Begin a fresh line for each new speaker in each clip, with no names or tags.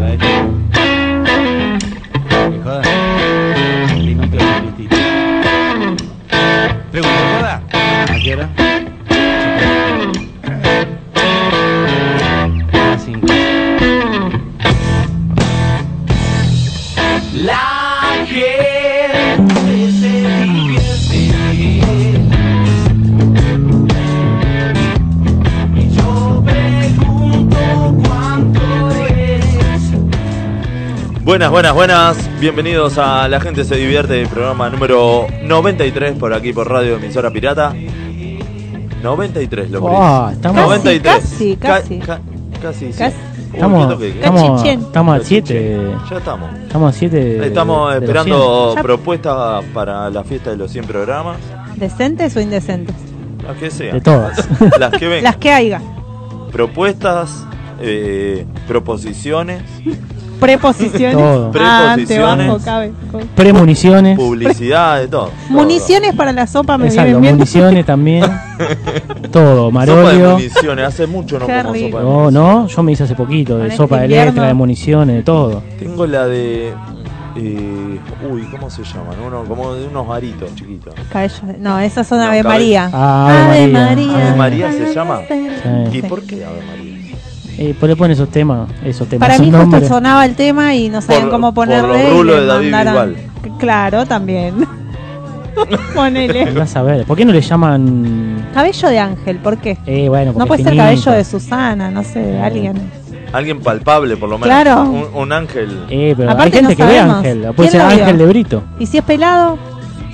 来这个Hijo de- limpio limitito. Pregunta, joda. ¿A qué hora? A las cinco.
La gente se divierte. Y yo pregunto cuánto es.
Buenas, buenas, buenas. Bienvenidos a La Gente Se Divierte, programa número 93 por aquí por Radio Emisora Pirata. 93, lo
Ah, estamos- Casi,
93.
casi,
Ca-
casi.
ca- casi, sí.
Casi.
Uy, qué
Estamos,
toque.
estamos,
Cachichén.
estamos a 7.
Ya estamos.
Estamos a 7.
Estamos esperando
Ya-
propuestas para la fiesta de los 100 programas.
¿Decentes o indecentes?
Las que sean.
De todas.
Las que vengan.
Las que haya.
Propuestas, eh, proposiciones,
Preposiciones.
Todo.
Ante,
Preposiciones.
bajo, cabe.
Premoniciones.
publicidad, de todo.
Municiones para la sopa me
Exacto,
vienen bien.
municiones también.
Todo.
Todo,
Sopa de
marolio.
municiones. Hace mucho no
Qué
como sopa de
rico.
No, no, yo me hice hace poquito,
Para
de
este
sopa de
invierno.
letra, de municiones, de todo.
Mm.
Tengo la de. eh, uy, ¿cómo se llaman? Uno, como de unos aritos chiquitos.
Cabello de- No, esas son
No,
Ave
cabe-
María.
Ah, Ave María.
Ave María se llama.
Sí.
¿Y por qué Ave María?
Eh, pues le ponen esos temas, esos temas.
Para
esos
mí justo
nombres.
sonaba el tema y no sabían
Por-
cómo
por los
ponerle. y
rulos
le
de David
mandaron- Claro, también. Ponele.
Andás a ver, ¿por qué no le llaman?
Cabello de ángel, ¿por qué?
Eh, bueno,
No
porque
puede
es
ser
finito.
cabello de Susana, no sé, de alguien.
Alguien palpable, por lo menos.
Claro.
Un, un ángel.
Eh, pero hay
Aparte
gente
no
que ve
sabemos.
Ángel, puede
¿Quién
ser
lo vio?
Ángel de Brito.
¿Y si es pelado?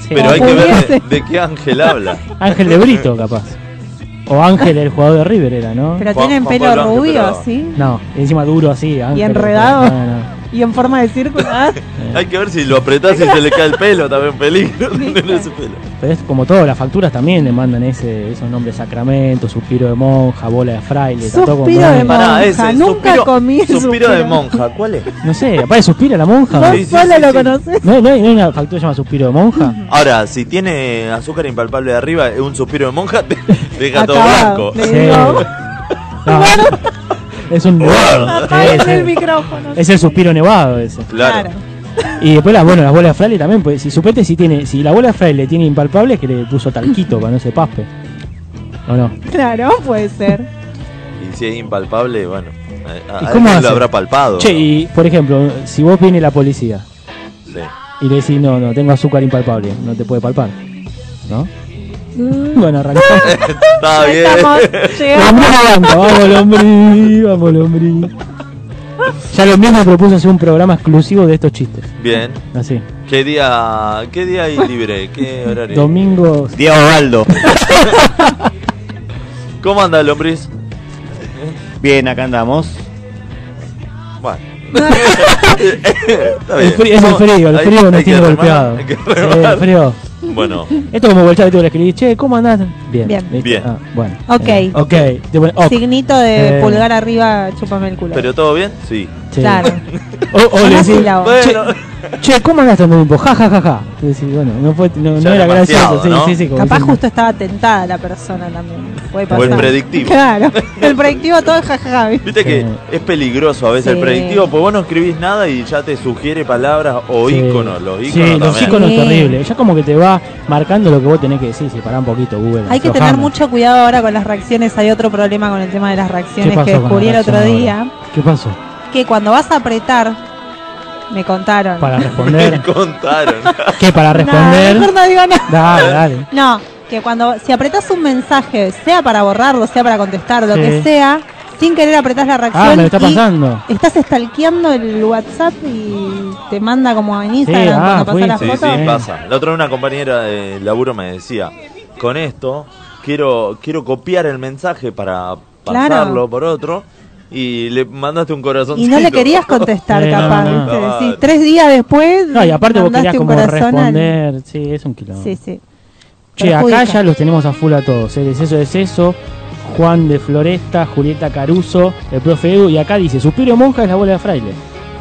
Sí.
Pero hay que ver de,
pudiese.
de qué ángel habla.
Ángel de Brito, capaz. O Ángel, el jugador de River era, ¿no?
Pero
Juan-
tienen
Juan
pelo
Pablo Ángel,
rubio,
pero-
¿sí?
No, encima duro así, Ángel.
enredado?
No, Eh, no.
Y en forma de círculo. ah.
Hay que ver si lo apretás y se le cae el pelo, también peligro. tener ese pelo.
Pero es como todo, las facturas también le mandan ese, esos nombres sacramento, suspiro de monja, bola de fraile, está todo con
Suspiro de
nombres.
monja.
Pará, ese.
nunca
suspiro,
comí el
suspiro, de
suspiro.
monja. ¿Cuál es?
No sé, aparte suspira la monja.
Vos
Sí, sí,
solo
sí,
lo
sí.
conocés.
¿No, no, hay, no hay una factura que se llama suspiro de monja?
Ahora, si tiene azúcar impalpable de arriba, es un suspiro de monja, te deja todo
Acabado.
blanco.
Le digo,
No. Es un
Guarda.
Sí,
apaguen el
sí.
micrófono.
Es el suspiro nevado ese.
Claro.
Y después las, bueno, las bolas de fraile también, pues si supete si tiene, si la bola de fraile tiene impalpable es que le puso talquito para no se paspe. ¿O no?
Claro, puede ser.
Y si es impalpable, bueno. a- a-
¿Y
a
cómo
Ah, alguien
hace?
lo habrá palpado?
Che,
¿no?
y por ejemplo, si vos viene la policía
Sí.
y le decís, no, no, tengo azúcar impalpable, no te puede palpar. ¿No?
Mm.
Bueno, arrancamos.
Está
Ya
Ah, bien.
estamos
Lombriz blanco,
llegando.
vamos lombriz, vamos lombriz. Ya lo mismo propuso hacer un programa exclusivo de estos chistes.
Bien.
Así.
¿Qué día, qué día hay libre? ¿Qué horario?
Domingo.
Día Ovaldo. ¿Cómo anda, lombriz?
Bien, acá andamos.
Bueno. Está bien.
El frío- es el frío, el
Hay-
frío nos
hay que
tiene
remar,
golpeado.
hay que
Sí,
remar.
el frío.
Bueno,
Esto es como bolsar de tú le escribís, che, ¿cómo andás? Bien.
Bien.
¿viste?
Bien.
Ah, bueno.
Ok.
Eh, ok. Te pone, ok.
Signito de
Eh.
pulgar arriba, chúpame el culo.
¿pero todo bien? Sí.
Sí.
Claro.
O, o le
Una
decís,
sílaba.
Bueno,
che, ¿cómo andás tanto tiempo? Ja, ja, ja, ja. Y decís, bueno, no, fue, no,
Ya
no era
demasiado,
gracioso. Sí,
¿no?
sí, sí, como
Capaz
diciendo,
justo estaba tentada la persona también. Puede
O el
pasar.
predictivo.
Claro. El predictivo todo es jajaja. ¿viste?
viste que
Sí.
es peligroso a veces el
Sí.
predictivo, porque vos no escribís nada y ya te sugiere palabras o
sí.
íconos, los
Sí,
íconos también.
los íconos
Sí.
terribles. Ya como que te va marcando lo que vos tenés que decir. Si pará un poquito, Google.
Hay que tener
aflojame.
mucho cuidado ahora con las reacciones. Hay otro problema con el tema de las
¿Qué
reacciones
pasó
que
con la
descubrí el otro
reacción
día.
ahora? ¿Qué pasó?
Que cuando vas a apretar, me contaron.
Para
Me
responder.
contaron.
¿Qué? Para
No,
responder.
mejor no digo nada.
Dale, dale.
No, que cuando si apretás un mensaje, sea para borrarlo, sea para contestar, lo
Sí.
que sea, sin querer apretás la reacción.
Ah, me lo está
y
pasando.
Estás stalkeando el WhatsApp y te manda como en Instagram
Sí, ah,
cuando
fui,
pasás las
Sí,
¿Foto?
sí,
fotos.
Bien.
pasa. La otra vez una compañera de laburo me decía, con esto quiero quiero copiar el mensaje para
Claro.
pasarlo por otro y le mandaste un corazón.
Y no le querías contestar,
Sí,
capaz.
no,
¿viste?
no.
Decís, tres días después.
No, y aparte vos querías
mandaste un
como
corazón al-
responder. Sí, es un quilombo.
Sí, sí.
Che, acá
Perjudica.
ya los tenemos a full a todos. El exceso de eso. Juan de Floresta, Julieta Caruso, el profe Edu. Y acá dice, suspiro de monja es la bola de fraile.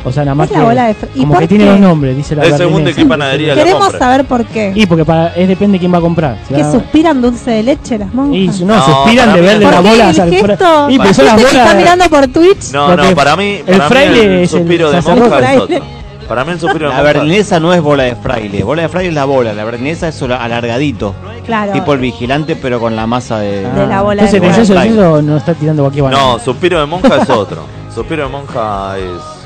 O sea, nada más
Es la bola de fr- ¿Y
como
por
que tiene
qué?
dos nombres, dice la
Es
berlinesa.
según de qué panadería la
Queremos
compra.
saber por qué.
Y porque para, es depende de quién va a comprar. Si
que
va a-
suspiran dulce de leche las monjas.
y si no,
No,
se inspiran
para
de
mí
verle
no.
las
¿Por qué
bolas
el
al fra-
gesto?
Y
¿La
pero son las
gente que está
bolas.
mirando por Twitch?
No, no,
Porque
para mí.
el
para mí
fraile es el
suspiro de
sacerdote.
monja es
Fraile.
otro. Para mí el suspiro de
La
monja.
berlinesa no es bola de fraile. Bola de fraile es la bola. La berlinesa es solo alargadito.
Claro. Ah.
Tipo el vigilante, pero con la masa de.
De la bola
Entonces,
de
el
fraile.
yeso, el yeso no está tirando cualquier banana.
No, suspiro de monja es otro. Suspiro de monja es.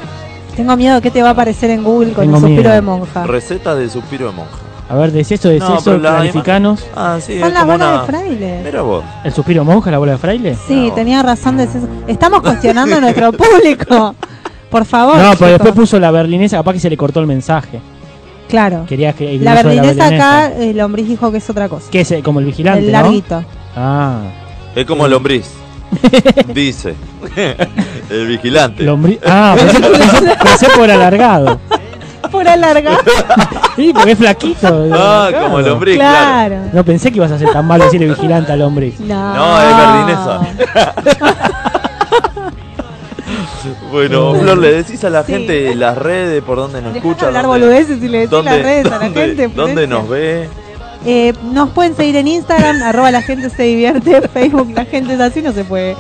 Tengo miedo que te va a aparecer en Google con
Tengo
el suspiro
miedo.
de monja.
Receta de suspiro de monja.
A ver, deceso,
No,
deceso,
pero la-
clarificanos.
Ah, sí, es
Son las
como
bolas de
una.
fraile.
Mira vos.
¿El suspiro monja, la bola de fraile?
Sí,
No.
tenía razón de ser- Estamos cuestionando a nuestro público. Por favor.
No, pero
chicos.
después puso la berlinesa, capaz que se le cortó el mensaje.
Claro.
Quería que el
La
uso de
berlinesa acá, el lombriz dijo que es otra cosa.
Que es eh, como el vigilante, ¿no?
El larguito.
Ah,
Es como el lombriz. Dice. el vigilante.
lombri- ah pensé, pensé- pensé por alargado.
Por alargar.
Sí, porque es flaquito.
ah,
alargado.
como el lombriz, claro.
claro.
No pensé que ibas a ser tan malo decirle vigilante al hombre.
No.
No, es Bueno, Flor, le decís a la
Sí.
gente las redes, por dónde nos
Dejá de
escucha.
hablar
dónde-
boludeces y le decís
dónde-
las redes a la
dónde-
gente.
¿Dónde
Florencia.
nos ve?
Eh, nos pueden seguir en Instagram, arroba la gente se divierte, Facebook la gente es así, no se puede.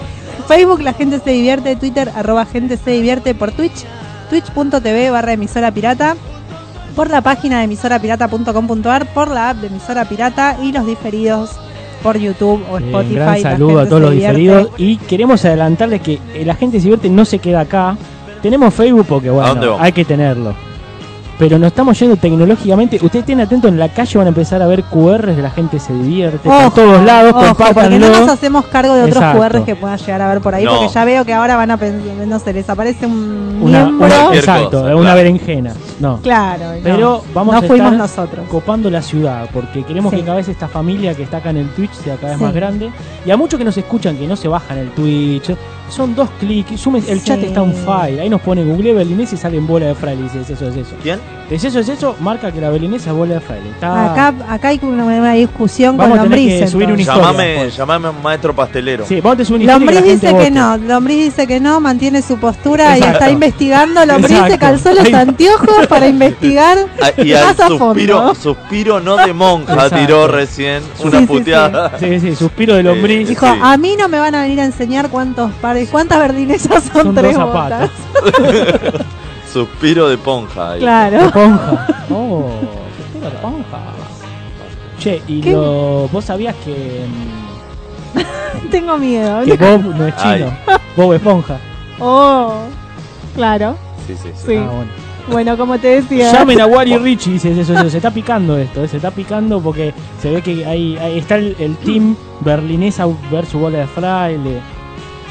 Facebook la gente se divierte, Twitter, arroba gente se divierte por Twitch, twitch.tv barra emisora pirata, por la página de emisorapirata.com.ar, por la app de emisora pirata y los diferidos por YouTube o
Eh,
Spotify.
gran
La
saludo a
Gente
todos
Se
los
Divierte.
diferidos. Y queremos adelantarles que eh, la gente se divierte no se queda acá. Tenemos Facebook porque,
dónde
bueno,
vamos?
hay que tenerlo. Pero nos estamos yendo tecnológicamente. Ustedes estén atentos en la calle, van a empezar a ver QRs de la gente se divierte.
Ojo,
por todos lados,
ojo, porque no
compártanlo.
nos hacemos cargo de otros
Exacto.
QRs que puedan llegar a ver por ahí,
No.
porque ya veo que ahora van a pensar, no sé, les aparece un
Una,
miembro.
una-
Cualquier
exacto,
cosa,
una
claro.
berenjena. No.
Claro, no.
Pero vamos
no
a
fuimos
estar-
nosotros.
copando la ciudad, porque queremos
Sí.
que cada vez esta familia que está acá en el Twitch sea cada vez
Sí.
más grande. Y a muchos que nos escuchan que no se bajan el Twitch, son dos clics, sumen- el
Sí.
chat está un file, ahí nos pone Google Berlinés y sale en bola de fraile y dice, es eso, es eso.
¿Quién?
Es eso, es eso, marca que la Berlinesa es bola de fraile. Está...
Acá, acá hay una, una discusión
Vamos a
con
tener
Lombriz.
que subir un
entonces.
Historia,
Llamame,
después.
llamame a un maestro pastelero.
Sí, vamos a subir una historia
Lombriz
y la gente
dice que
vote.
no, Lombriz dice que no, mantiene su postura y
Exacto.
está investigando. Lombriz se
Exacto.
calzó los
Ahí va.
anteojos para investigar.
Ah, Y al
más a
suspiro,
fondo.
suspiro no de monja
Exacto.
tiró recién una
sí, sí.
puteada.
Sí, sí, suspiro de lombriz.
Eh,
Dijo,
Sí.
a mí no me van a venir a enseñar cuántos pares, cuántas verdinesas son,
Son dos
tres
zapatos.
botas.
Suspiro de ponja. ahí.
Claro.
Ponja. Oh, suspiro de ponja. Che, y
¿Qué?
lo, vos sabías que, mm,
Tengo miedo.
que Bob no es
Ay.
chino. Bob Esponja.
Oh, claro.
Sí, sí, sí.
Sí.
Ah, bueno.
Bueno, como te decía.
Llamen a Wally Richie, dice eso, eso, se está picando esto, eh, se está picando porque se ve que ahí, ahí está el, el team berlinesa versus bola de fraile.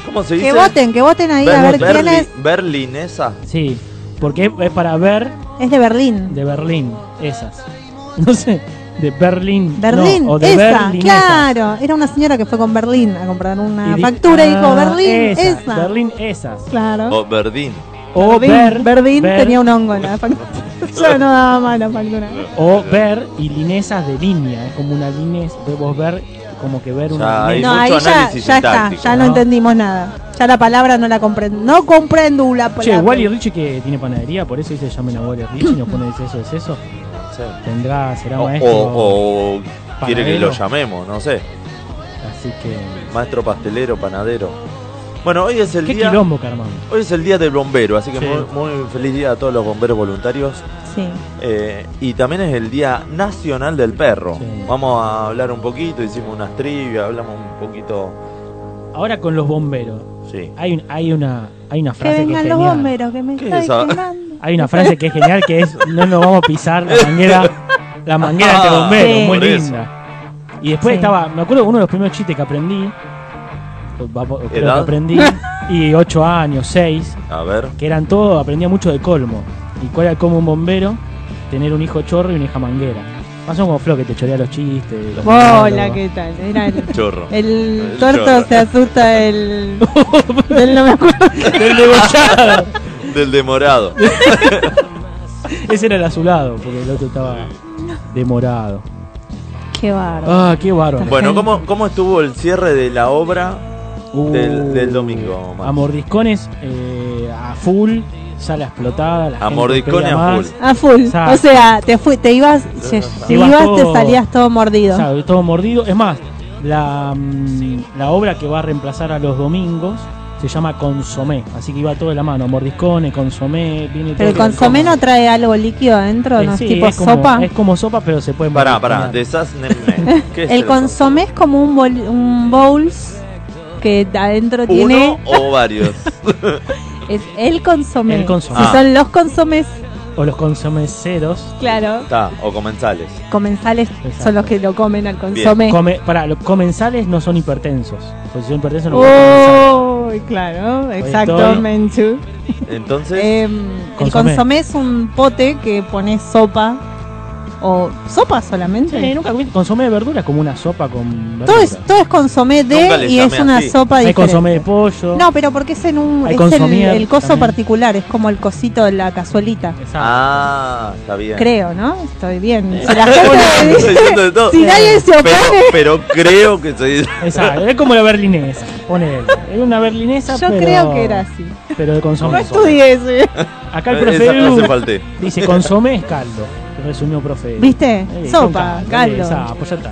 ¿Cómo se dice?
Que voten, que voten ahí a ver
Berli-
quién es.
Berlinesa.
Sí, porque es, es para ver
Es de Berlín.
de Berlín, esas. No sé, de Berlín. no,
Berlín,
o de
esa,
berlinesas.
claro. Era una señora que fue con Berlín a comprar
Y
una
di-
factura y dijo,
ah,
Berlín, esa.
Berlín, esas.
Claro.
O Verdín.
O ver,
Berlín, Berlín
ver-
tenía un hongo en la factura. Yo no daba más la factura.
O ver y linesas de línea, es como una línea, vos ver, como que ver
Ya,
una
ahí-
linesa.
No, ahí
mucho
ya,
análisis
ya está,
sintáctico,
ya no,
¿no?
entendimos nada. Ya la palabra no la comprendo. No comprendo la palabra.
Che, Wally Richie que tiene panadería, por eso dice llamen a Wally Richie, nos pone dice eso, es eso. Tendrá, será
O,
maestro.
o- o quiere que
panadero.
lo llamemos, no sé.
Así que.
Maestro pastelero, panadero. Bueno, hoy es el
Qué
día.
quilombo que armamos.
Hoy es el día del bombero, así que
Sí.
muy, muy feliz día a todos los bomberos voluntarios.
Sí.
Eh, y también es el Día Nacional del Perro.
Sí.
Vamos a hablar un poquito, hicimos unas trivias, hablamos un poquito.
Ahora con los bomberos.
Sí.
Hay, un- hay, una, hay una
Que
frase que,
vengan
es
los
genial.
bomberos, que me
¿Qué
estoy
es esa?
quemando.
Hay una frase que es genial que es no nos vamos a pisar la manguera, la manguera de este
Ah,
bombero,
sí.
muy
por eso.
linda. Y después
Sí.
estaba, me acuerdo uno de los primeros chistes que aprendí, o- va- creo que
¿Edad?
aprendí, y 8 años, 6,
A ver.
que eran todo, aprendía mucho de colmo. ¿Y cuál era como un bombero? Tener un hijo chorro y una hija manguera. Más o menos como Flo que te chorea los chistes. los
Hola,
monólogos.
¿qué tal? Era el,
Chorro.
el
El
tuerto
chorro.
se asusta del. del no me acuerdo.
Del degollado.
Del demorado.
Ese era el azulado, porque el otro estaba demorado.
Qué bárbaro.
Ah, qué bárbaro.
Bueno, ¿cómo, ¿cómo estuvo el cierre de la obra?
Uh,
del- del domingo, Max.
A mordiscones, eh, a full, sala explotada. La
A
gente
mordicón
pedía
y a
más.
full.
A full.
Exacto.
O sea, te, fui, te ibas, te,
Te ibas
ibas, te
todo-
salías todo mordido.
Sabe, todo mordido. Es más, la, mm, la obra que va a reemplazar a los domingos se llama Consomé. Así que iba todo de la mano. Mordiscones, Consomé. Viene
Pero el
todo de la
consomé
mano.
no trae algo líquido adentro,
Eh,
¿no? Es
sí,
tipo
es como,
sopa.
Es como sopa, pero se puede
Pará, pará,
mordisconear.
desaznemne. ¿Qué es
El consomé es como un, bol, un bowls que adentro
¿Uno
tiene.
o varios?
Es el consomé.
El consomé.
Si
Ah.
son los consomés,
O los consomeceros.
claro.
Está, o comensales.
Comensales
Exacto.
son los que lo comen al consomé.
Come, pará, los comensales no son hipertensos. Porque si son hipertensos no pueden comer sal.
Oh, claro, exactamente.
Entonces,
Eh, el
Consomé.
consomé es un pote que pones sopa o sopa solamente.
Sí, nunca comí consomé de verduras como una sopa con verduras.
todo es todo es consomé
Nunca
de
le
y
llamé
es una
así.
sopa
Hay
diferente.
consomé de pollo.
No, pero porque es en un
Hay
es el,
consomé
el coso
también.
particular, es como el cosito de la cazuelita.
Exacto.
ah, está bien.
Creo, ¿no? Estoy bien. Si la
Bueno,
gente
estoy diciendo de todo.
si nadie se opone,
Pero, pero creo que soy...
Exacto, es como la berlinesa, ponele. Era una berlinesa,
yo
pero,
creo que era así.
pero de
No
consomé.
estudié eso.
Acá el profe
Eh, Esa
Edu
frase falté.
dice consomé es caldo, resumió profe. Edu.
¿Viste?
Eh,
Sopa,
son
caldo.
Exacto, pues ya está.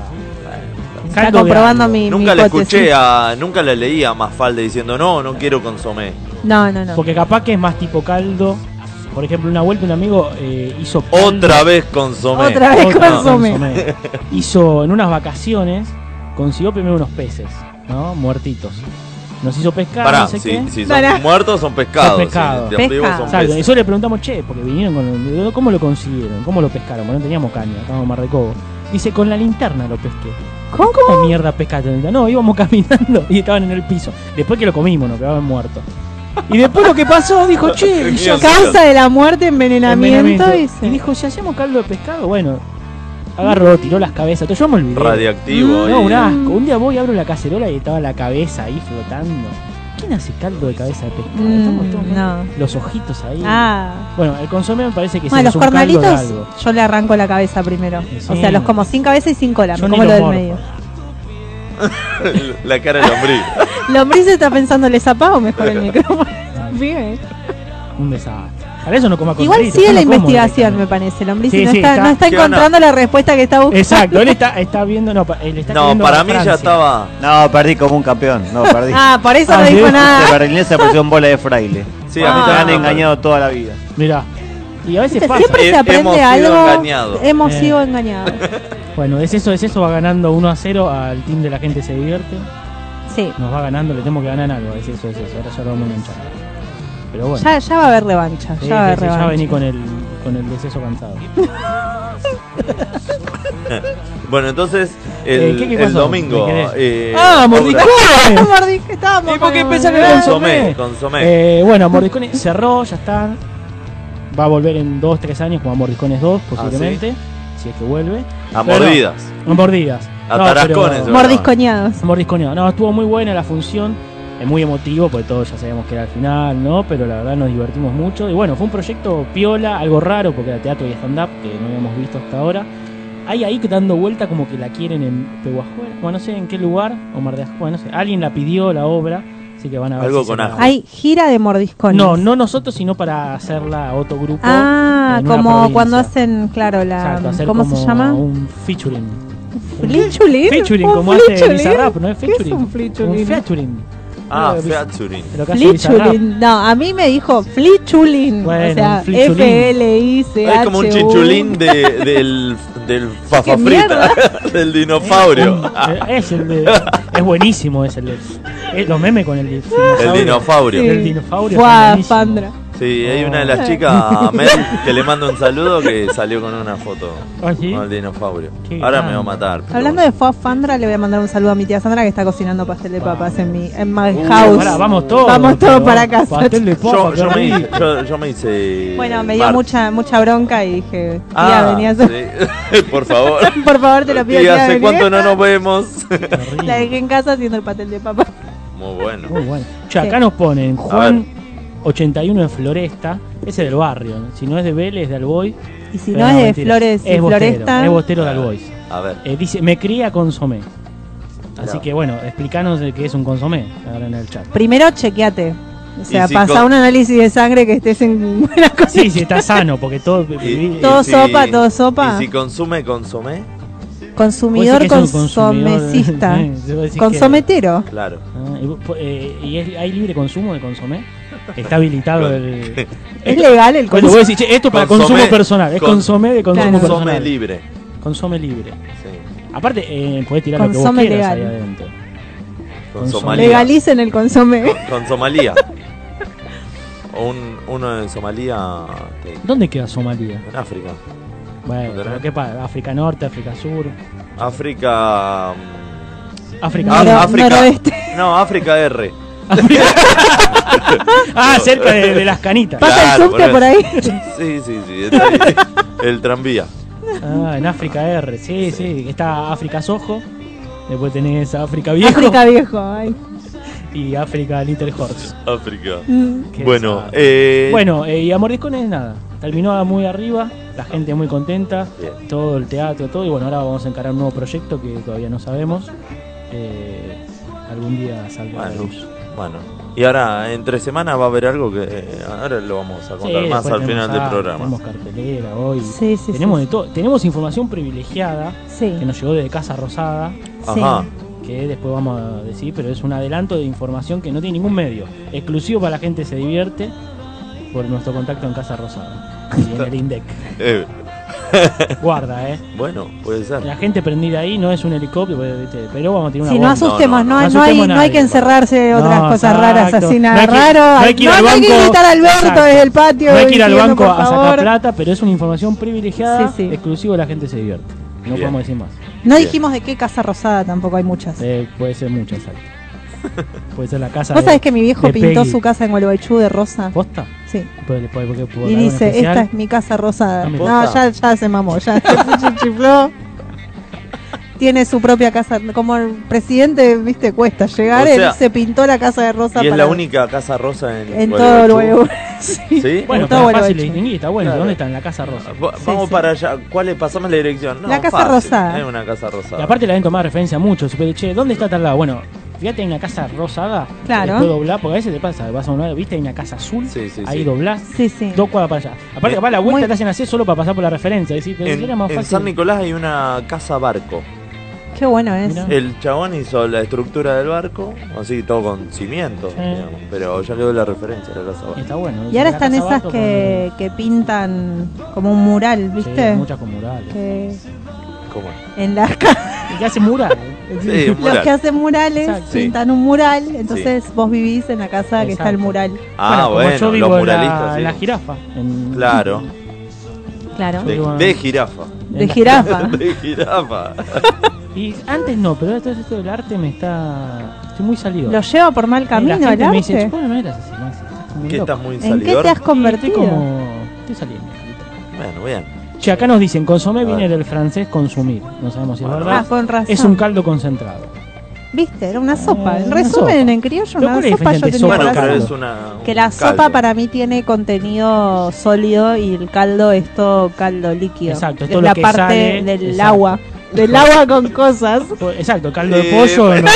Está
Caldo de
comprobando
algo.
mi, mi
Nunca la
hipótesis.
escuché a... Nunca la leí a Mafalde diciendo, no, no quiero consomé.
No, no, no.
Porque capaz que es más tipo caldo. Por ejemplo, una vuelta un amigo eh,
Oh,
hizo caldo-
Otra vez consomé.
Otra vez
Otra
consomé.
consomé. Hizo en unas vacaciones, consiguió primero unos peces, ¿no? Muertitos. Nos hizo pescar,
Pará,
no sé
si,
qué.
si son
Pará.
muertos son pescados.
Son pescados.
Si te abrigos
Pesca.
son
Exacto,
peces.
Eso le preguntamos, che, porque vinieron con. ¿Cómo lo consiguieron? ¿Cómo lo pescaron? Porque no teníamos caña, estábamos en Marrecobo. Dice, con la linterna lo pesqué.
¿Cómo?
¿Cómo mierda pescaste con la linterna? No, íbamos caminando y estaban en el piso. Después que lo comimos, nos quedaban muertos. Y después lo que pasó, dijo, che, y yo-
Causa de la muerte, envenenamiento.
envenenamiento.
dice.
Y dijo, si hacemos caldo de pescado, bueno. Agarró, tiró las cabezas. Yo me olvidé.
Radiactivo.
Mm, No,
y-
un asco. Un día voy, abro la cacerola y estaba la cabeza ahí flotando. ¿Quién hace caldo de cabeza de pescado? Estamos todos-
Mm, no.
Los ojitos ahí.
Ah.
Bueno, el consomé me parece que sí,
Bueno,
es
los
un caldo de
cornalitos
algo.
yo le arranco la cabeza primero. O
Sí.
sea, los como sin cabeza y sin cola.
Yo
Me
ni
como lo
los
del
morfo.
medio.
La cara de lombriz.
Lombriz está pensando, ¿le zapá o mejor el micrófono? Bien.
Un desastre. Para eso no coma
Igual
cornalitos,
sigue
yo
la
no como
investigación, me
directamente.
parece. Lombriz
Sí,
no,
sí,
está,
está-
no está
¿Qué onda?
encontrando la respuesta que está buscando.
Exacto, él está, está viendo. No, pa- él está
No,
escribiendo
para
a
mí ya
Francia.
estaba.
No, perdí como un campeón. No, perdí.
Ah, por eso
Ah,
no
sí.
dijo
De
nada.
berlinesa pusieron bola de fraile.
Sí, a
Ah.
mí
Me
también
han engañado toda la vida.
Mirá. Y a veces pasa.
Este, Siempre se
He- hemos
aprende
sido
algo.
engañados.
Hemos
Eh.
sido engañados.
Bueno, es eso, es eso. Va ganando 1 a 0 al team de la gente se divierte.
Sí.
Nos va ganando, le tenemos que ganar algo. Es eso, es eso. Ahora ya lo vamos a hinchar. Pero bueno.
Ya, ya va a haber revancha.
Sí,
Ya va a haber
sí, sí, ya
revancha.
vení con el, con el deceso cansado.
Bueno, entonces,
Eh,
el,
¿qué- qué
el
pasó?
domingo.
¿Me querés?
eh,
¡Ah,
obra-
mordicón!
Mordí que estábamos
¿Y por qué
con-
pensás que
Ah.
con-
Consomé, consomé.
Eh, bueno, Mordiscones cerró, ya está. Va a volver en 2, 3 años como a Mordiscones 2, posiblemente. Si es que vuelve.
Ah, a
pero-
mordidas.
No mordidas.
A
No,
tarascones,
pero-
yo.
Mordiscoñados.
Mordisconeado. No, estuvo muy buena la función. Es muy emotivo, porque todos ya sabíamos que era el final, ¿no? Pero la verdad nos divertimos mucho. Y bueno, fue un proyecto piola, algo raro, porque era teatro y stand-up, que no habíamos visto hasta ahora. Hay ahí dando vuelta como que la quieren en Pehuajuela. Bueno, no sé en qué lugar, o Mar de Ajó- bueno, no sé. Alguien la pidió la obra, así que van a ver.
Algo
si se
con
la-
ajo.
Hay gira de mordiscones.
No, no nosotros, sino para hacerla a otro grupo.
Ah,
en una
como
provincia.
cuando hacen, claro, la.
Exacto, hacer
¿Cómo
como
se llama?
Un featuring.
¿Flichulín?
Featuring,
¿Un
como hace
flichulín?
Bizarrap, ¿no es
¿Qué es
featuring?
un featuring?
Un featuring.
Ah,
Pero-
featuring.
Lo que hace Bizarrap.
Flichulín. No, a mí me dijo flichulín.
Bueno,
o sea,
un flichulín.
F-L-I-C-H.
Es como un chinchulín de, del, del
mierda?
fafafrita, del
Un-
dinofaurio.
eh, es el de- es buenísimo ese el de- eh, los memes con el di-
El dinofaurio.
del dinosaurio son
Guau,
buenísimos.
Pandra.
Sí, hay
Oh.
una de las chicas, Mel, que le mando un saludo, que salió con una foto
Ah, ¿sí?
con el dinofaurio.
Qué
Ahora
grande.
me va a matar. pero
Hablando
bueno.
de Fua Fandra, le voy a mandar un saludo a mi tía Sandra que está cocinando pastel de papas en mi en my
Uh,
house.
Pará, vamos todos
Vamos todos
pero
para casa.
pastel de papa,
Yo,
qué
yo me,
rico.
hice- yo, yo me hice.
Bueno, me dio
Mar.
mucha mucha bronca y dije, tía,
Ah,
venía a
sí. Por favor.
Por favor, te lo pido.
¿Y
tía,
hace
vení.
cuánto no nos vemos?
Qué rico.
La dejé en casa haciendo el pastel de papas.
Muy bueno.
Muy bueno. Che, acá
Sí.
nos ponen
ver.
Juan 81 de Floresta, ese del barrio, ¿no? si no es de Vélez, de Alboy.
Y si
pero
no es de
Eh, mentira,
flores y
es bostero,
floresta.
Es bostero de Alboy.
A ver.
Eh, dice, me cría consomé. Así
Claro.
que bueno, explícanos de qué es un consomé ahora en el chat.
Primero chequeate O sea,
si
pasa
con-
un análisis de sangre que estés en buena cosa.
Sí, sí, está sano, porque todo.
Y- y
Todo sopa, todo sopa.
Y si consume, consomé.
Consumidor
Vos decís que es un consumidor,
consomecista.
eh, vos decís que-
Consometero.
Claro.
Ah, y, vos- po- eh, ¿y es- hay libre consumo de consomé? Está habilitado el.
¿Es
Esto-
legal el
Cuando vos
consumo?
decís, "Che, esto para
Consomé-
consumo personal, es
con-
consomé de consumo
Claro.
Consome
personal.
libre.
Consome libre.
Sí.
Aparte, eh, podés tirar lo que
Consome
vos quieras ahí
legal.
adentro.
Consomalía.
Legalicen el consomé.
Con, con Somalía. O un, uno en Somalía. que-
¿Dónde queda Somalia?
En África.
Bueno,
¿Dónde
pero
era?
¿qué pasa? África Norte, África Sur,
África. mm,
África.
Noro-
Af-
Norte.
noroeste.
No, África R.
Ah, cerca de, de las canitas.
Pasa el subte
eso.
por ahí.
Sí, sí, sí. está ahí. El tranvía.
Ah, en África R, sí, sí. Está África Sojo. Después tenés África Viejo
África viejo. ay.
y África Little Horse.
África.
Mm.
Qué
Bueno,
desastre.
eh.
Bueno, eh, y a Mordiscones nada. Terminó muy arriba, la gente muy contenta,
Bien.
todo el teatro, todo. Y bueno, ahora vamos a encarar un nuevo proyecto que todavía no sabemos. Eh, algún día saldrá a la
Bueno,
luz.
bueno. Y ahora, entre semana va a haber algo que eh, ahora lo vamos a contar
Sí,
más
después
al final
tenemos
del
arte,
programa.
Tenemos cartelera hoy.
Sí, sí,
tenemos
sí.
de todo. Tenemos información privilegiada
Sí.
que nos llegó desde Casa Rosada,
Ajá.
que después vamos a decir, pero es un adelanto de información que no tiene ningún medio. Exclusivo para la gente se divierte por nuestro contacto en Casa Rosada. Y en el INDEC.
Eh,
Guarda, eh.
bueno, puede ser.
La gente prendida ahí no es un helicóptero, pues, ¿viste? pero vamos a tirar una
Si no
bomba. no, no.
asustemos, no, no,
No
hay,
asustemos
no
nadie,
hay que encerrarse
por favor.
otras
No,
cosas raras
exacto.
así
No
nada
hay que-
raro.
no hay
ay,
que ir al
no hay que
banco.
gritar a Alberto
Exacto.
desde el patio. eh,
No hay que ir al
diciendo,
banco
por
a sacar
favor.
plata, pero es una información privilegiada,
Sí, sí.
exclusivo la gente se divierte. No
Bien.
podemos decir más.
No dijimos de qué casa rosada tampoco hay muchas.
Eh, puede ser mucho, exacto. puede ser la casa.
Vos
de-
sabés que mi viejo
de
pintó
Peggy.
su casa en Gualeguaychú de rosa.
¿Posta?
Sí.
Puede- puede- porque puede
Y
haber un
dice,
especial.
esta es mi casa rosada.
Ah, mira.
No,
Posta.
ya, ya se mamó, ya se chifló. Tiene su propia casa. Como el presidente, viste, cuesta llegar.
O sea,
él se pintó la casa de rosa
Y es
para-
la única casa rosa en,
en todo
Gualeguaychú.
Uruguay.
¿Sí?
Bueno, pero
En todo
es fácil de
Gualeguaychú.
distinguir, está bueno.
Claro.
¿Dónde está? En la casa rosa.
Ah, Va-
Sí,
Vamos
sí.
para allá. ¿Cuál es? Pasame la dirección. No,
La Casa
fácil.
Rosada.
Es una casa rosada.
Y aparte la deben tomar referencia mucho. Super, che, ¿dónde está tal lado? Bueno, fíjate, hay una casa rosada.
Claro.
Puedo doblar, porque a veces te pasa, vas a un lado, viste, hay una casa azul.
Sí, sí,
ahí
sí.
doblás,
Sí, sí.
dos cuadras para allá. Aparte,
Eh,
capaz la vuelta
muy-
te hacen así solo para pasar por la referencia. Es decir, pero si
En,
era más
en
fácil.
San Nicolás hay una casa barco.
Qué bueno es.
Mirá.
El chabón hizo la estructura del barco, así todo con cimientos,
Sí.
digamos, pero ya quedó la referencia la casa barco.
Está bueno.
Y ahora
La
están
Casa
esas
Barco con-
que, que pintan como un mural,
Sí,
¿viste?
muchas con murales.
que
¿Cómo?
en las casas,
Y que hacen murales.
Sí, un
los
mural.
que hacen murales
Exacto.
Sí.
pintan un mural, entonces vos vivís en la casa que está el
Exacto.
mural.
Ah,
como
bueno,
yo vivo
los
en
muralistas.
La,
sí.
en la jirafa. en-
Claro,
Claro.
de,
Vivo en-
de jirafa.
en
De
la-
jirafa.
De jirafa.
Y antes no, pero ahora todo esto del arte me está. Estoy muy salido. Eh,
Lo lleva por mal camino
la
el
gente me dice,
arte.
"Chupame, no eras así, no, así, estás como un
que
loco".
estás muy
¿En qué
salidor.
te has
Estoy
convertido?
como. Estoy saliendo.
Bueno, bien.
Che, acá nos dicen, consomé
A ver.
viene del francés consumir. No sabemos si es
Bueno.
Ah,
verdad.
con razón.
Es un caldo concentrado.
Viste, era una sopa.
Eh,
En
una
resumen,
sopa.
en criollo,
Pero
una
¿cuál es la
sopa
diferencia
yo
entre
tenía
sopa
por
Bueno,
y
acá.
pero
caldo?
es una. un
Que la sopa
caldo.
para mí tiene contenido sólido y el caldo es todo caldo líquido.
Exacto, es
es
todo lo
la
que
parte
sale,
del
exacto.
agua. Del agua con cosas.
Exacto, caldo de
Eh,
pollo. no.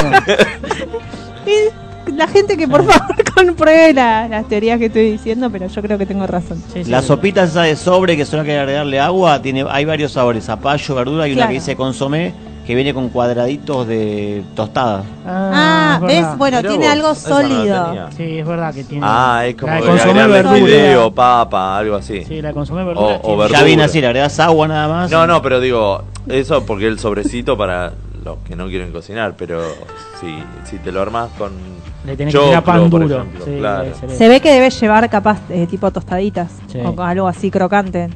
Y la gente que por favor compruebe la- las teorías que estoy diciendo, pero yo creo que tengo razón.
Sí, sí,
La
sí.
sopita esa de sobre que solo hay que agregarle agua, tiene, hay varios sabores, zapallo, verdura y una
Claro.
que dice consomé que viene con cuadraditos de tostada.
Ah,
es
¿ves?
verdad.
Bueno,
Mirá
tiene
vos,
algo
esa no la
sólido.
tenía.
Sí, es verdad que tiene.
Ah, es como
La de
que
consomé
agregarle
verdura.
fideo, papa, algo así.
Sí, la de consomé verdura.
O- o
tiene-
verdura.
Ya viene así, le agregas agua nada más.
No, no, pero digo, eso porque el sobrecito para los que no quieren cocinar, pero si, si te lo armás con.
Le tenés
choclo,
que tirar pan
por
duro.
ejemplo,
Sí,
claro.
debe ser eso.
Se ve que debe llevar capaz eh, tipo tostaditas
Sí.
o algo así crocante.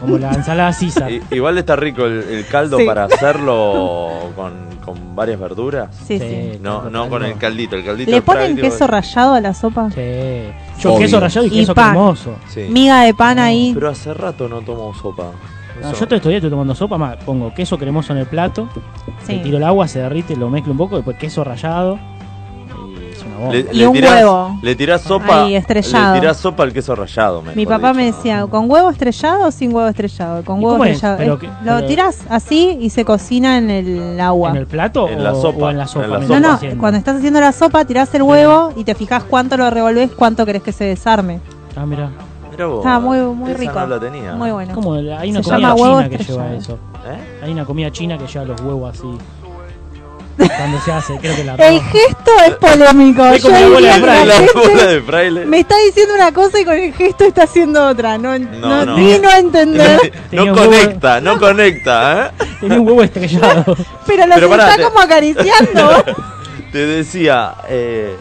Como la ensalada Cisa.
I- igual está rico el, el caldo
Sí.
para hacerlo con, con varias verduras.
Sí, sí.
No, no con el caldito, el caldito.
¿Le
es
ponen
práctico.
queso rallado a la sopa?
Sí. Yo
Obvio.
queso rallado y
Y
queso
pan.
cremoso.
Sí.
Miga de pan ahí.
Pero hace rato no tomo sopa.
No,
Eso-
yo todo estos días estoy tomando sopa, más pongo queso cremoso en el plato,
Sí.
le tiro el agua, se derrite, lo mezclo un poco, después queso rallado. y es una bomba.
Le,
Y
le
un
tirás,
huevo.
Le tirás sopa.
Ahí, estrellado.
Le tirás sopa al queso rallado. mejor
Mi papá
dicho.
me decía, ¿con huevo estrellado o sin huevo estrellado? Con
¿Y
huevo
cómo es?
estrellado.
Pero
Eh,
que-
lo
pero-
tirás así y se cocina en el agua.
¿En el plato
En
o,
la sopa,
o en la sopa?
en la
me
No,
sopa.
no,
estás diciendo?
cuando estás haciendo la sopa tirás el huevo y te fijas cuánto lo revolvés, cuánto querés que se desarme.
Ah, mira.
Mirá vos,
Estaba Ah, muy, muy
esa
rico.
no la tenía.
Muy bueno.
Como el- hay una
Se
comida
llama huevo
china que lleva
estrellado.
eso.
¿Eh?
Hay una comida china que lleva los huevos así. Cuando se hace, creo que la roba.
El gesto es polémico.
Es como
Yo
la bola
diría
de
que la
fraile,
La bola
gente
de fraile.
me está diciendo una cosa y con el gesto está haciendo otra. No,
No,
no,
no.
vino a entender.
Tenía
No
un huevo-
conecta, no conecta, ¿eh?
Tenía un huevo estrellado.
Pero lo
Pero pará,
está
te-
como acariciando.
Te decía, eh,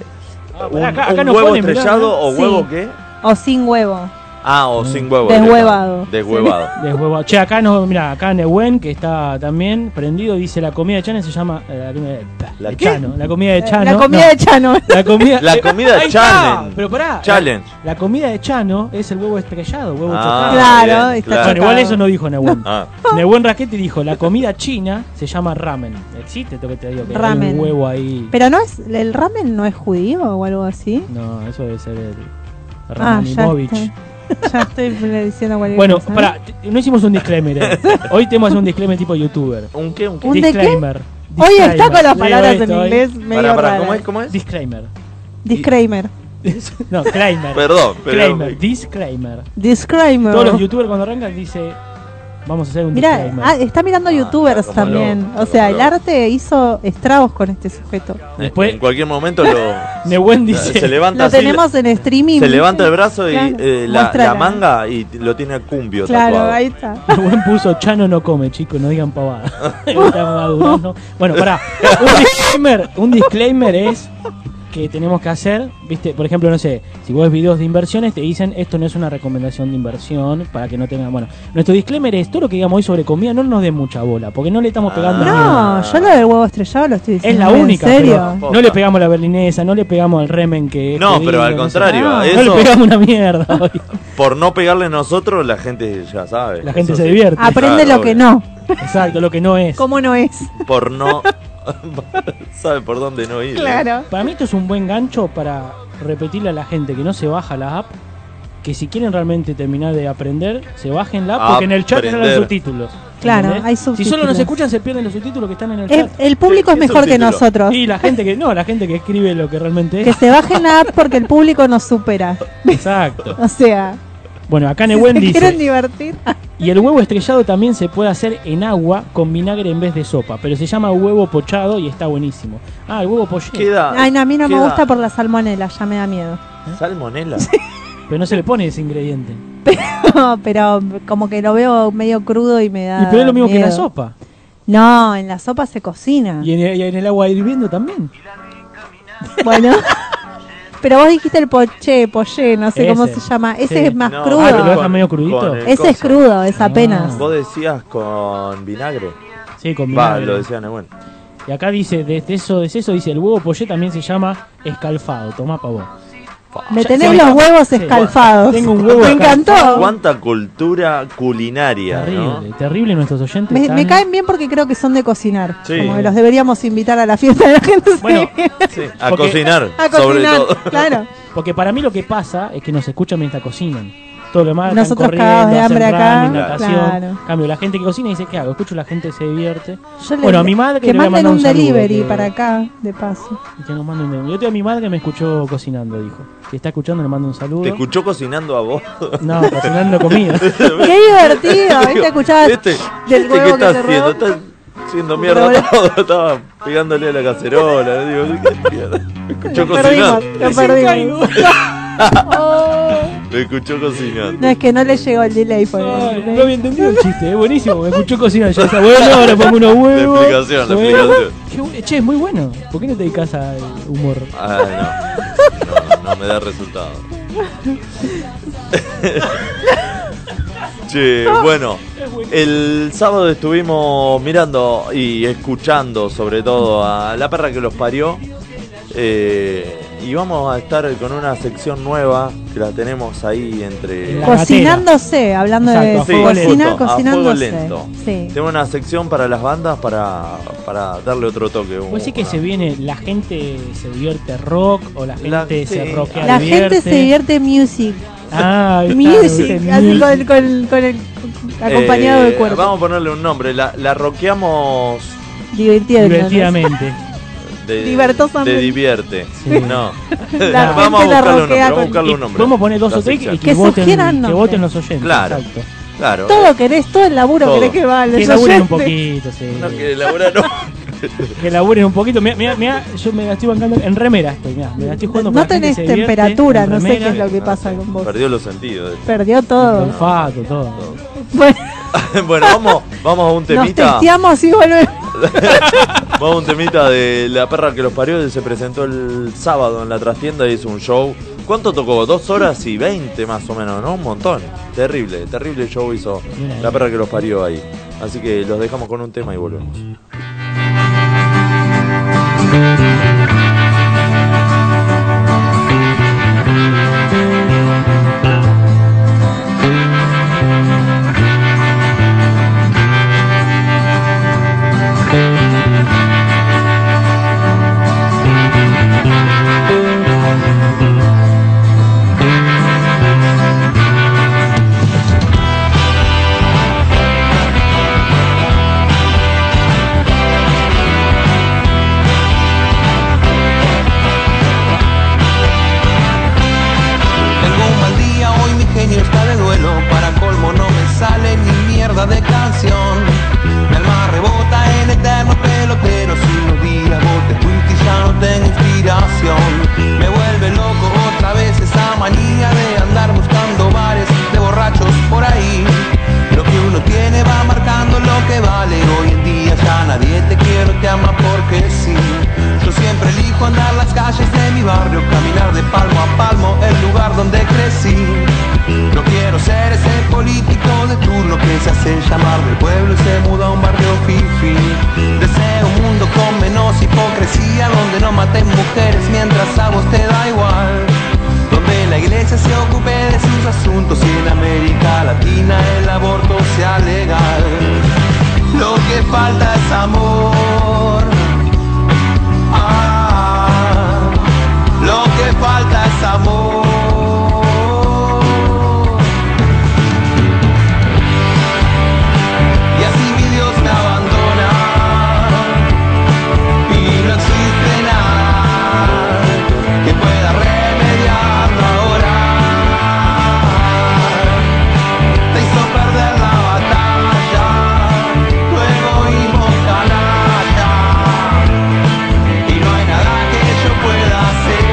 un,
Ah, acá-
un
acá no
huevo
pone, mirá,
estrellado o
Sí.
huevo qué?
o sin huevo.
Ah, o sin huevo.
Deshuevado.
Deshuevado.
De huevo. Che, acá no, mira, acá Nehuen, que está también prendido, dice la comida de Chano se llama. eh, La comida de,
¿La
de
qué?
Chano. La comida de Chano.
Eh, la comida
no,
de Chano.
La comida,
La comida
Ahí está,
challenge.
Pero pará.
Challenge.
La, la comida de Chano es el huevo estrellado, huevo
Ah,
chocado.
Claro,
bien,
está
claro.
Bueno, igual
chocado.
eso no dijo Nehuen.
Ah,
Nehuen Raquete dijo, la comida china se llama ramen. Existe, esto que te digo, que hay
Ramen.
un huevo ahí.
Pero no es el ramen no es judío o algo así.
No, eso debe ser el
Ah, ya
Ramanimovich.
estoy- Ya estoy diciendo cualquier
bueno,
cosa.
pará, t- no hicimos un disclaimer. eh. Hoy tenemos que hacer un disclaimer tipo youtuber.
¿Un qué? ¿Un qué?
¿Un de qué?
disclaimer.
Hoy está con las
Disclaimer.
palabras
Leo
en
esto,
inglés
Pará,
medio
pará,
raras.
¿cómo es? ¿Cómo
eh.
es?
Disclaimer.
Disclaimer.
No, Kramer.
Perdón, pero.
Kramer, disclaimer.
Disclaimer.
Todos los youtubers cuando arrancan dice vamos a hacer un
Mirá,
disclaimer.
ah, está mirando
Ah,
youtubers
como
también.
loco,
o sea,
como
el
loco.
arte hizo estragos con este sujeto.
Después-
En cualquier momento lo.
Nehuen dice
se levanta
Lo
así,
tenemos en streaming.
se levanta el brazo y
Claro,
eh, la,
muéstrala.
la manga y lo tiene a cumbio
Claro,
tatuado.
ahí está.
Nehuen puso Chano no come, chicos, no digan pavada. Está madurando. bueno, pará. Un disclaimer, un disclaimer es que tenemos que hacer, viste, por ejemplo, no sé, si vos ves videos de inversiones te dicen esto no es una recomendación de inversión para que no tengan, bueno, nuestro disclaimer es todo lo que digamos hoy sobre comida no nos dé mucha bola, porque no le estamos
Ah.
pegando ni una-
No, yo lo del huevo estrellado lo estoy
Es
diciendo.
la única.
¿En
pero
serio?
Poca.
no le pegamos a la berlinesa, no le pegamos al remen que. es
No,
judío,
pero al
no sé.
contrario,
No,
a
no
eso-
le pegamos una mierda hoy.
Por no pegarle a nosotros, la gente ya sabe.
La gente
Eso
se
sí.
divierte.
Aprende
Claro,
lo que
obvio.
no.
Exacto, lo que no es.
Ah, ¿Cómo no es?
Por no. sabe por dónde no ir. ¿eh?
Claro.
Para mí esto es un buen gancho para repetirle a la gente que no se baja la app, que si quieren realmente terminar de aprender, se bajen la app, porque en el chat están los
Aprender.
subtítulos.
Claro,
¿entendés?
hay
Si solo
subtítulos.
nos escuchan, se pierden los subtítulos que están en el
El,
chat.
el público
¿Qué-
es
qué
mejor que
subtítulo?
nosotros.
Y la gente que. No, la gente que escribe lo que realmente
Que
es.
se bajen la app porque el público nos supera.
Exacto.
O sea,
Bueno, acá
si
Nehuen
se
dice.
quieren divertir.
Ah,
Y el huevo estrellado también se puede hacer en agua con vinagre en vez de sopa, pero se llama huevo pochado y está buenísimo. Ah, el huevo pochado.
Queda.
Ay, no, a mí no me
queda
gusta por la salmonela, ya me da miedo.
Salmonela.
Pero no se le pone ese ingrediente.
pero como que lo veo medio crudo y me da.
y pero es lo mismo que la
Ah, miedo.
sopa.
No, en la sopa se cocina.
Y en, y en el agua hirviendo también.
Bueno. Pero vos dijiste el poché, poché, no sé cómo
Ese.
se llama. Ese
Sí.
es más
No,
crudo.
Ah, que lo
con-
dejan medio crudito.
con el
Ese es
coso.
crudo, es apenas.
Ah.
Vos decías con vinagre.
Sí, con
Va,
vinagre.
lo decían, bueno.
Y acá dice, desde eso, desde eso, dice, el huevo poché también se llama escalfado. Tomá pa' vos.
Me
Ya-
tenés
sí,
los huevos
sí.
escalfados.
Tengo un huevo
Me
escalfado.
encantó.
¿Cuánta cultura culinaria, no?
Terrible, terrible nuestros oyentes.
Me,
están-
me caen bien porque creo que son de cocinar.
Sí.
Como que los deberíamos invitar a la fiesta de la gente.
Bueno,
Sí, a
Porque-
cocinar,
a
sobre
cocinar,
todo.
claro.
Porque para mí lo que pasa es que nos escuchan mientras cocinan. Todo lo demás
Nosotros
están corriendo,
cagados de
hacen
hambre acá,
running, natación.
claro.
En Cambio, la gente que cocina dice, ¿qué hago? Escucho la gente se divierte.
Yo le-
Bueno, a mi madre
que
le voy a mandar
manden un,
un saludo,
delivery
que-
para acá, de paso.
Y que nos mande un Yo tengo a mi madre que me escuchó cocinando, dijo. Si está escuchando, le mando un saludo.
Te escuchó cocinando a vos.
No, cocinando comida.
Qué divertido, ¿viste? Escuchabas
Este,
del
este,
huevo
¿qué
que
está
te
haciendo?
robó.
Está haciendo mierda todo. Estaba pegándole a la cacerola. Digo, ¿qué mierda? Me escuchó
Lo perdimos,
cocinar.
lo perdimos.
Me escuchó cocinando.
No, es que no le llegó el delay por
Ay,
el
no había entendido el chiste, es buenísimo. Me escuchó cocinar. Yo decía, bueno, ahora pongo unos huevos.
La explicación, la
huevos.
explicación.
Qué bu- Che, es muy bueno. ¿Por qué no te dedicas al humor?
Ah, no. No, no me da resultado. Che, bueno, el sábado estuvimos mirando y escuchando sobre todo a la perra que los parió. Eh, y vamos a estar con una sección nueva que la tenemos ahí entre...
En la-
Cocinándose, hablando
Exacto, a
de
fuego
cocina,
lento. A
cocinándose.
fuego lento.
Sí.
Tenemos una sección para las bandas para, para darle otro toque.
Puede ser que
una-
se viene, la gente se divierte rock o la gente
La-
se
sí.
rockea
La gente se divierte music.
Ah, ahí está,
Music,
¿viste?
así
Music.
con, con- con el acompañado
Eh,
de cuerpo.
Vamos a ponerle un nombre. La, la roqueamos
Divertidamente.
Divertidamente.
de,
Divertosamente.
de divierte.
Sí.
No.
La
vamos a
gente la
buscarle un nombre.
roquea
Vamos a
con-
buscarle
Y
un nombre.
Podemos poner dos
La
o tres
sección.
y que,
Que
voten,
sugieran
que
nombres.
voten los oyentes.
Claro.
Exacto.
Claro.
Todo querés, todo el laburo
Todo.
querés que vale.
Que laburen un poquito, sí.
No, que elabora, no.
Que laburen un poquito. Mirá, mirá, mirá, yo me la estoy bancando en remera estoy, mirá, me la estoy jugando
No
para que la
tenés
gente se divierte,
temperatura,
en
no sé
remera,
qué es lo que pasa con vos.
Perdió los sentidos.
Perdió todo.
olfato, todo.
Bueno,
bueno, vamos, vamos a un
nos
temita.
testeamos y volvemos.
Vamos a un temita de la perra que los parió. Se presentó el sábado en la trastienda y hizo un show. ¿Cuánto tocó? Dos horas y veinte más o menos, ¿no? Un montón. Terrible, terrible show hizo
Bien.
la perra que los parió ahí. Así que los dejamos con un tema y volvemos.
Tengo un mal día, hoy mi genio está de duelo Para colmo no me sale ni mierda de canción Mi alma rebota en eternos peloteros Y los días vos te fuiste y ya no tengo inspiración Me vuelve loco otra vez esa manía De andar buscando bares de borrachos por ahí Lo que uno tiene va marcando lo que vale Hoy en día ya nadie te quiere o te ama porque sí Yo siempre elijo andar las calles de mi barrio Caminar de palmo a palmo el lugar donde crecí No quiero ser ese político de turno Que se hace llamar del pueblo y se muda a un barrio fifi Deseo un mundo con menos hipocresía Donde no maten mujeres mientras a vos te da igual donde la iglesia se ocupe de sus asuntos y en América Latina el aborto sea legal. Lo que falta es amor. Ah, lo que falta es amor. Y así mi Dios me abandona y no existe nada que pueda remediarlo ahora. Te hizo perder la batalla, tu egoísmo canalla, y no hay nada que yo pueda hacer.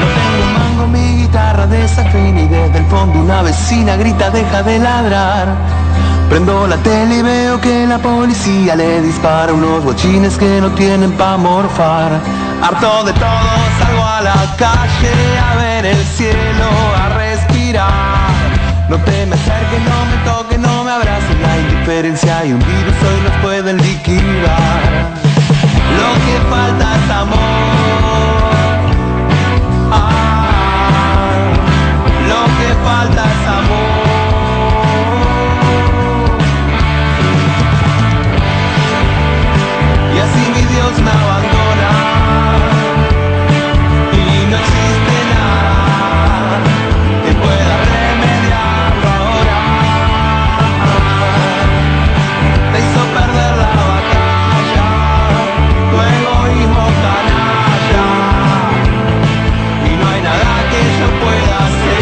No tengo un mango, mi guitarra desafina y desde el fondo una vecina grita deja de ladrar. Prendo la tele y veo que la policía le dispara unos bochines que no tienen pa' morfar. Harto de todo, salgo a la calle a ver el cielo, a respirar. No te me acerques, no me toques, no me abraces. La indiferencia y un virus hoy los pueden liquidar. Lo que falta es amor. Ah, lo que falta es amor. Y así mi Dios me abandona. Y no existe nada que pueda remediarlo ahora. Te hizo perder la batalla, tu egoísmo canalla y no hay nada que yo pueda hacer.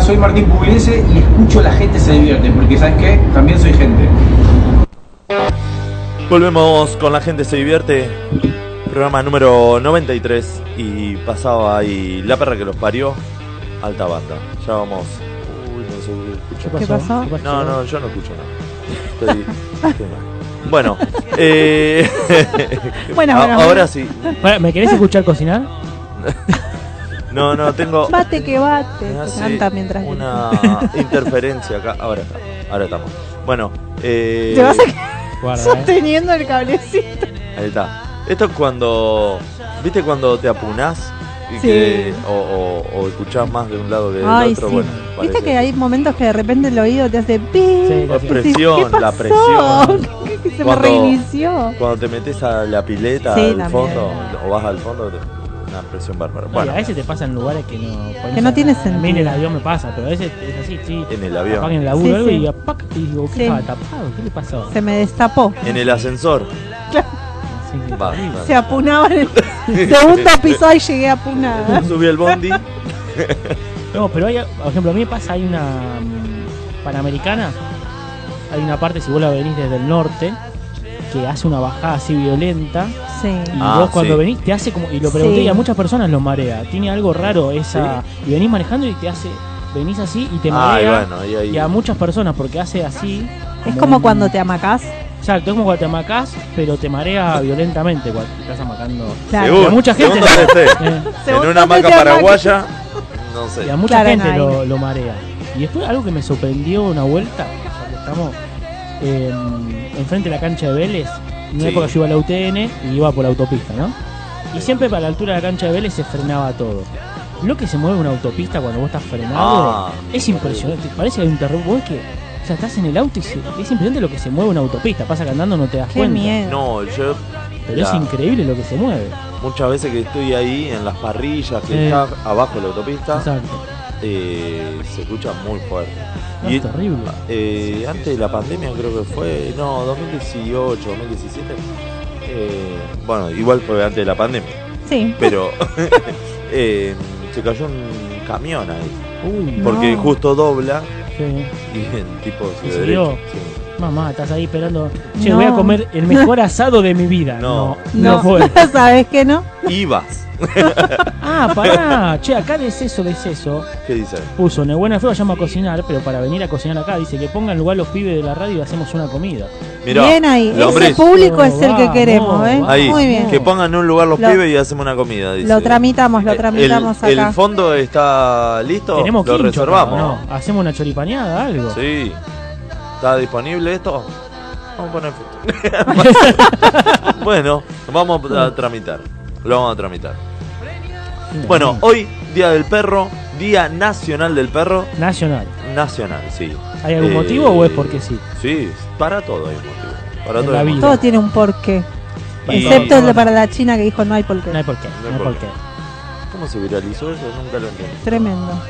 soy Martín Pugliese y escucho la gente se divierte, porque ¿sabes qué? También soy gente.
Volvemos con La Gente Se Divierte, programa número 93 y pasaba ahí La Perra que los parió, alta banda. Ya vamos. Uy, no sé, escucho.
¿Qué pasó?
No, no, yo no escucho nada. Estoy- estoy mal. Bueno, eh,
Bueno,
a-
bueno,
ahora
bueno.
sí.
Pará, ¿Me querés escuchar cocinar?
No, no, tengo
Bate que bate.
me hace
Canta mientras.
Ah, una interferencia acá. Ahora está, ahora estamos. Bueno, eh,
Te vas a quedar
Guarda, eh.
sosteniendo el cablecito.
Ahí está. Esto es cuando. ¿Viste cuando te apunás? Y
Sí.
que, o, o- o escuchás más de un lado que del
Ay,
otro.
sí.
Bueno,
Viste
parece-
que hay momentos que de repente el oído te hace pi.
Sí,
La
¿Qué
presión, la presión.
que se me
Cuando-
reinició.
Cuando te metes a la pileta,
Sí,
al
también.
fondo, o vas al fondo, te- una presión bárbara.
No, y
Bueno,
a veces te pasan lugares que no.
Que no tiene sentido.
Mira, el avión me pasa, pero a veces es así, sí.
en el
Apagan
avión,
el laburo
Sí,
o algo
sí.
y apac, y digo, ¿qué
Sí.
estaba tapado? ¿Qué le pasó?
Se me destapó.
en el ascensor.
Así que-
Va,
Se apunaba en el segundo piso y llegué apunada.
Subí el bondi.
No, pero hay, por ejemplo, a mí me pasa, hay una mm, panamericana, hay una parte, si vos la venís desde el norte, que hace una bajada así violenta,
Sí.
y
Ah,
vos cuando
sí.
venís te hace como, y lo pregunté,
Sí.
y a muchas personas los marea, tiene algo raro esa, y venís manejando y te hace, venís así y te
Ay,
marea,
Ah, bueno, ahí, ahí.
y a muchas personas porque hace así.
Es como
un-
cuando te amacás.
Exacto, es como cuando te amacás, pero te marea violentamente cuando te estás amacando.
Claro.
Seguro,
Y a mucha gente-
segundo que esté.
Eh,
En
Segundo
una
te
hamaca
amacás.
paraguaya, no sé.
Y a mucha
Claro,
gente
no, ahí
lo, lo marea. Y después algo que me sorprendió una vuelta, ya que estamos eh, enfrente de la cancha de Vélez, en una
Sí.
época yo iba a la UTN y iba por la autopista, ¿no? Y siempre para la altura de la cancha de Vélez se frenaba todo. Lo que se mueve una autopista cuando vos estás frenado
Ah.
es impresionante. Parece que hay un terror. Vos es que o sea, estás en el auto y se- es impresionante lo que se mueve una autopista. Pasa que andando no te das
Qué
cuenta.
miedo.
No, yo
Pero es
Ya. Ah.
increíble lo que se mueve.
muchas veces que estoy ahí en las parrillas, que
Eh.
está abajo de la autopista,
Exacto.
eh, se escucha muy fuerte.
No,
Y
Ah, es terrible.
eh, antes de la pandemia creo que fue, no, 2018, 2017. eh, bueno, igual fue antes de la pandemia,
Sí.
pero eh, se cayó un camión ahí,
Uy,
porque
No.
justo dobla
sí.
y el tipo se
¿En
dio
serio?
derecho. sí.
Mamá, estás ahí esperando. Che,
No.
voy a comer el mejor asado de mi vida.
No.
No,
No,
no, fue.
¿sabes qué no?
Ibas,
Ah, pará. Che, acá de seso, de seso.
¿qué dice?
Puso, Nebuena Feo llama a cocinar, pero para venir a cocinar acá dice que pongan lugar los pibes de la radio y hacemos una comida.
Mirá,
bien ahí. Ese
Lombriz,
público es el
Oh,
que
va,
queremos,
no,
¿eh?
va.
ahí,
Muy bien.
que pongan en un lugar los
Lo-
pibes y hacemos una comida, dice.
Lo tramitamos, lo
Eh,
tramitamos
el,
acá.
el fondo está listo,
Tenemos
lo
quincho,
reservamos.
¿no? ¿no? Hacemos una choripaneada, algo.
Sí. ¿Está disponible esto? Vamos a poner Bueno, vamos a tramitar. Lo vamos a tramitar.
Bien.
Bueno, hoy, Día del Perro, Día Nacional del Perro.
Nacional.
Nacional, sí.
¿Hay algún
Eh,
motivo o es porque sí?
Sí, para todo hay motivo. Para
En
todo
la
hay
vida.
motivo.
Todo tiene un porqué.
Y-
Excepto el de para la China que dijo no hay porqué.
No hay por qué,
No
no
hay
hay
por
por qué.
¿Cómo se viralizó eso? Nunca lo entendí.
Tremendo.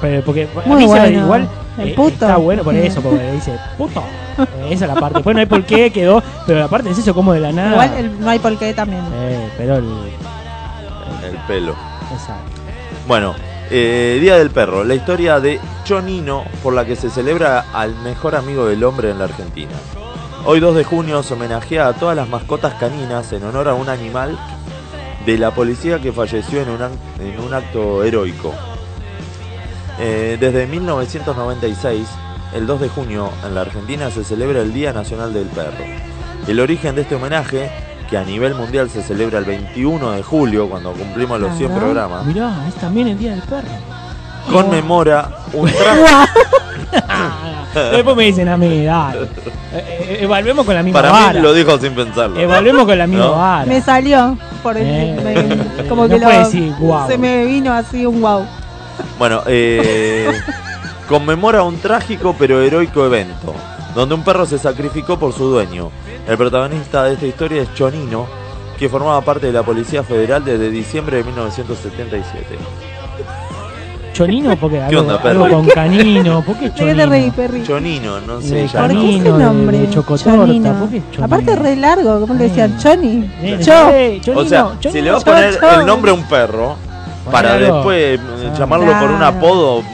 Pero porque a
Muy
mí se me-
bueno.
igual
El
eh,
puto.
está bueno por eso, porque le dice puto. Eh, Esa es la parte. Después no hay por qué quedó, pero la parte es eso como de la nada.
Igual el no hay porqué también.
Eh, pero el
El pelo.
Exacto.
Bueno, eh, Día del Perro, la historia de Chonino por la que se celebra al mejor amigo del hombre en la Argentina. Hoy 2 de junio se homenajea a todas las mascotas caninas en honor a un animal de la policía que falleció en un, ac- en un acto heroico. Eh, desde 1996, el 2 de junio en la Argentina se celebra el Día Nacional del Perro. El origen de este homenaje, que a nivel mundial se celebra el 21 de julio, cuando cumplimos los 100
Ajá.
programas,
Mirá, es también el día del perro.
conmemora un traje.
Ah, Después me dicen a mí, dale. Eh, eh, evaluemos con la misma
Para
vara.
mí lo dijo sin pensarlo.
Evaluemos con la misma
No.
vara.
Me salió por el,
Eh,
me-
eh,
como
no
que
puede
lo,
decir guau.
se me vino así un wow.
Bueno, eh, conmemora un trágico pero heroico evento, donde un perro se sacrificó por su dueño. El protagonista de esta historia es Chonino, que formaba parte de la Policía Federal desde diciembre de 1977.
Chonino, porque algo,
onda, perro?
algo con canino. ¿Por qué
¿De qué te reí,
chonino?
Perry?
Chonino, no
Eh,
sé, ya
¿Por
Chanino,
no.
qué ese
de-
nombre?
de chocotorta,
Chonino.
¿por qué Chonino?
Aparte re largo, ¿cómo le decían?
Eh.
Choni.
Eh,
Cho.
eh, Chonino,
O sea,
Chonino,
si le vas a
Chon,
poner
Chon.
el nombre a un perro, para
Ponelo.
después eh,
Ah.
llamarlo por un
Claro.
apodo, mm,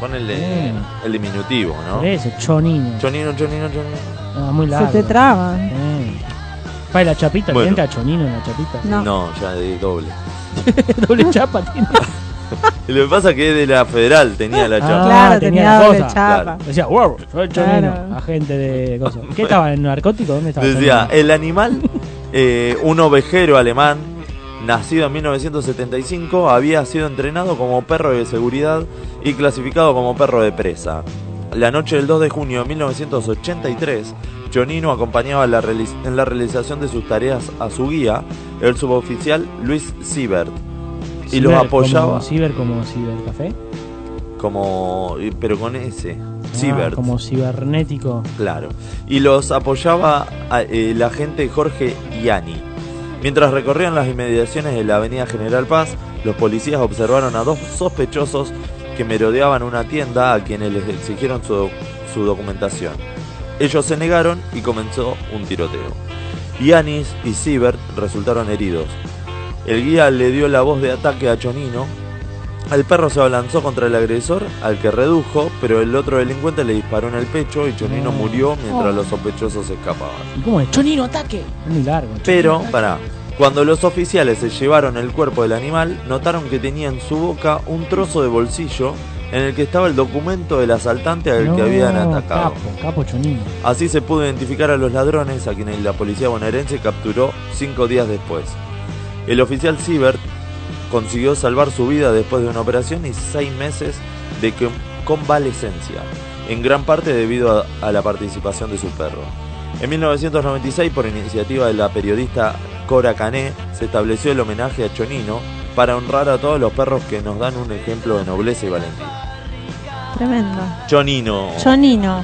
Ponele
Mm.
el diminutivo, ¿no?
Por eso, Eh, chonino.
Chonino, chonino, chonino.
Ah, muy
Se
largo.
te traba.
Sí. Pa, y la chapita,
Bueno.
¿tiene entra chonino en la chapita?
No.
No, ya de doble.
Doble chapa tiene.
Y lo que pasa es que de la federal tenía
Ah,
la chapa.
tenía
claro, tenía
la
doble
cosa.
chapa.
Decía, wow, soy chonino.
Claro.
Agente de cosas. ¿Qué estaba? ¿En narcótico? ¿Dónde estaba?
Decía,
Chonino.
el animal, eh, un ovejero alemán, nacido en 1975, había sido entrenado como perro de seguridad y clasificado como perro de presa. La noche del 2 de junio de 1983, Chonino acompañaba la reali- en la realización de sus tareas a su guía, el suboficial Luis Siebert, eh, y los
Ciber
apoyaba
Como, ciber como cibercafé.
como, pero con ese,
Ah,
Siebert.
como cibernético.
Claro. Y los apoyaba a- el agente Jorge Yani. Mientras recorrían las inmediaciones de la avenida General Paz, los policías observaron a dos sospechosos que merodeaban una tienda a quienes les exigieron su, su documentación. Ellos se negaron y comenzó un tiroteo. Yanis y Siebert resultaron heridos. El guía le dio la voz de ataque a Chonino. El perro se abalanzó contra el agresor, al que redujo, pero el otro delincuente le disparó en el pecho y Chonino
No.
murió mientras
Oh.
los sospechosos escapaban.
¿Y cómo es? ¡Chonino, ataque! Es muy largo.
Pero, pará, cuando los oficiales se llevaron el cuerpo del animal, notaron que tenía en su boca un trozo de bolsillo en el que estaba el documento del asaltante al que
No,
habían atacado.
Capo, capo chonino.
Así se pudo identificar a los ladrones, a quienes la policía bonaerense capturó cinco días después. El oficial Siebert consiguió salvar su vida después de una operación y seis meses de con- convalescencia, en gran parte debido a, a la participación de su perro. En 1996, por iniciativa de la periodista Cora Cané, se estableció el homenaje a Chonino para honrar a todos los perros que nos dan un ejemplo de nobleza y valentía.
Tremendo.
Chonino.
Chonino.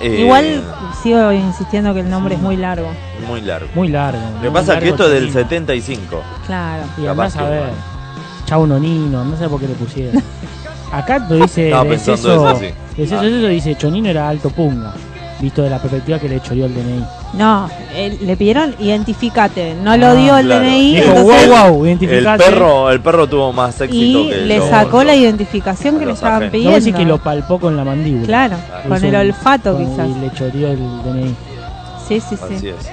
eh,
Igual sigo insistiendo que el nombre es muy largo.
Muy largo.
Muy largo.
Lo que
muy
pasa es
Ah, largo
que esto es del
Chonino.
75.
Claro.
Y andás
Capaz
a
que
ver.
igual.
Chau Nonino, no sé por qué le pusieron. Acá lo dice
Estaba
de
pensando
exceso-
eso, sí.
de exceso,
Ah.
eso dice Chonino era alto punga, visto de la perspectiva que le choreó el DNI.
No, él- le pidieron identificate. No lo
Ah,
dio el
claro.
DNI.
Dijo,
entonces-
wow, wow,
El
identificate.
perro, el perro tuvo más éxito
y
que
le
los-
sacó la
los-
identificación que le
los
estaban
agentes.
No
pidiendo.
decir que lo palpó con la mandíbula.
Claro,
Claro.
con
Hizo
el
un-
olfato
con-
quizás.
Y le choreó el DNI.
Sí, sí,
Así
sí.
es.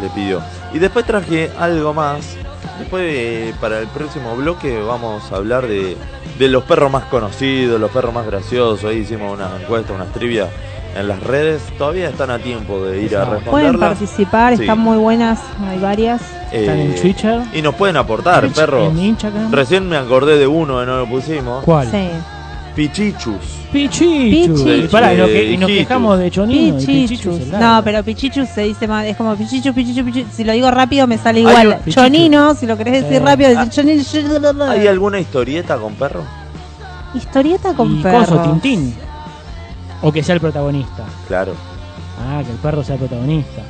Le pidió. Y después traje algo más. Después, eh, para el próximo bloque, vamos a hablar de, de los perros más conocidos, los perros más graciosos. Ahí hicimos una encuesta, unas trivias en las redes. Todavía están a tiempo de ir a
Pueden
Pueden
responderlas.
participar,
Sí.
están muy buenas, hay varias.
Están en
Eh,
Twitter.
Y nos pueden aportar,
Twitch,
perros.
En Instagram.
Recién me acordé de uno que no lo pusimos.
¿Cuál?
Sí.
Pichichus.
Pichichu.
Pichichu.
Y pará, y, nos que- y nos
Hijitus.
quejamos de Chonino. y Pichichu
Pichichus.
es el
No,
largo.
pero Pichichus se dice más, es como Pichichus, Pichichus, Pichichus. Si lo digo rápido me sale igual.
Pichichus.
Chonino, si lo querés decir
Sí.
rápido, decís Chonino. shh-
Ah. ¿Hay alguna historieta con perro?
Historieta con
y
perros.
Coso, Tintín. O que sea el protagonista.
Claro.
Ah, que el perro sea el protagonista.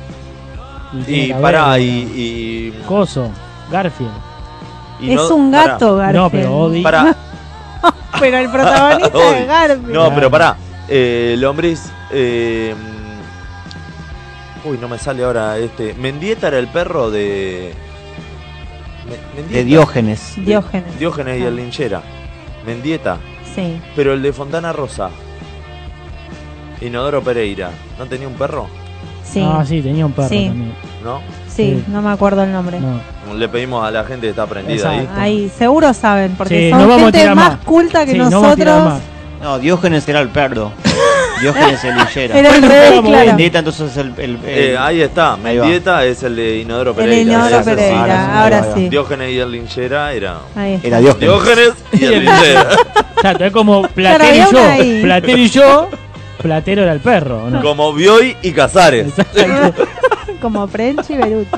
tiene
Y
que haber
pará,
una-
y. y-
Coso, Garfield.
y
es
no-
un
pará,
gato, Garfield.
No, pero Odi.
Pará,
Pero el protagonista
Odi.
es Garfield.
no, pero pará. Eh, lombriz. eh, uy, no me sale ahora este. Mendieta era el perro de. Me- Mendieta.
De Diógenes.
Diógenes.
Diógenes y
Ah.
el linchera. Mendieta.
Sí.
Pero el de Fontana Rosa. Inodoro Pereira. ¿No tenía un perro?
Sí.
Ah, sí, tenía un perro
Sí.
también.
¿No?
Sí,
Sí.
no me acuerdo el nombre.
No.
Le pedimos a la gente que está prendida ahí.
Exacto.
Ahí, seguro saben, porque
Sí,
son
no vamos a
gente
tirar
más,
más.
culta que
Sí, no vamos a
nosotros.
tirar más.
No, Diógenes era el perro. Diógenes el linchera.
Era el
Bueno,
rey,
vamos,
claro.
Vendetta, entonces el. el- el-
Eh, ahí está,
Ahí va.
Mendieta es el de Inodoro
El
Pereira.
Eleonora
Ese sí.
Pereira,
ahora sí,
ahora sí.
Diógenes y el linchera era.
Ahí está.
Era Diógenes.
Diógenes y el linchera.
Exacto, es como Platero
había
y
una ahí.
yo. Platero y yo. Platero era el perro, ¿o ¿no?
Como Bioy y Casares.
Como Prenchi y Beruti.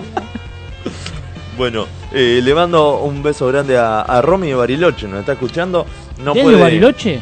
Bueno, eh, le mando un beso grande a, a Romy de Bariloche, nos está escuchando. No
¿Desde
puede,
Bariloche?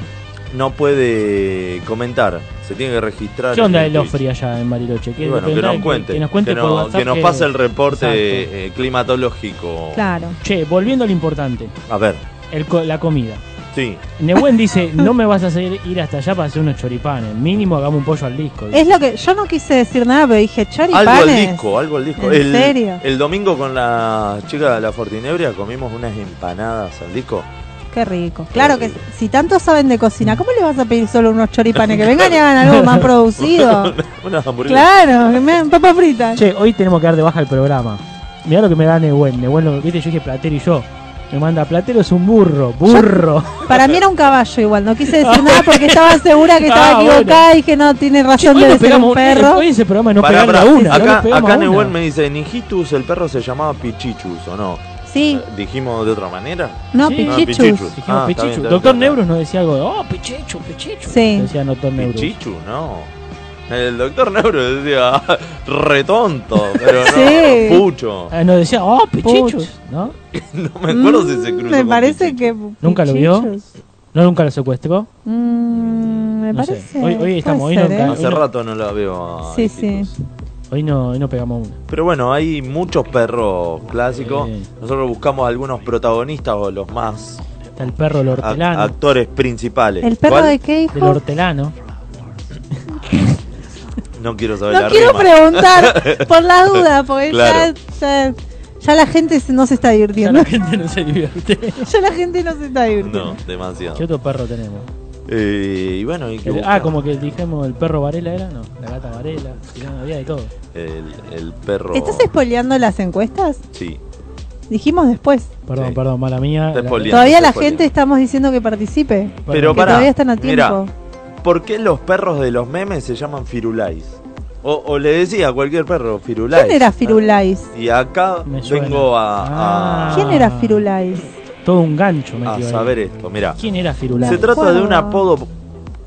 no puede comentar, se tiene que registrar.
¿Qué onda
en
el
Twitch.
Ofri allá en Bariloche? ¿Qué-
Y bueno, que
preguntá
nos cuente.
Que nos cuente
que
por
no-
WhatsApp
que nos
que-
pase el reporte
Exacto.
eh, climatológico.
Claro.
Che, volviendo a lo importante,
A ver,
el co- la comida.
sí.
Nehuen dice, no me vas a hacer ir hasta allá para hacer unos choripanes. Mínimo hagamos un pollo al disco. dice.
Es lo que yo no quise decir nada, pero dije choripanes.
Algo al disco, algo al disco.
¿En
el,
serio?
el domingo con la chica de la Fortinebria comimos unas empanadas al disco
Qué rico. Claro que si tanto saben de cocina, ¿cómo le vas a pedir solo unos choripanes? Que vengan y hagan algo más producido.
Una hamburguesa.
Claro, que me hagan papa frita.
Che, hoy tenemos que dar de baja el programa. Mirá lo que me da Nehuen. Nehuen, lo, viste, yo dije Platero y yo. Me manda Platero es un burro, burro.
Para mí era un caballo igual, no quise decir nada porque estaba segura que estaba
Ah, bueno.
equivocada y que no tiene
Che,
razón
hoy
de
nos
ser un
pegamos-
perro.
Hoy ese programa no
Pará,
pegaron
pará.
a una. no
acá
nos pegamos
acá
a una.
Nehuen me dice, en Hijitus el perro se llamaba Pichichus, ¿o no?
Sí,
¿Dijimos de otra manera?
no,
Sí.
Ah,
pichichus.
pichichus.
Dijimos
Ah, está bien,
Pichichu.
está bien, está
Doctor
bien.
Neurus nos decía algo de, oh, Pichichu, Pichichu.
Sí.
Decía Doctor Neurus.
Pichichu, no. El doctor Neuro decía, retonto, pero no,
Sí.
pucho.
Ah, nos decía, oh, Pichichu.
Puch.
¿No?
No me acuerdo si se
Mm,
cruzó
Me
con
parece
Pichichu.
que.
¿Nunca lo vio? ¿No nunca lo secuestró?
Mm, me
No sé.
parece.
Hoy- hoy
puede
estamos, hoy
ser,
no
¿eh?
encaja.
Hace rato no la veo. a
Sí, sí.
Hijitus.
Hoy no, hoy no pegamos a una.
Pero bueno, hay muchos perros clásicos.
Sí.
Nosotros buscamos algunos protagonistas o los más
Está el perro, el
a-
hortelano.
actores principales.
¿eh? ¿El perro
¿Cuál?
de qué
Del
hijo?
hortelano.
No quiero saber
No
la
quiero
rima.
preguntar por la duda, porque
Claro.
ya, ya, ya la gente se- no se está
Ya
divirtiendo.
la gente no se divierte.
Ya la gente no se está divirtiendo.
No, demasiado.
¿Qué otro perro tenemos?
Eh, y bueno, hay que
El- ah,
buscar.
como que dijimos el perro Varela era, no, la gata Varela, si no, había de todo.
El, el perro.
¿Estás espoleando las encuestas?
Sí.
Dijimos después.
Perdón,
Sí.
perdón, mala mía.
Te
La-
spoileé. Bien,
todavía
se
la
spoileó.
gente estamos diciendo que participe.
Pero
que
pará,
todavía están a
mirá,
tiempo.
¿Por qué los perros de los memes se llaman firulais? O, o le decía a cualquier perro, firulais.
¿Quién era Firulais?
Y acá
Me suena.
vengo a, a-
Ah.
¿Quién era Firulais?
todo un gancho
a
metido ahí.
Ah, saber esto. Mira,
¿Quién era Firulais?
se trata de un
Wow.
apodo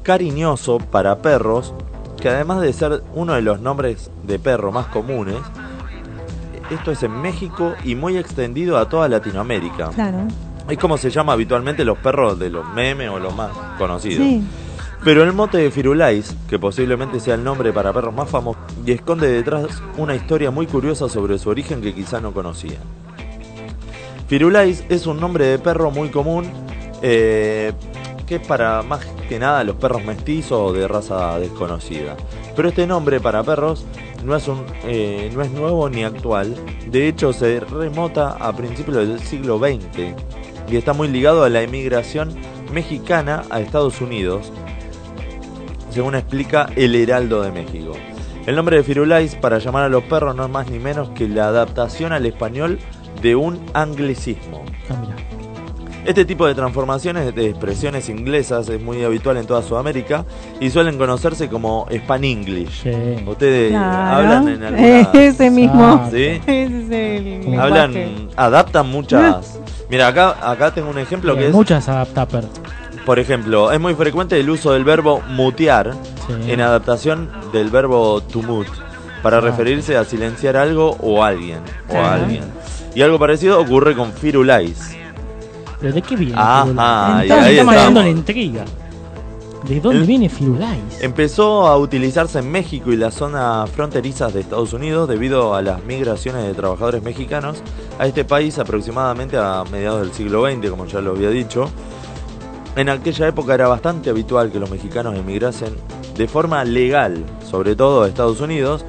cariñoso para perros que además de ser uno de los nombres de perro más comunes, esto es en México y muy extendido a toda Latinoamérica.
Claro.
Es como se llama habitualmente los perros de los memes o los más conocidos.
Sí.
Pero el mote de Firulais, que posiblemente sea el nombre para perros más famosos, y esconde detrás una historia muy curiosa sobre su origen que quizá no conocía. Firulais es un nombre de perro muy común, eh, que es para más que nada los perros mestizos o de raza desconocida. Pero este nombre para perros no es, un, eh, no es nuevo ni actual, de hecho se remota a principios del siglo XX y está muy ligado a la emigración mexicana a Estados Unidos, según explica el Heraldo de México. El nombre de Firulais para llamar a los perros no es más ni menos que la adaptación al español de un anglicismo.
Ah, mirá.
Este tipo de transformaciones de expresiones inglesas es muy habitual en toda Sudamérica y suelen conocerse como Span English.
Sí.
Ustedes
Claro.
hablan en alguna...
Ese mismo.
Ah.
¿Sí?
Ese es el lenguaje.
Hablan, adaptan muchas... Mira, acá, acá tengo un ejemplo
Sí,
que es...
Muchas adaptaper.
Por ejemplo, es muy frecuente el uso del verbo mutear
Sí.
en adaptación del verbo to mute para
Ah.
referirse a silenciar algo o alguien o
Ajá.
alguien. Y algo parecido ocurre con firulais.
¿Pero de qué viene?
Ajá,
Firulais?
y
estamos
ahí estamos.
hablando la intriga. ¿De dónde
El- Em-
viene Firulais?
Empezó a utilizarse en México y las zonas fronterizas de Estados Unidos debido a las migraciones de trabajadores mexicanos a este país aproximadamente a mediados del siglo XX, como ya lo había dicho. En aquella época era bastante habitual que los mexicanos emigrasen de forma legal, sobre todo a Estados Unidos,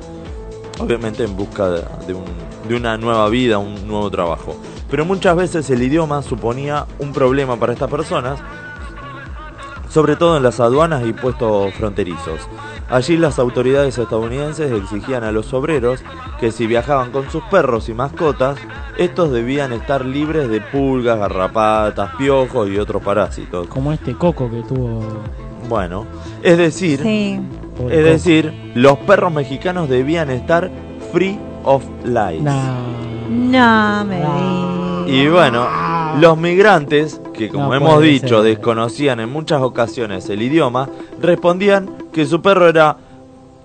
obviamente en busca de, de un- de una nueva vida, un nuevo trabajo. Pero muchas veces el idioma suponía un problema para estas personas, sobre todo en las aduanas y puestos fronterizos. Allí las autoridades estadounidenses exigían a los obreros que si viajaban con sus perros y mascotas, estos debían estar libres de pulgas, garrapatas, piojos y otros parásitos.
Como este coco que tuvo.
Bueno, es decir,
Sí.
pobre
es
Coco.
decir, los perros mexicanos debían estar free of lice.
Nah.
No me
Ah.
digas.
Y bueno, los migrantes, que como
No
hemos
puede
dicho
ser.
desconocían en muchas ocasiones el idioma, respondían que su perro era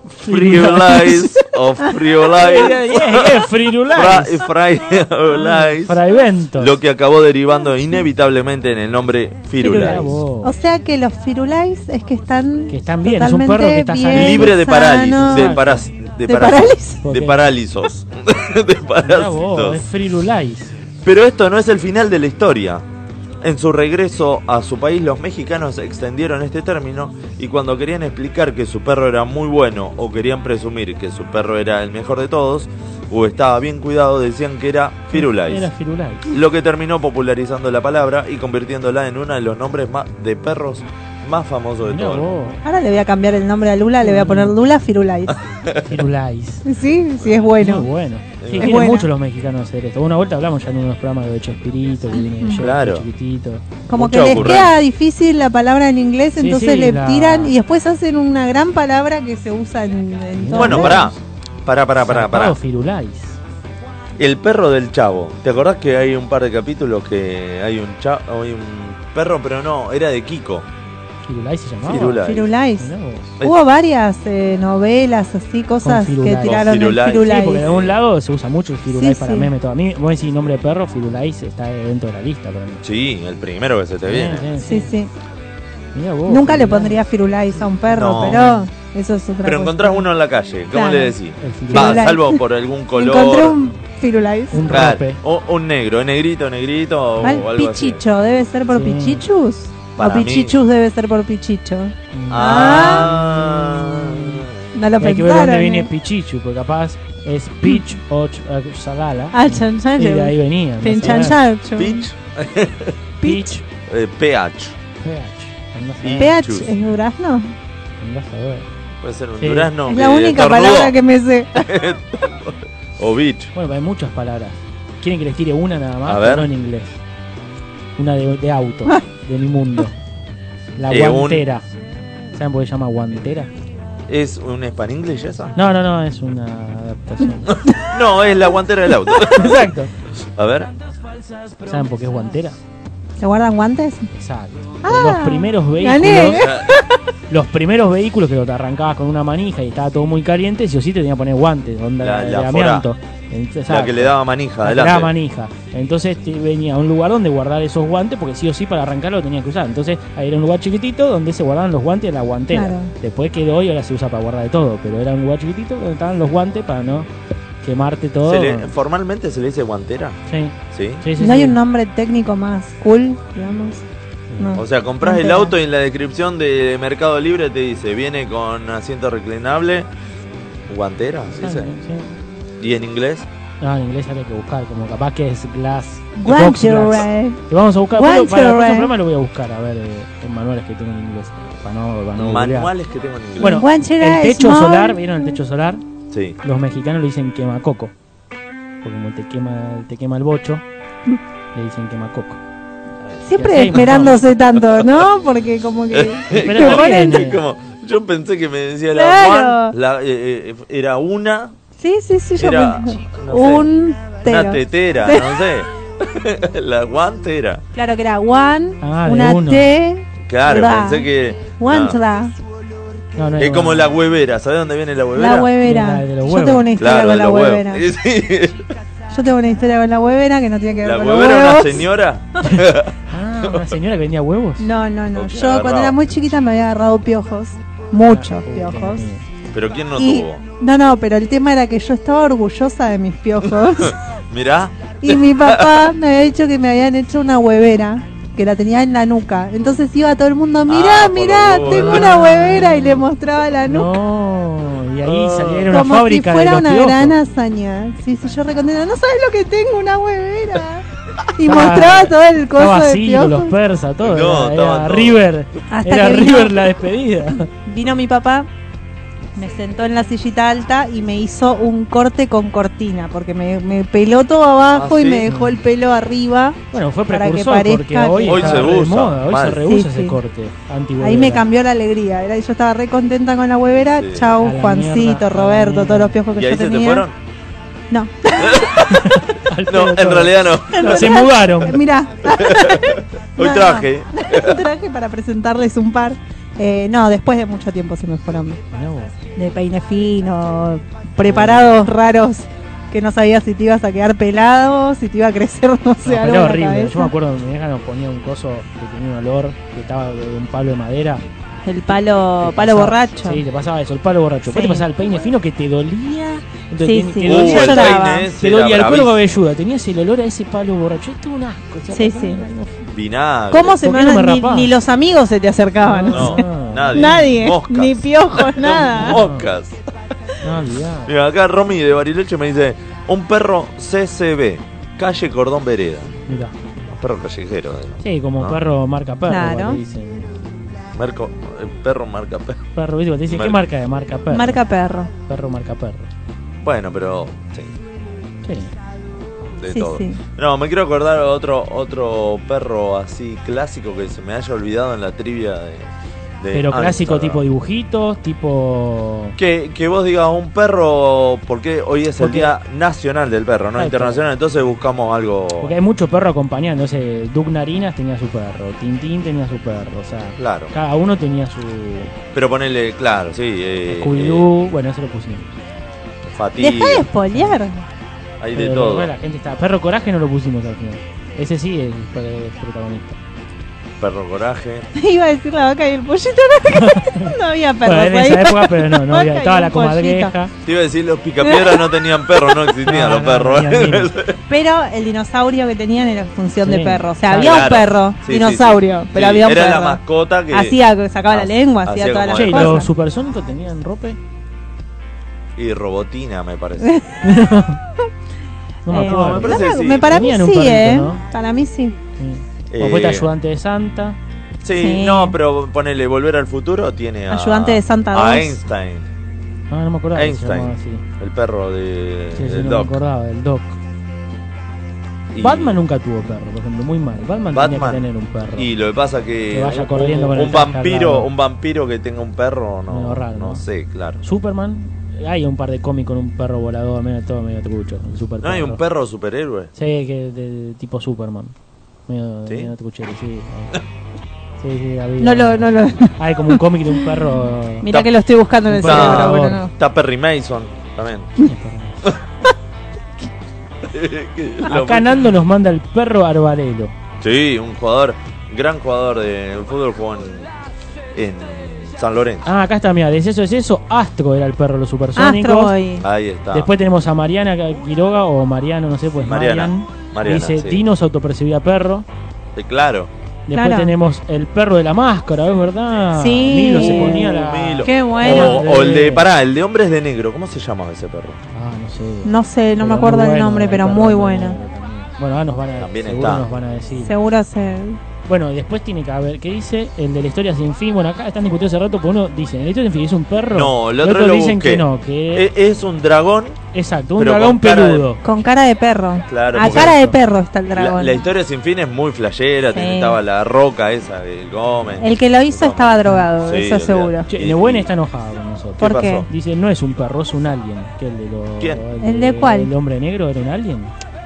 free of lice o free of
Yeah,
lice,
yeah, yeah, Firulais.
fra- fry of lice,
Fraivento.
lo que acabó derivando inevitablemente en el nombre
Firulais.
firulais.
O sea que los Firulais es que están.
Que están bien, es un perro que está
totalmente
sano.
bien
Libre de parálisis,
sanos.
de, paras- de
¿De
parásitos.
parálisis?
De
Ok.
parálisos. de
Mirá vos, es
parásitos.
Firulais.
Pero esto no es el final de la historia. En su regreso a su país, los mexicanos extendieron este término y cuando querían explicar que su perro era muy bueno o querían presumir que su perro era el mejor de todos, o estaba bien cuidado, decían que era Firulais.
Era Firulais.
Lo que terminó popularizando la palabra y convirtiéndola en uno de los nombres más de perros más famosos de
Mirá
todo. el mundo.
vos,
Ahora le voy a cambiar el nombre a Lula, le voy a poner Lula Firulais.
Firulais.
Sí, sí, es bueno.
Muy bueno. Sí,
Es
quieren
buena.
mucho los mexicanos hacer esto. Una vuelta hablamos ya en unos programas de Chespirito, que viene de
Claro.
chiquitito.
Como
Mucha
que les
ocurrencia.
queda difícil la palabra en inglés,
Sí,
entonces
sí,
le
la-
tiran y después hacen una gran palabra que se usa en, en todo
Bueno,
el
pará. Pará, pará, pará, pará.
Zarpado Firulais.
El perro del chavo. ¿Te acordás que hay un par de capítulos que hay un cha- hay un perro, pero no, era de Kiko?
Firulais se llamaba.
Firulais.
Firulais.
Mirá vos.
Hubo varias eh, novelas así, cosas que
Firulais.
tiraron
Con
el
Firulais.
Sí,
Firulais.
porque de algún lado se usa mucho el Firulais
Sí,
para
sí.
meme. Todo. A mí, vos decís nombre de perro, Firulais está dentro de la lista para mí.
Sí, el primero que se te viene.
Sí, sí.
eh, Mirá vos,
Nunca le
Firulais.
pondría Firulais a un perro,
No.
pero eso es otra
Pero
cosa.
encontrás uno en la calle, ¿cómo
Claro.
le decís?
El
Va,
Firulais.
Firulais.
salvo por algún color.
Encontré un Firulais.
Un
Claro,
rape.
o- un negro, negrito, negrito o
Mal
algo así.
Pichicho, ¿debe ser por
Sí.
Pichichus?
Para
o
mí-
Pichichus debe ser por Pichicho.
Ah.
No lo
Hay que ver
pensaron.
dónde viene
eh.
Pichichu, porque capaz es Pich o Ch- eh, Salala.
Mm. Ah, chan
y
chan.
de ahí venía.
Pin
no sé,
chan chan. chun.
Pitch,
Pich.
eh, PH.
Ph. Andás a
Y-
ver,
PH
Chus.
es durazno.
andás a ver.
Puede ser un
Sí.
durazno. eh,
es la
que
única
estornudó.
palabra que me sé.
O bitch.
Bueno, hay muchas palabras. ¿Quieren que les tire una nada más?
A ver.
No en inglés. Una de, de auto, del mundo. La
Eh, un-
guantera. ¿Saben por qué se llama guantera?
¿Es un span English esa?
No, no, no, es una adaptación.
No, es la guantera del auto.
Exacto.
A ver.
¿Saben por qué es guantera?
¿Se guardan guantes?
Exacto.
Ah,
los primeros vehículos.
gané. ¿eh?
Los primeros vehículos que te arrancabas con una manija y estaba todo muy caliente, sí o sí te tenía que poner guantes, onda
La-
de
la
amianto. Entonces,
La que le daba manija,
la que le
adelante.
daba manija. Entonces te venía a un lugar donde guardar esos guantes, porque sí o sí para arrancarlo lo tenías que usar. Entonces ahí era un lugar chiquitito donde se guardaban los guantes en la guantera.
Claro.
Después quedó y ahora se usa para guardar de todo, pero era un lugar chiquitito donde estaban los guantes para no quemarte todo.
Se le- formalmente se le dice guantera,
Sí,
¿sí?
sí, sí,
No hay
sí.
un nombre técnico más cool, digamos. No.
O sea, compras el
Guantera.
auto y en la descripción de Mercado Libre te dice, viene con asiento reclinable, guantera, ¿sí
Ah,
se-
sí.
¿Y en inglés?
No, en inglés habría que buscar, como capaz que es Glass. box glass.
Guantere.
Lo vamos a buscar, pero
Guantere.
para el próximo programa lo voy a buscar, a ver, eh, en manuales que tengo en inglés. Para no, para no googlear.
Manuales que tengo en inglés.
Bueno,
Guantere
el techo
small.
solar, ¿vieron el techo solar?
Sí.
Los mexicanos le dicen quemacoco. Porque como te quema, te quema el bocho, le dicen quemacoco.
Siempre
Y así,
esperándose tanto, ¿no? Porque como que.
Pero
te
está
ponen-
bien, eh.
Como, yo pensé que me decía la
Claro.
one, la- eh, eh, era una,
Sí, sí, sí, yo
Era,
pensé.
no sé,
Un
una
tero.
tetera, no sé. la guantera.
Claro que era one,
Ah, de
una
uno.
T,
Claro,
Ra.
pensé que... no.
guantra,
No, no
Es como la huevera, ¿sabes dónde viene la huevera?
la
Mira,
huevera.
de los
Yo
huevos.
tengo una historia
Claro,
con
de
la
los huevos.
huevera.
Sí.
Yo tengo una historia con la huevera que no tiene que ver
La
con los
huevera era una
huevos.
señora.
Ah, una señora que vendía huevos.
No, no, no.
Ok,
Yo cuando
agarraba.
era muy chiquita me había agarrado piojos. Muchos
Ah,
piojos.
puta,
Pero ¿quién no
Y-
tuvo?
no, no, pero el tema era que yo estaba orgullosa de mis piojos.
Mirá,
y mi papá me había dicho que me habían hecho una huevera, que la tenía en la nuca. Entonces iba todo el mundo, mirá,
Ah, por los
mirá,
huevos,
tengo
¿verdad?
una huevera y le mostraba la nuca.
No, y ahí
Ah.
saliera una
Como si
fábrica de
fuera
los
una
piojos.
gran hazaña. Sí, sí, yo recontenta. No sabes lo que tengo, una huevera. Y
Estaba-
mostraba todo el coso
Ah, Estaba
de
así, con los
piojos.
persas,
No,
todo.
estaban
era- era
todos.
River.
Hasta
Era
que vino-
River la despedida.
Vino mi papá, me sentó en la sillita alta y me hizo un corte con cortina, porque me, me peló todo abajo
Ah,
y
¿sí?
me dejó el pelo arriba.
Bueno, fue
Para que
precursor porque
parezca
hoy,
que-
Hoy
está
se
re de
usa,
moda, hoy se
mal.
reusa
Sí,
ese
sí.
corte antiguo.
Ahí me cambió la alegría. Era, yo estaba re contenta con la huevera.
Sí.
Chau,
A la mierda,
Juancito,
a la
Roberto, todos los piojos que
¿y
yo
ahí se
tenía.
te fueron?
No,
No, en realidad no.
se mudaron.
Eh, mirá.
Hoy
No,
traje.
no. traje para presentarles un par. Eh, no, después de mucho tiempo se me fueron.
Mirá vos.
de peine fino, preparados raros que no sabía si te ibas a quedar pelado, si te iba a crecer, no
No,
sé, algo. en
pero
la
horrible.
cabeza.
Yo me acuerdo que mi vieja nos ponía un coso que tenía un olor, que estaba de un palo de madera.
El Oh, palo,
Te
palo
pasaba-
borracho.
Sí, te pasaba eso, el palo borracho. Después
Sí.
te pasaba el peine fino que te dolía. Entonces
Sí,
te,
sí.
te dolía, te
Uh, el peine
ese era
dolía el cuero
bravísimo.
cabelludo. Tenías el olor a ese palo borracho. Esto es un asco. o sea,
Sí,
no,
sí.
no, no.
Vinagre.
¿Cómo se
¿Por
me
qué no me
ni,
rapás?
ni los amigos se te acercaban?
No,
Ah.
nadie.
Nadie,
Moscas.
ni piojos, nada.
Moscas.
No, olvidá.
Mira, acá Romy de Bariloche me dice, Un perro CCB, calle Cordón Vereda.
Mirá.
Un perro callejero. eh.
Sí, como
¿No?
perro marca perro.
Claro.
cuando dicen.
Merco- el perro marca perro.
Perro, ¿viste? Cuando dicen, ¿qué
Marca.
marca de marca perro?
Marca perro.
Perro marca perro.
Bueno, pero sí,
Sí.
de
Sí,
todo.
sí.
No, me quiero acordar otro otro perro así clásico que se me haya olvidado en la trivia de. de
Pero clásico
Amsterdam.
tipo dibujitos, tipo...
Que, que vos digas un perro, porque hoy es el
Porque-
día nacional del perro, no
Ay,
internacional, entonces buscamos algo.
Porque hay mucho perro acompañando. Ese Doug Narinas tenía su perro, Tintín tenía su perro, o sea...
Claro.
Cada uno tenía su
Pero ponele, claro, sí. Eh,
Scooby-Doo, bueno, eso lo pusimos.
eh, Fatigue,
Deja de spoilear.
hay de
Pero
todo.
bueno, la gente está. Perro Coraje no lo pusimos al final. Ese sí es el pre- protagonista.
Perro coraje.
Iba a decir la vaca y el pollito. No, había perros
Bueno, en
ahí.
esa época, pero no, no
Vaca
había.
y
Estaba
un
la comadreja.
Te iba a decir, los picapiedras no tenían perro, no existían
No,
los
no,
perros.
ni a mí.
Pero el dinosaurio que tenían era función
Sí.
de perro. O
Claro.
sea, había un
Claro.
perro,
Sí, sí,
dinosaurio,
sí.
pero
Sí,
había un
era
perro.
la mascota que.
Hacía, sacaba la
Hacía-
lengua, hacía
hacía
todas las
como
Che, ¿y
Bueno,
¿los
cosas.
supersónicos tenían rope?
Y robotina, me parece.
No me
Eh,
acuerdo.
me parece que sí.
me- para mí
Tenían un
sí,
perrito,
¿eh?
¿no?
Para mí sí.
Sí.
Eh,
O fue ayudante de Santa.
Sí,
Sí.
no, pero ponele Volver al Futuro tiene a.
Ayudante de Santa
A
dos.
Einstein,
Ah, no me acordaba. que se llamaba así.
Einstein. el perro de.
Sí, sí,
del
no
Doc.
me acordaba, el Doc.
Y-
Batman nunca tuvo perro, por ejemplo, muy mal. Batman, tenía
Batman.
que tener un perro.
Y lo que pasa que.
Que vaya
un-
corriendo con
un,
el
un
traje al
vampiro,
lado.
un vampiro que tenga un perro, no.
Medio raro,
no
¿no?
sé, claro.
Superman, hay un par de cómics con un perro volador, medio todo medio trucho. El super
¿No hay un perro superhéroe?
Sí, que de, de tipo Superman. Medio,
¿Sí?
medio truchero, sí. Sí, sí, había-
No lo, no lo.
Hay como un cómic de un perro.
Mirá que lo estoy buscando en el
Un perro
cerebro,
volador.
bueno, no.
Está Perry Mason también. Lo-
Acá Nando nos manda el perro Arbarelo.
Sí, un jugador, gran jugador de fútbol jugó en, en San Lorenzo.
Ah, acá está, mira, de eso es eso. Astro era el perro de los supersónicos.
Astro Boy.
Ah,
Ahí está.
Después tenemos a Mariana Quiroga o Mariano, no sé, pues
Mariana,
Marian.
Mariana,
Dice,
sí.
Dinos autopercibía perro.
Eh, claro.
Después
Claro.
tenemos el perro de la máscara, ¿es verdad?
Sí.
Milo se ponía la...
Milo.
Qué
O,
bueno.
Bueno.
o el de, pará, el de hombres de negro, ¿cómo se llama ese perro?
Ah, no sé.
No sé, no
Pero
me
muy
acuerdo el
bueno,
nombre,
el
pero
perro
muy
de
bueno.
Mariano también. Bueno, ahora nos van a,
También
seguro
está.
nos van a decir.
Seguro se.
Bueno, y después tiene que haber, ¿qué dice? El de la historia sin fin. Bueno, acá están discutiendo hace rato, porque uno dice, ¿el de la historia sin fin es un perro?
No, el
Y
otro
otros
lo
dicen
busqué.
que no, que...
Eh, es un dragón.
exacto, un
pero
dragón
con cara de-
peludo.
Con cara de perro.
Claro,
A
porque-
cara de perro está el
La,
dragón.
la historia sin fin es muy flashera,
Sí.
estaba la roca esa del Gómez.
El que lo hizo estaba drogado,
Sí,
eso
olvidate.
seguro.
Eh,
Che, Nebuen está enojado con nosotros.
¿Qué
¿Por qué?
pasó?
Dice, no es un perro, es un alien. Que el de lo-
¿Quién?
¿El de cuál?
¿El hombre negro era un alien?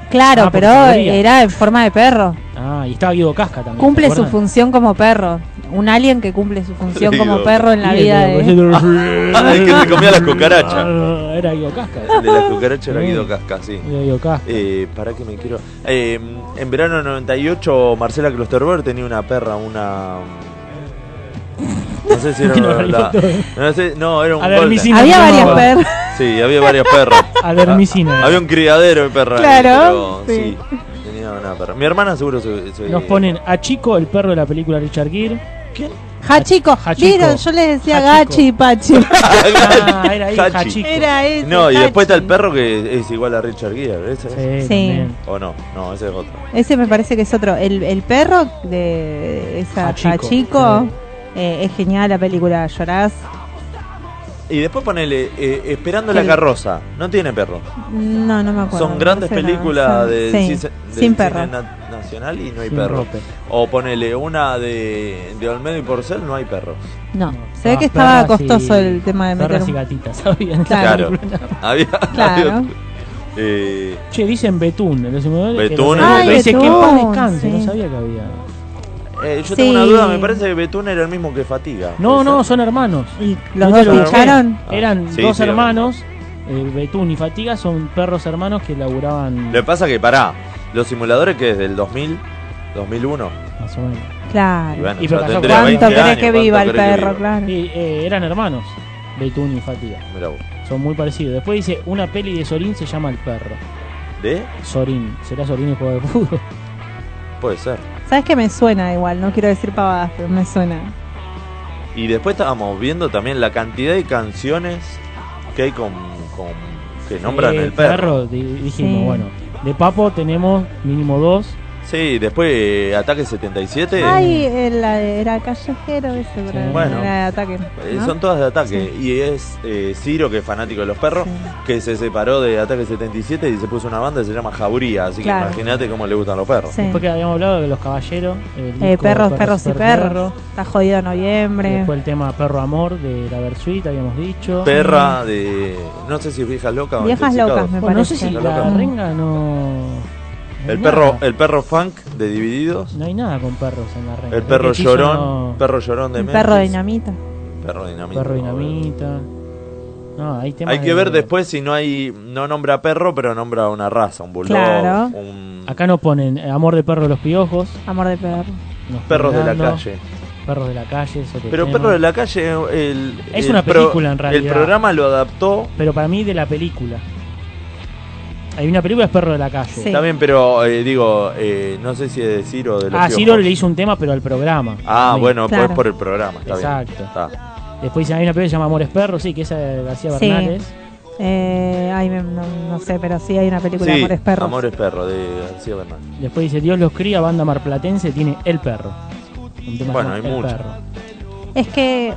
Claro,
Ah, porque
pero
podría.
era en forma de perro.
Ah, y estaba Guido Casca también.
Cumple
¿te
su
acuerdas?
función como perro. Un alien que cumple su función como
Digo.
perro en la
Y el
vida
de-
de.
Ah, el que se comía las cucarachas.
Ah, Era Guido Casca.
El de las cucarachas era Guido Casca, sí.
Era Guido Casca.
Eh, para que me quiero. Eh, en verano del 98, Marcela Klosterberg tenía una perra, una. No sé si era
Vino
una. la-
Raimundo.
no, sé, no, era un.
A
golden.
Vermicina.
Había
no,
varias
no.
perras.
Sí, había varias perras.
A Vermicina.
Ah, Había un criadero de perras.
Claro,
pero sí. Tenía una perra. Mi hermana seguro se. se-
Nos ponen a Chico, el perro de la película Richard Gere.
¿Quién?
Hachico,
Hachiko.
vieron, yo les decía
Hachiko.
gachi y pachi.
Ah, era ahí
Hachi.
Hachico.
Era ese.
No, y después está el
Hachi.
perro que es igual a Richard Gere. ¿ese es?
Sí,
Sí.
también.
¿O no? No, ese es otro.
Ese me parece que es otro. El, el perro de
Ah,
esa
Hachiko.
Hachico eh, es genial la película. Llorás.
Y después ponele eh, Esperando la
El-
carroza. No tiene perro.
No, no me acuerdo.
Son grandes
No sé nada,
películas
son-
de,
sí,
cine- del
sin
cine
perro.
na- nacional y no hay
Sin
perro.
rope.
O ponele una de, de Olmedo y Porcel, no hay perros.
No,
No.
se ve
Ah,
que estaba
perras y-
costoso el tema de meter.
Perras y
un-
gatitas, ¿sabían?
Claro.
Había, había
Claro.
otro. Eh,
Che, dicen Betún. en Los Inmortales, que
Betún,
los-
Ay,
Dice que en paz
Betún,
descanse,
sí.
no sabía que había.
eh, yo
Sí.
tengo una duda, me parece que Betún era el mismo que Fatiga.
No,
¿Puede
no,
ser?
son hermanos.
Y los
Yo
dos
te lo
lucharon.
Ah,
Eran
sí,
dos
sí,
hermanos, eh, Betún y Fatiga, son perros hermanos que laburaban
Lo que pasa que, pará, los simuladores que es del 2000, 2001.
más o menos.
Y
Claro.
bueno,
Y
yo
fracasó.
tendría
¿Cuánto
20
querés
años,
que
¿cuánto
viva el
querés que
perro?
viva?
Claro.
Y, eh, eran hermanos, Betún y Fatiga.
Mirá vos.
Son muy parecidos. Después dice, una peli de Sorín se llama El Perro.
¿De?
Sorín. ¿Será Sorín el juego de fútbol?
Puede ser.
Sabes que me suena igual, no quiero decir pavadas, pero me suena. Ah,
Y después estábamos viendo también la cantidad de canciones que hay con, con que nombran
Eh,
el perro.
di- dijimos,
Sí.
bueno, de Papo tenemos mínimo dos.
Sí, después eh, Ataque 77.
Ay, el- la- era callejero ese, pero era
Bueno.
de ataque.
eh,
¿no?
Son todas de ataque. Y es eh, Ciro, que es fanático de los perros,
Sí.
que se separó de Ataque 77 y se puso una banda que se llama Jauría. Así
Claro.
que imagínate cómo le gustan los perros.
Sí.
Después que habíamos hablado de los caballeros. el
Eh,
disco
perros, perros y perros.
Perro.
Está jodido noviembre.
Después el tema Perro Amor de la Versuit, habíamos dicho.
Perra de. No sé si es vieja loca o
Viejas
Intoxicados.
locas, Mm, me
Bueno, no sé
parece.
si
Está
la
loca.
renga no. no hay
El perro,
nada.
el perro funk de Divididos.
No hay nada con perros en la renga.
El perro
Cuchillo
llorón.
no-
Perro llorón de
Un perro
Memphis,
dinamita.
Perro dinamita.
Perro Dinamita. No, hay temas
Hay que
de-
ver después si no hay. No nombra perro, pero nombra una raza, un bulldog.
Claro.
Un
Acá nos ponen eh, Amor de Perro de los Piojos.
Amor de perro.
nos
perros de la
Fernando,
calle.
Perros de la calle. es otro
Pero
tema.
Perro de la Calle. El,
Es
el
una película, en
El
realidad.
programa lo adaptó.
Pero para mí de la película. Hay una película es Perro de la calle.
Sí.
También, pero eh, digo, eh, no sé si es de Ciro o de los
ah, Ciro
Piojos.
le hizo un tema, pero al programa.
Ah,
Sí.
bueno, pues
Claro.
por el programa. Está
Exacto.
Bien. Está.
Después dice, hay una película que se llama Amores Perros, sí, que esa de García
Sí.
Bernales.
Eh, ay, me- no, no sé, pero sí hay una película de
Sí,
amores perros.
Amores Perro de García Bernal.
Después dice, Dios los cría, banda marplatense, tiene El Perro. Un tema que se
Bueno,
llama
hay
El
mucho.
Perro.
Es que.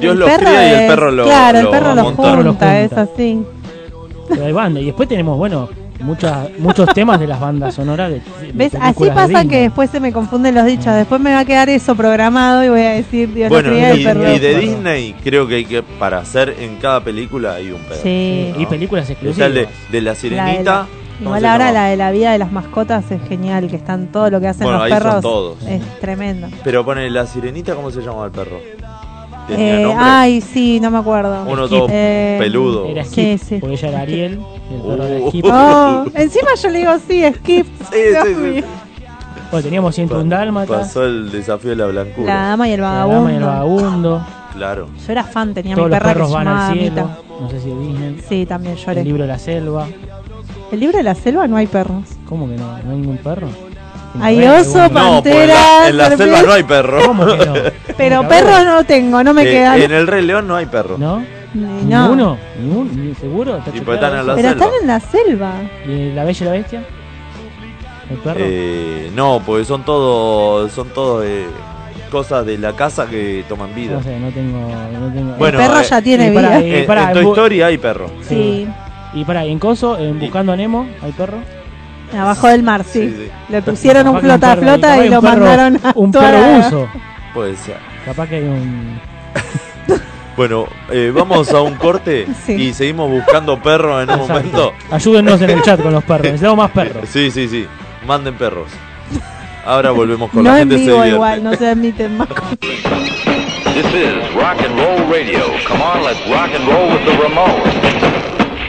Dios
el
los
perro
cría y el
es-
perro lo
Claro, el
lo
perro lo
amonta.
junta,
Perro lo junta.
es así.
Pero hay banda. Y después tenemos, bueno, muchas, muchos temas de las bandas sonoras. De, de
¿Ves? Así
películas
pasa
de
que
Disney.
después se me confunden los dichos. Después me va a quedar eso programado y voy a decir Dios
Bueno,
lo cría y
y,
el perro.
y
lo
de
junta.
Disney creo que hay que, para hacer en cada película hay un perro.
Sí.
Eh, Y películas
Está
exclusivas.
el de, de la sirenita.
La de la-
¿cómo
Igual
se
ahora
llama?
la de la vida de las mascotas es genial, que están todo lo que hacen
Bueno,
los
ahí son
perros.
todos.
Es tremendo.
Pero pone la sirenita, ¿cómo se llama el perro? ¿Tenía
Eh,
nombre?
ay, sí, no me acuerdo.
Uno
Skip.
todo
Eh,
peludo.
Era
Sí,
Skip,
sí.
porque ella era Ariel, y el perro era
Uh.
Skip.
Oh, encima yo le digo sí, Skip.
Sí,
Dios
sí, sí.
mío.
Bueno, teníamos 101 Dálmatas,
Pasó el desafío de la
La
blancura.
dama y el
La Dama y el
vagabundo.
Vagabundo,
Claro.
Yo era fan, tenía
Todos
mi
los
perra que
perros
se
van
llamaba
al cielo,
Amita.
no sé si es Disney,
Sí, también lloré.
el libro de la selva.
El libro de la selva no hay perros.
¿Cómo que no? ¿No hay ningún perro?
Hay
Bueno,
oso,
bueno.
pa-
No, pues en la, en la
Pantera,
selva no hay perro.
¿Cómo que no?
Pero
Nunca
perros no tengo, no me
Eh,
quedan.
en el Rey León no hay perro.
veo. ¿No?
Ni- no.
¿Ninguno? ¿Ninguno? ¿Ni- ¿Seguro? ¿Está
Y
chequeado
pues están en
eso?
la
Pero
selva.
están en la selva.
¿Y la bella y la bestia? ¿El perro?
Eh, no, porque son todos son todos eh, cosas de la casa que toman vida.
no sé, no tengo... No tengo
Bueno,
el perro
eh,
ya tiene
y para-
vida.
eh,
En-
pará,
en Toy
bu-
Story hay perro.
Sí,
Y pará, ¿y en Coso, en Buscando a Nemo, hay perro?
abajo del mar, sí.
Sí, sí.
Le pusieron un
Capaz que un
flota a
perro- capaz
flota
que
y
un
lo
perro-
mandaron a
Un
toda
perro
la-
uso.
Puede ser.
Capaz que hay un...
Bueno, eh, vamos a un corte
Sí.
y seguimos buscando perro en un
Exacto.
momento.
Ayúdennos en el chat con los perros, necesitamos más perros.
Sí, sí, sí. Manden perros. Ahora volvemos con
No
la
en
gente se
vivo
divierte.
igual, no se admiten más.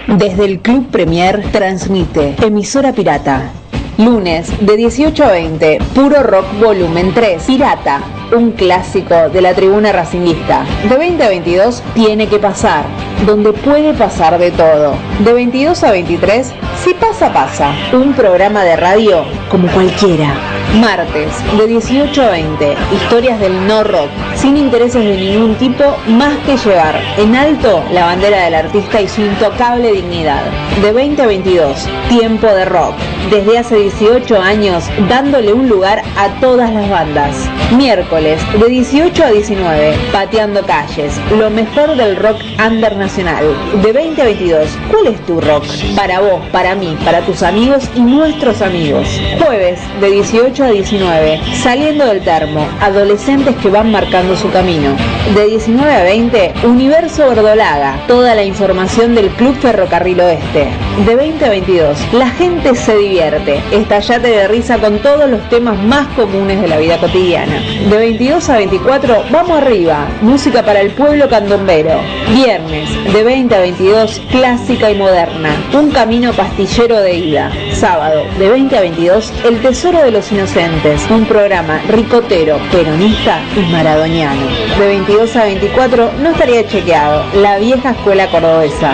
Desde el Club Premier transmite Emisora Pirata. Lunes de 18 a 20, Puro Rock Volumen 3, Pirata, un clásico de la tribuna racinguista. De 20 a 22, Tiene que pasar, donde puede pasar de todo. De 22 a 23, Si pasa, pasa, un programa de radio como cualquiera. Martes, de 18 a 20, historias del no rock, sin intereses de ningún tipo más que llevar en alto la bandera del artista y su intocable dignidad. De 20 a 22, tiempo de rock. Desde hace 18 años, dándole un lugar a todas las bandas. Miércoles, de 18 a 19, pateando calles, lo mejor del rock under nacional. De 20 a 22, ¿cuál es tu rock? Para vos, para mí, para tus amigos y nuestros amigos. Jueves, de 18 a 19, saliendo del termo, adolescentes que van marcando su camino. De 19 a 20, Universo Verdolaga, toda la información del Club Ferrocarril Oeste. De 20 a 22, la gente se divierte, estallate de risa con todos los temas más comunes de la vida cotidiana. De 22 a 24, vamos arriba, música para el pueblo candombero. Viernes, de 20 a 22, clásica y moderna, un camino pastillero de ida. Sábado, de 20 a 22, El Tesoro de los Inocentes, un programa ricotero, peronista y maradoniano. De 22 a 24, no estaría chequeado, la vieja escuela cordobesa.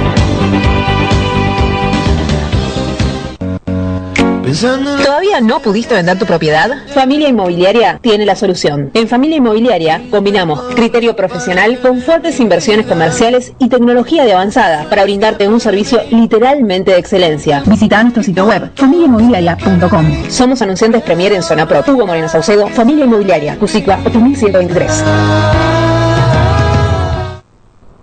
¿Todavía no pudiste vender tu propiedad? Familia Inmobiliaria tiene la solución. En Familia Inmobiliaria combinamos criterio profesional con fuertes inversiones comerciales y tecnología de avanzada para brindarte un servicio literalmente de excelencia. Visita nuestro sitio web familiainmobiliaria.com. Somos anunciantes Premier en Zona Pro. Hugo Moreno Saucedo, Familia Inmobiliaria, Cusicua 8123.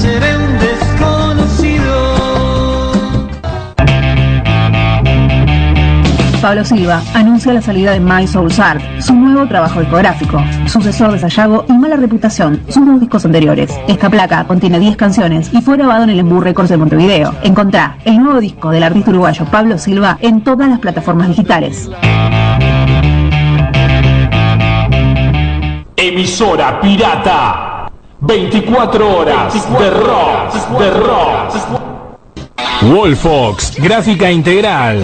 seré un desconocido.
Pablo Silva anuncia la salida de My Soul Art, su nuevo trabajo discográfico, sucesor de Sayago y Mala Reputación, sus dos discos anteriores. Esta placa contiene 10 canciones y fue grabado en el Embu Records de Montevideo. Encontrá el nuevo disco del artista uruguayo Pablo Silva en todas las plataformas digitales.
Emisora pirata. 24 horas de rock, de rock. Wolfox, gráfica integral.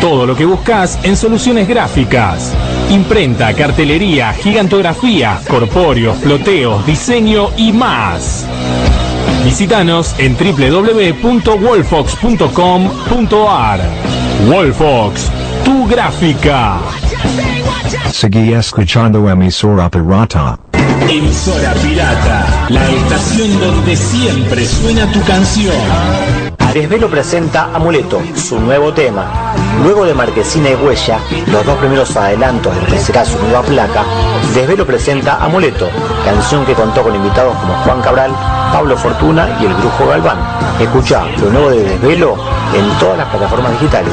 Todo lo que buscas en soluciones gráficas. Imprenta, cartelería, gigantografía, corpóreos, floteos, diseño y más. Visítanos en www.wolfox.com.ar. Wolfox, tu gráfica.
Seguí escuchando emisora pirata.
Emisora Pirata, la estación donde siempre suena tu canción.
Aresvelo presenta Amuleto, su nuevo tema. Luego de Marquesina y Huella, los dos primeros adelantos de lo que será su nueva placa, Desvelo presenta Amuleto, canción que contó con invitados como Juan Cabral, Pablo Fortuna y el Brujo Galván. Escucha lo nuevo de Desvelo en todas las plataformas digitales.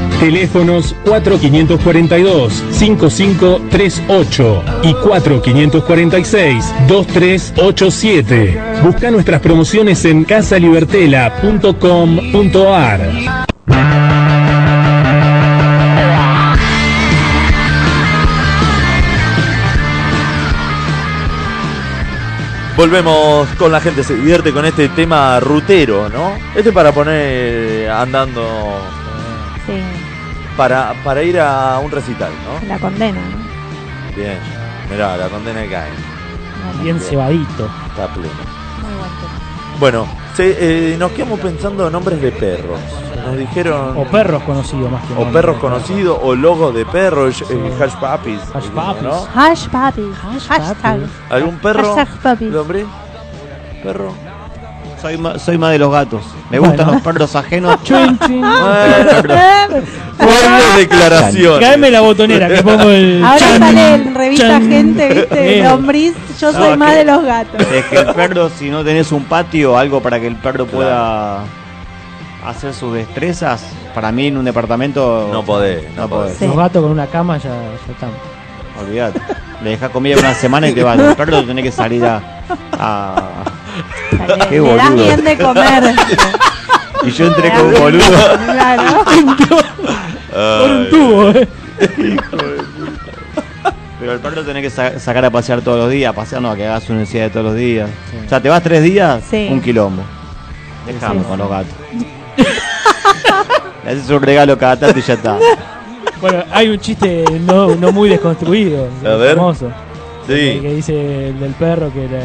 Teléfonos 4542-5538 y 4546-2387. Busca nuestras promociones en casalibertela.com.ar.
Volvemos con la gente, se divierte con este tema rutero, ¿no? Este para poner andando
Sí,
para, para ir a un recital, ¿no?
la condena. ¿no?
Bien, mirá, la condena cae.
Bien cebadito.
Está pleno. Bueno, se- eh, nos quedamos pensando en nombres de perros. Nos dijeron.
Oh,
O perros conocidos más que
O
nada.
perros conocidos, o logos de perros, eh, hash puppies. ¿no?
Hash papi. Hashtag. Eh,
¿Algún perro?
Hashtag papi.
¿Lombriz? ¿Perro?
Soy, ma- soy más de los gatos. Me gustan los perros ajenos.
Chun, chun.
Ah, Buenas
declaraciones.
Caeme la botonera que pongo el.
Ahora
chan.
sale en revista
chan.
Gente, ¿viste?
Bien.
Lombriz, yo soy
No,
más
que-
de los gatos.
Es que el perro, si no tenés un patio, algo para que el perro pueda hacer sus destrezas, para mí en un departamento.
No podés, no podés.
Los gatos con una cama ya, ya están.
Olvidate. Le dejas comida una semana y te vas. El perro tiene que salir a. a- Qué
Le das
boludo.
bien de comer.
Y yo entré con un boludo.
claro.
Con un tubo, eh.
Pero el perro tenés que sa- sacar a pasear todos los días. Pasear no, que hagas su necesidad de todos los días. O sea, te vas tres días,
Sí.
un quilombo. Dejame
Sí,
con
sí.
los gatos. Le haces un regalo cada tanto y ya está.
Bueno, hay un chiste no, no muy desconstruido.
A ver.
Famoso.
Sí.
Que dice el del perro que era.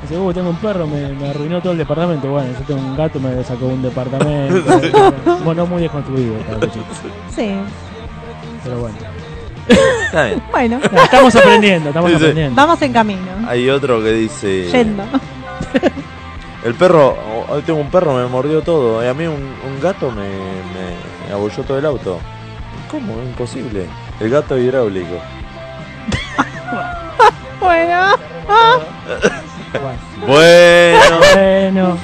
Dice, "Uh, tengo un perro, me, me arruinó todo el departamento. Bueno, yo tengo un gato, me sacó un departamento. bueno, no muy desconstruido. claro, el chiste.
Sí.
Pero bueno.
Está bien.
Bueno.
Estamos aprendiendo, estamos
Sí, sí.
aprendiendo.
Vamos en camino.
Hay otro que dice.
Yendo.
El perro, oh, hoy tengo un perro, me mordió todo. Y a mí un, un gato me, me, me abolló todo el auto. ¿Cómo? Imposible. El gato hidráulico.
Bueno. ah,
Bueno.
Bueno.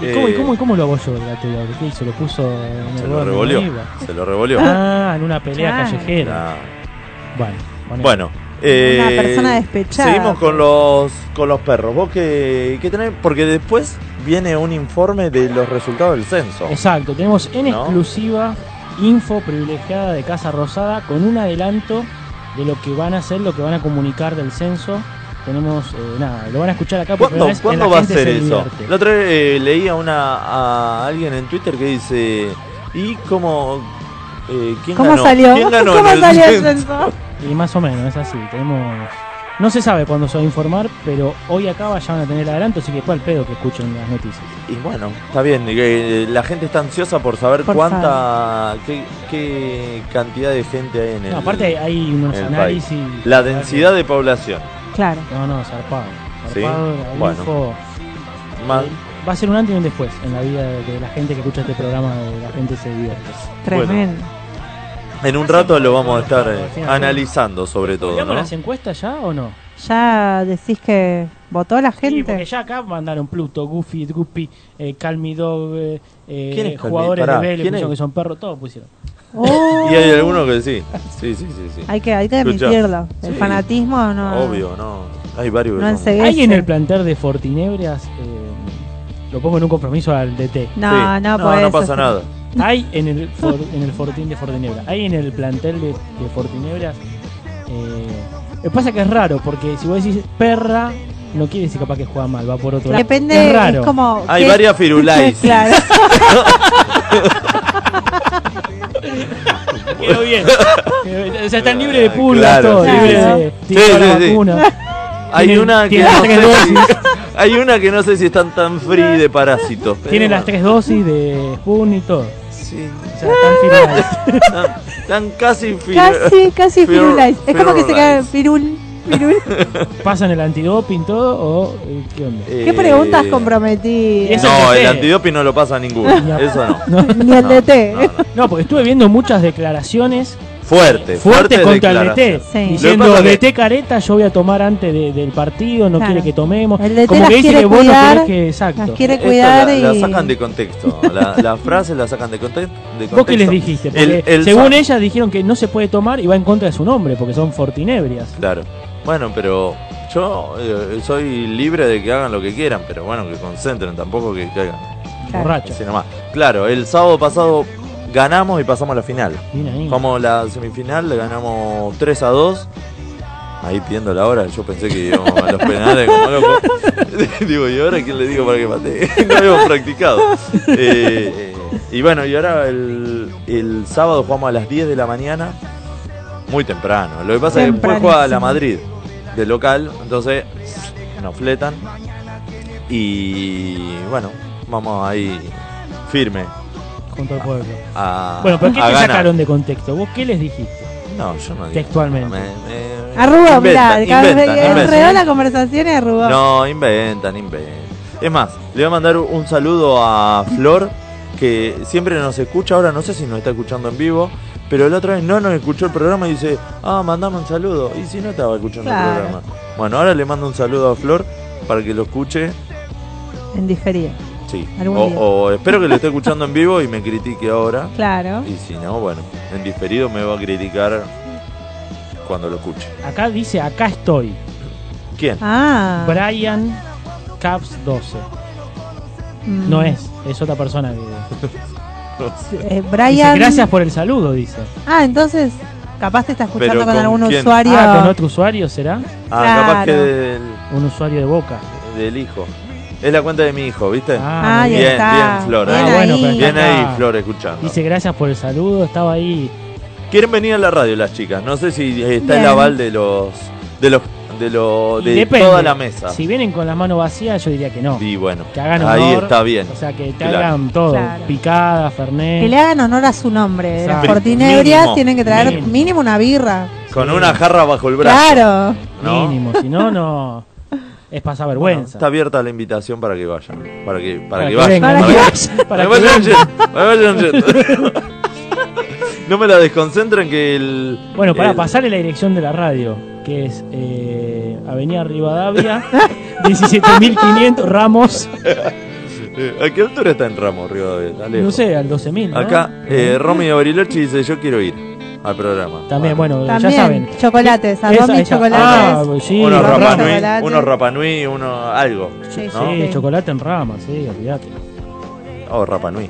¿Y cómo, y
Eh.
cómo, cómo lo abolló el gato? ¿Qué hizo? ¿Lo puso en
Se
el
lo
gordo
revolvió.
arriba?
Se lo revolvió.
Ah, en una pelea
Claro.
callejera. Bueno, ponele.
Bueno. eh,
Una persona despechada.
Seguimos con los con los perros. Vos que, que tenés, porque después viene un informe de los resultados del censo.
Exacto, tenemos en
¿No?
exclusiva info privilegiada de Casa Rosada con un adelanto de lo que van a hacer, lo que van a comunicar del censo. Tenemos, eh, nada, lo van a escuchar acá por
¿Cuándo,
primera vez en
cuándo
La
va a
Gente
ser
se
eso?
divierte.
La otra vez eh, leía una, a alguien en Twitter que dice, ¿y cómo, eh, quién
¿Cómo
ganó?
salió?
¿Quién ganó
¿Cómo
en el
salió el
censo?
censo?
Y más o menos, es así. Tenemos. No se sabe cuándo se va a informar, pero hoy acá ya van a tener el adelanto, así que fue al pedo que escuchen las noticias.
Y bueno, está bien, y que, eh, la gente está ansiosa por saber
Por
cuánta, qué, qué cantidad de gente hay en el
No, aparte hay unos
en el
análisis.
país. La densidad de población.
Claro.
No, no, zarpado.
Sí,
Zarpado, la
bueno.
info.
Más-
Va a ser un antes y un después en la vida de, de la gente que escucha este programa, de la gente que se divierte.
Tremendo.
en un rato lo vamos a estar eh, analizando sobre todo,
¿Volvemos
¿no?
las encuestas ya o no?
Ya decís que votó la
Sí,
gente.
porque ya acá mandaron Pluto, Goofy, Guppy, eh, Calmy Dog, eh, eh,
¿Quién es Calmy?
jugadores
Pará,
de Vélez,
¿quién
pusieron
es?
que son perros, todos pusieron.
Oh.
Y hay alguno que sí. Sí, sí, sí, sí.
Hay que, hay que
Escuchá.
admitirlo. El
Sí,
fanatismo no.
Obvio, no. Hay varios. que
No
son-
enseguida.
Hay en el plantel de Fortinebras, eh, lo pongo en un compromiso al DT.
No, Sí. no,
No, por no eso. pasa nada.
Hay en el, for- en el Fortín de Fortinebras, hay en el plantel de, de Fortinebras. Eh, lo que pasa que es raro, porque si vos decís perra, no quiere decir capaz que juega mal, va por otro lado.
Depende,
es raro.
es como.
Hay
¿qué?
varias firulais.
claro.
Quedó bien. O sea, están libres de pulgas,
Claro,
todo,
sí,
libres
sí,
de
sí.
tirar
Sí,
la
sí, sí.
vacuna.
Hay
Tienen-
una que
tienen
no
las tres
sé si,
dosis,
hay una que no sé si están tan free de parásitos. pero
tienen las
bueno,
tres dosis de Spoon y todo.
Sí.
O sea, están firmadas.
están, están casi free.
Casi, casi
Fir-
firulais. Es como que se
firulais.
cae firul. firul.
¿Pasan el antidoping todo o eh, qué onda?
¿Qué preguntas comprometidas?
Eh, No, el antidoping no lo pasa a ninguno. Eso no.
Ni el DT.
No, porque estuve viendo muchas declaraciones
Fuerte, fuerte
fuertes contra el DT.
declaración. Lo que
Diciendo,
pasa que-
DT careta, yo voy a tomar antes de- del partido, no
Claro.
quiere que tomemos.
El DT
Como
las
que dice
quiere
que vos no
cuidar,
querés que... Exacto.
las quiere
Esto
cuidar
la,
y.
la sacan de contexto. La, la frase la sacan de, conte- de contexto.
¿Vos qué les dijiste? Porque
El- el
según
sa-
ellas dijeron que no se puede tomar y va en contra de su nombre, porque son fortinebrias.
Claro. Bueno, pero yo eh, soy libre de que hagan lo que quieran, pero bueno, que concentren, tampoco que caigan.
Claro. Borrachos.
Así nomás. Claro, el sábado pasado ganamos y pasamos a la final.
Bien ahí.
Como la semifinal, le ganamos 3 a 2. Ahí pidiendo la hora, yo pensé que íbamos a los penales como loco. digo, ¿y ahora quién le digo para que patee? no habíamos practicado. Eh, y bueno, y ahora el, el sábado jugamos a las 10 de la mañana, muy temprano. Lo que pasa es que después juega la Madrid de local, entonces nos fletan. Y bueno, vamos ahí firme
Junto al pueblo.
a.
Ah. bueno, pero ¿qué
a
te
ganar.
sacaron de contexto? ¿Vos qué les dijiste?
No, yo no dije.
Textualmente.
Arrugó, mirá,
Inventan, inventan,
enredó
inventan.
la conversación y arrugó.
No, inventan, inventan. Es más, le voy a mandar un saludo a Flor, que siempre nos escucha, ahora no sé si nos está escuchando en vivo, pero la otra vez no nos escuchó el programa y dice, ah, mandame un saludo. Y si no estaba escuchando el
Claro.
programa. Bueno, ahora le mando un saludo a Flor para que lo escuche.
En digería.
Sí. O,
Algún día.
o espero que lo esté escuchando en vivo y me critique ahora.
Claro.
Y si no, bueno, en diferido me va a criticar cuando lo escuche.
Acá dice, acá estoy.
¿Quién?
Ah.
Brian Caps 12.
Mm.
No es, es otra persona que...
Eh, Brian-
Dice, Gracias por el saludo, dice.
Ah, entonces, capaz te está escuchando
Pero
con,
¿con
algún
quién?
usuario.
Ah, ¿con otro usuario será?
Ah, capaz que
Claro.
del,
Un usuario de Boca.
del hijo. Es la cuenta de mi hijo, ¿viste?
Ah, ahí
bien,
está.
bien, Flor. ¿eh?
Ah,
ahí.
bueno, pero
bien
está acá.
ahí, Flor, escuchando.
Dice, gracias por el saludo, estaba ahí.
Quieren venir a la radio las chicas. No sé si está
Bien.
el aval de los. de los. de, los, de
Depende.
toda la mesa.
Si vienen con las manos vacías, yo diría que no.
Y bueno,
Que hagan
ahí
honor,
está bien.
O sea, que te
Claro.
hagan todo.
Claro.
Picada, fernet.
Que le hagan honor a su nombre. Las
Exacto.
portinebrias
Mínimo.
tienen que traer
Mínimo.
mínimo, una birra.
Con una jarra bajo el brazo.
Claro.
¿No?
Mínimo, si no, no. Es pasar vergüenza.
Está abierta la invitación para que vayan. Para que, para
Para
que,
que
vayan.
vengan.
Para
Para
que
que
vayan.
vayan. Para
Para que
que
vayan
vengan.
yendo, para que vayan yendo. No me la desconcentren que el.
Bueno, para
el-
pasarle la dirección de la radio, que es eh, Avenida Rivadavia, 17.500 Ramos,
Eh, ¿A qué altura está en Ramos, Rivadavia? Está lejos.
no sé, al 12.000. ¿no?
Acá, eh, Romy de Bariloche dice: Yo quiero ir al programa.
También, bueno,
También.
ya saben.
Chocolates,
Esa,
arroz y
esa.
chocolates.
Ah, sí,
unos
arroz,
Rapa Nui,
chocolate.
unos Rapa Nui, uno algo.
Sí,
¿no?
Sí, chocolate en rama, sí, olvídate.
Oh, Rapa Nui.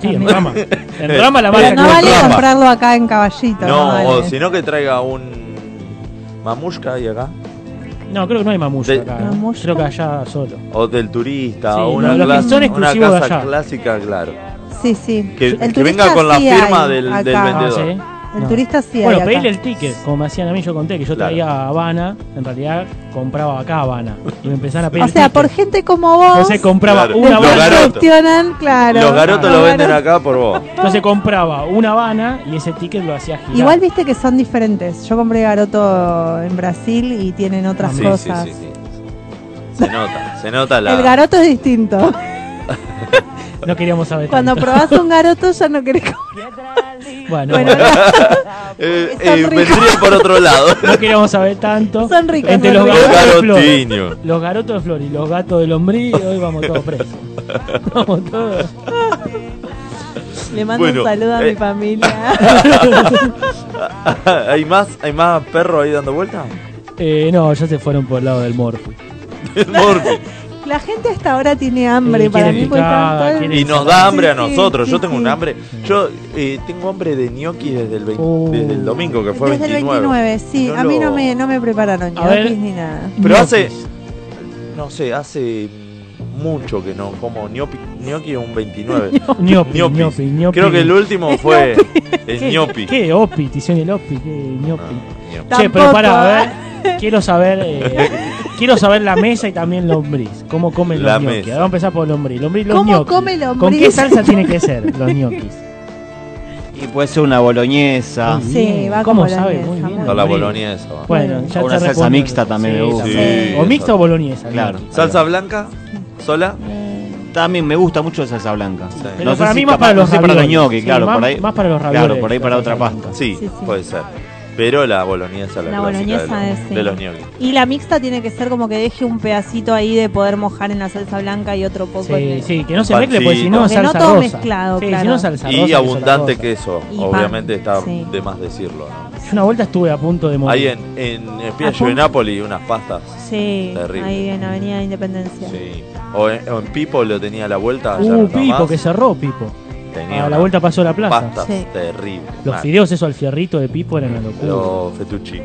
Sí, en
También.
rama. En rama la marca
Pero no
que-
vale
Rama.
comprarlo acá en caballito.
No,
vale.
o si no que traiga un mamushka y acá.
No, creo que no hay mamulla
De-
acá. ¿eh? Creo que allá solo.
O del turista,
Sí,
o una,
no, los que
clase-
son
una
exclusivos de
casa
allá.
clásica, claro.
Sí, sí.
Que- que
turista
venga con la
sí
firma
hay
del- del
acá.
vendedor.
Ah, ¿Sí?
El
No.
turista sí hay
Bueno,
acá.
pedile el ticket, como me hacían a mí, yo conté que yo
Claro.
traía Habana, en realidad compraba acá Habana. Y me empezaron a pedir.
O
el
sea,
ticket.
por gente como vos.
Entonces compraba
Claro.
una
Los
Habana.
garotos.
Gestionan, claro.
Los garotos lo
Los
venden
garotos.
acá por vos.
Entonces compraba una Habana y ese ticket lo hacía girar.
Igual viste que son diferentes. Yo compré garoto en Brasil y tienen otras
Sí, sí,
cosas.
sí, sí. Se nota, se nota
El
la.
garoto es distinto.
No queríamos saber.
Cuando
tanto.
probás un garoto ya no querés comer.
Bueno,
Bueno,
Eh,
Son
eh,
ricos.
vendrían por otro lado.
no queríamos saber tanto.
Son ricos,
Entre
son
los
ricos.
garotos de flor.
Garotinho.
Los garotos de flor y los gatos del hombrí, hoy vamos todos presos. Vamos todos.
Le mando
Bueno,
un saludo a
eh.
mi familia.
¿Hay más, ¿Hay más perros ahí dando vueltas?
Eh, no, ya se fueron por el lado del Morphy.
La gente hasta ahora tiene hambre.
Sí,
Para
quiere
mí porque
picada,
están todo el-
quiere-
Y nos da hambre a
Sí, sí,
nosotros.
sí,
Yo tengo un
sí.
hambre. Yo eh, tengo hambre de gnocchi desde el, vein- desde el domingo, que fue
Oh. Desde el
29.
29, sí.
No
a mí
lo-
no me, no me prepararon
A ver.
ñoquis ni nada.
Pero
Ñoquis.
hace. No sé, hace mucho que no como gnocchi, gnocchi un 29.
Ñopi,
Ñopis.
ñopi, ñopi.
Creo que el último fue el Ah,
¿Qué-
ñopi.
¿Qué opi? ¿Te hicieron el opi? ¿Qué ñopi?
ñopi.
Che, pero
Tampoco,
pará, a ver. Quiero saber. eh, quiero saber la mesa y también lombriz. ¿Cómo comen
La
los ñoquis?
mesa.
Vamos a empezar por lombriz. lombriz los
¿Cómo
ñoquis.
come lombriz?
¿Con qué salsa tiene que ser los ñoquis?
Y puede ser una
Ah,
boloñesa.
Sí,
Bien,
va con
¿Cómo
boloñesa,
sabe? Muy bien.
Ah. Con la
lombriz.
boloñesa. va.
Bueno,
Bueno.
ya
O una
te
salsa
respondo.
mixta también me gusta.
también.
Sí,
O mixta
eso.
o boloñesa.
Claro.
¿Salsa blanca? ¿Sola?
También me gusta mucho la salsa blanca.
Pero para mí
si
más
capaz-
para los
no sé para los
ravioles.
ñoquis,
Sí,
claro,
más-
por ahí.
más para los
Claro,
ravioles
por ahí
que
para
la
otra
salsa
pasta.
Sí,
Sí, sí.
puede ser. Pero la boloñesa, la,
La
clásica
boloñesa
de,
es,
los-
sí.
de los ñoquis.
Y la mixta tiene que ser como que deje un pedacito ahí de poder mojar en la salsa blanca y otro poco
Sí,
en
sí, que no se mezcle, porque si
Pancito.
no
Que no
salsa
todo
rosa.
mezclado,
Sí,
claro.
si no salsa rosa.
Y
que es otra
abundante
cosa.
queso,
Y pan,
obviamente está
sí.
de más decirlo. ¿no?
Yo una vuelta estuve a punto de morir.
Ahí en,
Ah,
en Piaggio
Apunta.
de Napoli unas pastas.
Sí,
Terrible.
ahí en Avenida Independencia.
Sí. O en, o en Pipo lo tenía a la vuelta. ya no
Uh,
está
Pipo,
más.
que cerró Pipo.
Tenía
A la
unas
vuelta pasó la plaza.
Pastas
Sí.
terribles.
Los
mal.
fideos, eso al fierrito de Pipo eran una locura.
Los fettuccini.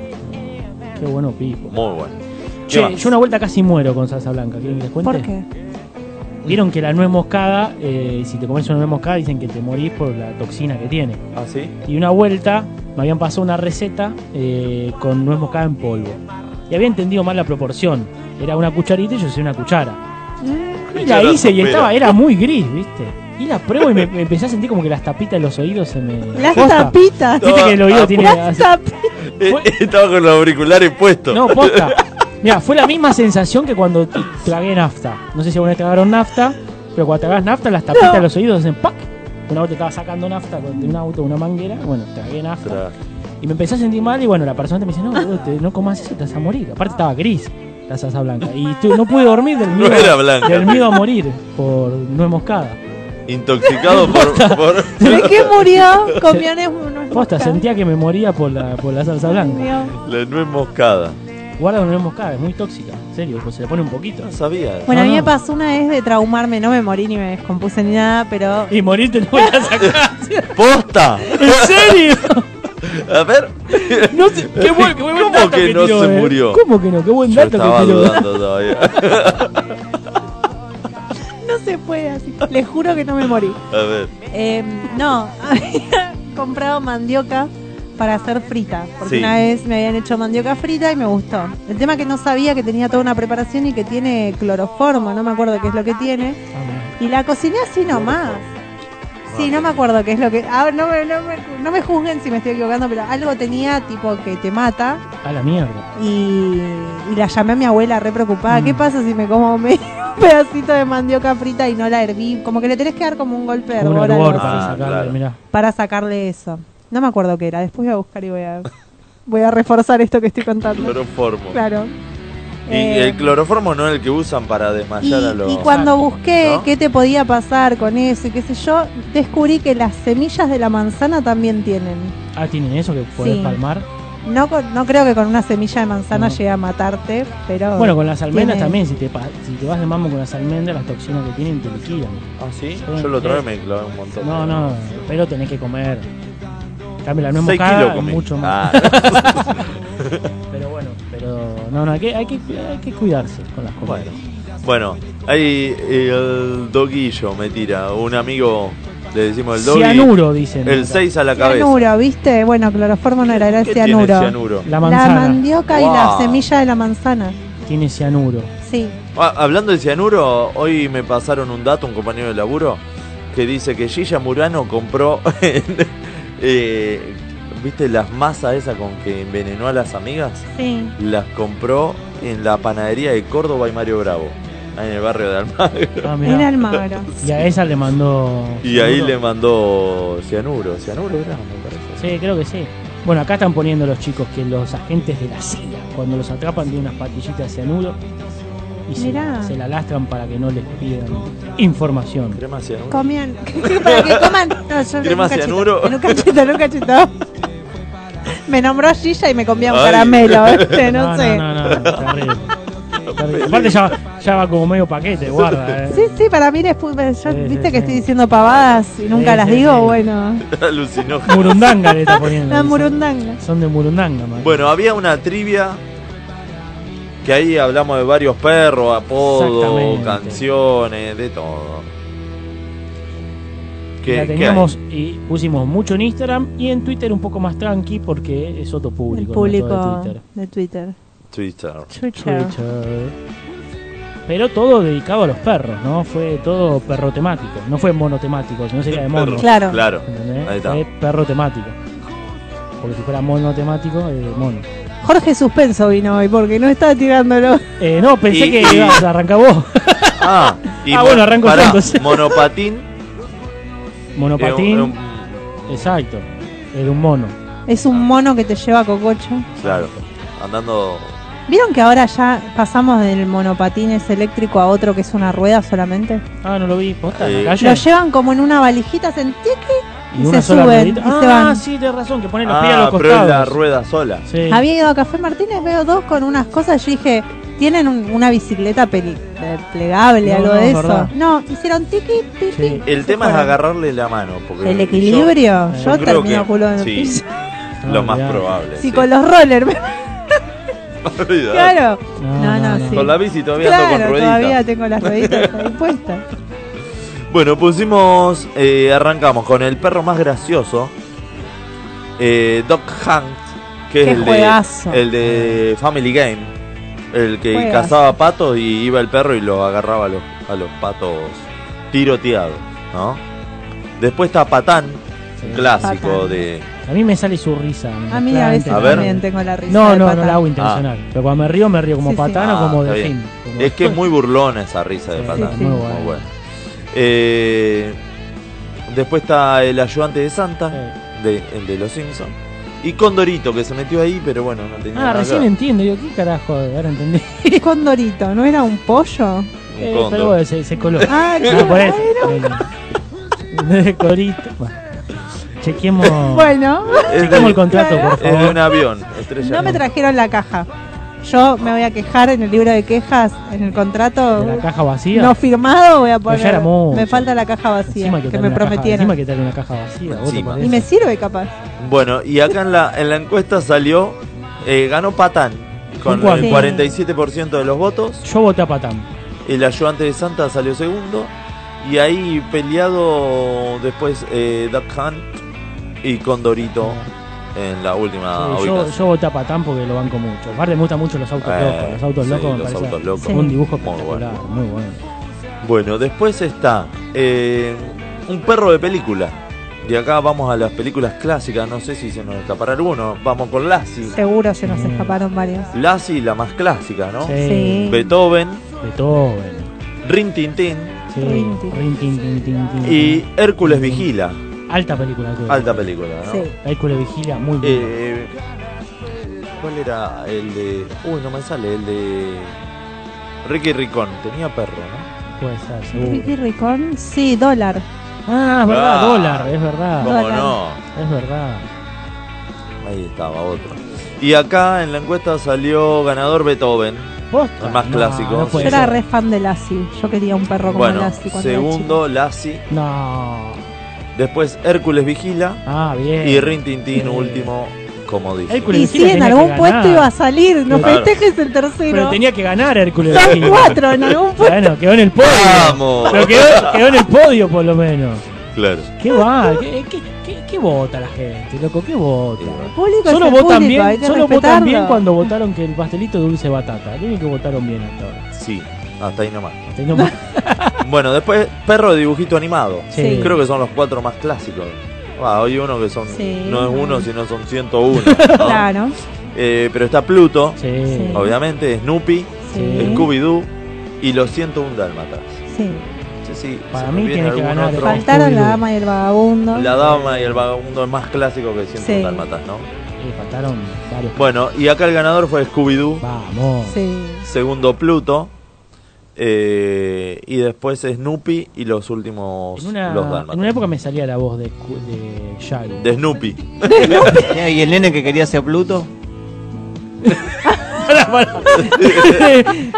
Qué bueno Pipo.
Muy bueno. ¿Qué
Che,
más?
yo una vuelta casi muero con salsa blanca. ¿Quieren que les cuente?
¿Por qué?
Vieron que la nuez moscada, eh, si te comes una nuez moscada, dicen que te morís por la toxina que tiene.
¿Ah, sí?
Y una vuelta me habían pasado una receta eh, con nuez moscada en polvo. Y había entendido mal la proporción. Era una cucharita y yo soy una cuchara.
Mm.
Y la hice y estaba, era muy gris, ¿viste? Y la pruebo y me, me empecé a sentir como que las tapitas de los oídos se me.
Las
Posta.
tapitas. ah,
Viste que el oído tiene.
Las tapitas.
Eh, eh, estaba con los auriculares puestos.
No, posta. Mira, fue la misma sensación que cuando t- tragué nafta. No sé si alguna vez tragaron nafta, pero cuando tragas nafta, las tapitas de los oídos hacen ¡pac! Una vez te estaba sacando nafta con- de un auto, una manguera. Bueno, tragué nafta. Y me empecé a sentir mal y bueno, la persona te me dice, no, boludo, te- no comas eso, te vas a morir. Aparte estaba gris, la salsa blanca. Y tú, no pude dormir del miedo,
era blanca.
del miedo a morir por nuez moscada.
Intoxicado por, por-
¿De qué murió? Comió nuez
Posta, sentía que me moría por la, por la salsa blanca.
moscada.
la nuez moscada.
Guarda con nuez moscada, es muy tóxica, en serio, pues se le pone un poquito. No
sabía.
Bueno, a mí me pasó una vez de traumarme, no me morí ni me descompuse ni nada, pero.
Y morirte no voy a sacar.
¡Posta!
¿En serio?
A ver.
No sé, qué buen, qué buen
¿Cómo
dato
que no
tiró,
se
eh.
murió?
¿Cómo que no? Qué buen
Yo
dato
estaba
que tiró.
dudando todavía.
No se puede así. Les juro que no me morí.
A ver.
Eh, no, había comprado mandioca para hacer frita, porque
Sí.
una vez me habían hecho mandioca frita y me gustó. El tema que no sabía que tenía toda una preparación y que tiene cloroformo, no me acuerdo qué es lo que tiene. Y la cociné así nomás. Sí, no me acuerdo qué es lo que... ah, no, me, no me- no me juzguen si me estoy equivocando, pero algo tenía tipo que te mata
A la mierda.
y, y la llamé a mi abuela re preocupada. ¿Qué pasa si me como medio pedacito de mandioca frita y no la herví? Como que le tenés que dar como un golpe de
Un
hervor a
hervor ah,
los-
Ah,
para sacarle, mirá.
para sacarle eso. No me acuerdo qué era, después voy a buscar y voy a, voy a reforzar esto que estoy contando.
Cloroformo.
Claro.
Y
Eh,
el cloroformo no es el que usan para desmayar a los.
y cuando busqué
¿no?
qué te podía pasar con eso y qué sé yo, descubrí que las semillas de la manzana también tienen.
Ah, ¿tienen eso que podés
Sí.
palmar?
No, con- no creo que con una semilla de manzana llegue a matarte, pero...
Bueno, con las almendras
tiene-
también, si te, pa- si te vas de mambo con las almendras, las toxinas que tienen te liquidan.
Ah, sí. Yo lo traje me clavé un montón.
No, no, pero tenés que comer. En Cambio la nuez
Seis
moscada,
kilos comí.
mucho más.
Ah.
pero bueno, pero no, no, hay que, hay que, hay que cuidarse con las comidas.
Bueno, ahí eh, el doguillo me tira. Un amigo, le decimos el dogui.
Cianuro, dicen.
El 6 a la cabeza.
Cianuro, ¿viste? Bueno, cloroformo no era, era el
¿Qué tiene
cianuro.
el cianuro?
La manzana.
La mandioca y la
Wow.
semilla de la manzana.
Tiene cianuro.
Sí.
Ah, hablando de cianuro, hoy me pasaron un dato, un compañero de laburo, que dice que Gilla Murano compró, eh, viste, las masas esas con que envenenó a las amigas,
Sí.
las compró en la panadería de Córdoba y Mario Bravo, ahí en el barrio de Almagro.
Ah, mirá.
En Almagro.
Y a esa le mandó.
Y ahí
cianuro.
le mandó cianuro, cianuro era, me parece.
Sí, creo que sí. Bueno, acá están poniendo los chicos que los agentes de la CIA, cuando los atrapan, tienen unas patillitas de cianuro y se,
Mirá.
se la lastran para que no les pidan información.
Crema cianuro.
Comían. Para que coman. No, yo en un
Crema
cachito,
cianuro.
En un cachito, en un cachito. Me nombró Gilla y me comía un
Ay.
caramelo, ¿viste? No,
No,
sé.
no, no, no, terrible. Terrible. Aparte ya, va- ya va como medio paquete, guarda. eh.
Sí, sí, para mí después. Yo,
Sí,
¿Viste
sí,
que
sí.
estoy diciendo pavadas y nunca
Sí,
las
sí,
digo?
sí.
Bueno.
Alucinógeno.
Murundanga le está poniendo.
La
dice.
murundanga.
Son de Murundanga, man.
Bueno, había una trivia que ahí hablamos de varios perros, apodos,
Exactamente.
canciones, de todo. ¿Qué-
la
qué
teníamos y pusimos mucho en Instagram y en Twitter un poco más tranqui porque es otro
El
público. ¿no? Todo de
público
Twitter.
de Twitter.
hay? Twitter.
Twitter.
Twitter. Pero todo dedicado a los perros, ¿no? Fue todo perro temático. No fue monotemático, sino sería de mono.
Perro. Claro. Claro.
¿Entendés?
Ahí está.
Fue perro temático. Porque si fuera monotemático, eh, mono.
Jorge Suspenso vino hoy porque no estaba tirándolo.
Eh, no, pensé
Y-
que
y-
ibas a arrancar vos.
Ah,
Ah,
mo-
bueno, arranco
pará,
yo entonces.
Monopatín.
Monopatín.
Era un-
Exacto. Era un mono.
Es un mono que te lleva a cococho.
Claro. Andando.
¿Vieron que ahora ya pasamos del monopatín ese eléctrico a otro que es una rueda solamente?
Ah, no lo vi. ¿Posta? ¿En
Eh,
la calle?
Lo llevan como en una valijita, se entique
Y
y,
una
se
sola
suben
ruedita.
y
Ah,
se van.
sí, tenés razón, que ponen los pies a los
Ah, pero es
costados.
la rueda sola.
Sí.
Había ido a Café Martínez, veo dos con unas cosas. Yo dije, ¿tienen un- una bicicleta peli- eh, plegable,
No,
algo
no,
de
es
eso?
verdad.
No, hicieron tiki, tiki.
El tema es agarrarle la mano. Porque
El
yo-
equilibrio, yo
creo
termino culo en el
sí,
piso.
Ah,
Lo más probable.
Sí, con los rollers. claro. No, no, sí.
Con la bici todavía ando
Claro,
con rueditas.
todavía tengo las rueditas ahí puestas.
Bueno, pusimos, eh, arrancamos con el perro más gracioso, eh, Doc Hunt, que es
Qué
el de,
juegazo.
el de Family Game, el que
Juegazo.
cazaba patos y iba el perro y los agarraba a los, a los patos tiroteados, ¿no? Después está Patán, Un clásico de.
A mí me sale su risa.
A mí a veces
A ver.
también tengo la risa.
No,
de
no, no
patán.
la hago intencional. Pero cuando me río, me río como
Sí, sí.
patán o
Ah,
como
está
de
bien.
fin.
Es que es muy burlona esa risa de patán.
sí.
Muy
Muy
bueno. Eh, después está el ayudante de Santa, de- el de los Simpsons. Y Condorito, que se metió ahí, pero bueno, no tenía
Ah,
nada que
recién
ver.
entiendo. Digo, ¿qué carajo? Ahora entendí. Eh,
Condorito, ¿no era un pollo?
Un cóndor.
pero bueno, se, se coló.
Ah,
no, por eso. Desde Corito. Bueno, chequeemos,
Bueno.
chequeemos el contrato, por
Es de
favor.
un avión, estrella.
No me trajeron la caja. Yo me voy a quejar en el libro de quejas, en el contrato.
La caja vacía.
No firmado voy a
Pero ya
poner.
era mucho.
me falta la caja vacía
Encima
que,
traen
me
una caja-
prometieron.
encima que traen una caja vacía. ¿vos te
Encima.
y
parece?
me sirve capaz.
Bueno, y acá en la, en la encuesta salió, eh, ganó Patán con
¿Con cuál?
el 47% de los votos.
Yo voté a Patán.
El ayudante de Santa salió segundo. Y ahí peleado después eh, Duck Hunt y Condorito en la última
Sí, Eh, yo,
ubicación.
yo voté a Patán porque lo banco mucho. Aparte me gustan mucho los autos
Eh,
locos. Los autos
sí,
locos me
los
parece
autos locos.
un dibujo
Muy
espectacular. Muy bueno.
Bueno, después está eh, un perro de película. Y acá vamos a las películas clásicas. No sé si se nos escapará alguno. Vamos con Lassie.
Seguro se nos escaparon varios.
Lassie, la más clásica, ¿no?
Sí. Sí.
Beethoven,
Beethoven.
Rin Tin Tin
Sí, Rin Tin Tin Tin Tin.
y Hércules Vigila.
Alta película. Hércules.
Alta película, ¿no?
Hércules Vigila, muy bien.
Eh, ¿Cuál era el de. Uy, no me sale, el de. Ricky Ricón, tenía perro, ¿no?
Puede ser,
uh,
seguro.
Ricky Ricón, sí, dólar.
Ah, es verdad, dólar, es verdad.
¿Cómo
Dólar.
no?
Es verdad.
Ahí estaba otro. Y acá en la encuesta salió ganador Beethoven,
Posta.
el más
No,
clásico.
no
Yo
sí.
era re fan de Lassie. Yo quería un perro como
bueno,
Lassie cuando era
segundo Lassie,
chica. No.
después Hércules Vigila
Ah, bien.
y Rin Tin Tin, último, como dije.
Hércules
Y sí, en algún puesto iba a salir. No
Claro.
festejes el tercero.
Pero tenía que ganar Hércules
Son
Vigila.
cuatro en algún puesto.
Bueno, quedó en el podio.
Vamos.
Pero quedó, quedó en el podio por lo menos.
Claro.
¿Qué va? ¿Qué, qué, qué- qué vota la gente, loco? ¿Qué vota?
público es
Solo
el
votan
público, hay
bien,
que
solo votan
respetarlo.
bien cuando votaron que el pastelito de dulce de batata. Tienen que votaron bien hasta ahora.
Sí, hasta ahí nomás.
Hasta ahí nomás.
Bueno, después perro de dibujito animado.
Sí.
Creo que son los cuatro más clásicos. Ah, hay uno que son
Sí.
no es uno, sino son 101. ¿no?
Claro.
Eh, pero está Pluto,
Sí.
obviamente, Snoopy,
Sí.
Scooby-Doo y los 101 Dálmatas.
Sí.
Sí, sí,
Para
se
mí
me viene
tiene que
algún
ganar
otro.
Faltaron la dama y el vagabundo.
La dama y el vagabundo es más clásico que 101
Sí.
Dálmatas, ¿no?
Y faltaron varios.
Bueno, y acá el ganador fue Scooby-Doo,
Vamos.
Sí.
segundo Pluto. eh, y después Snoopy y los últimos
En una,
los Dálmatas.
en una época me salía la voz de, Scu- de Shaggy.
De Snoopy.
¿Y el nene que quería ser Pluto?
Pará, pará.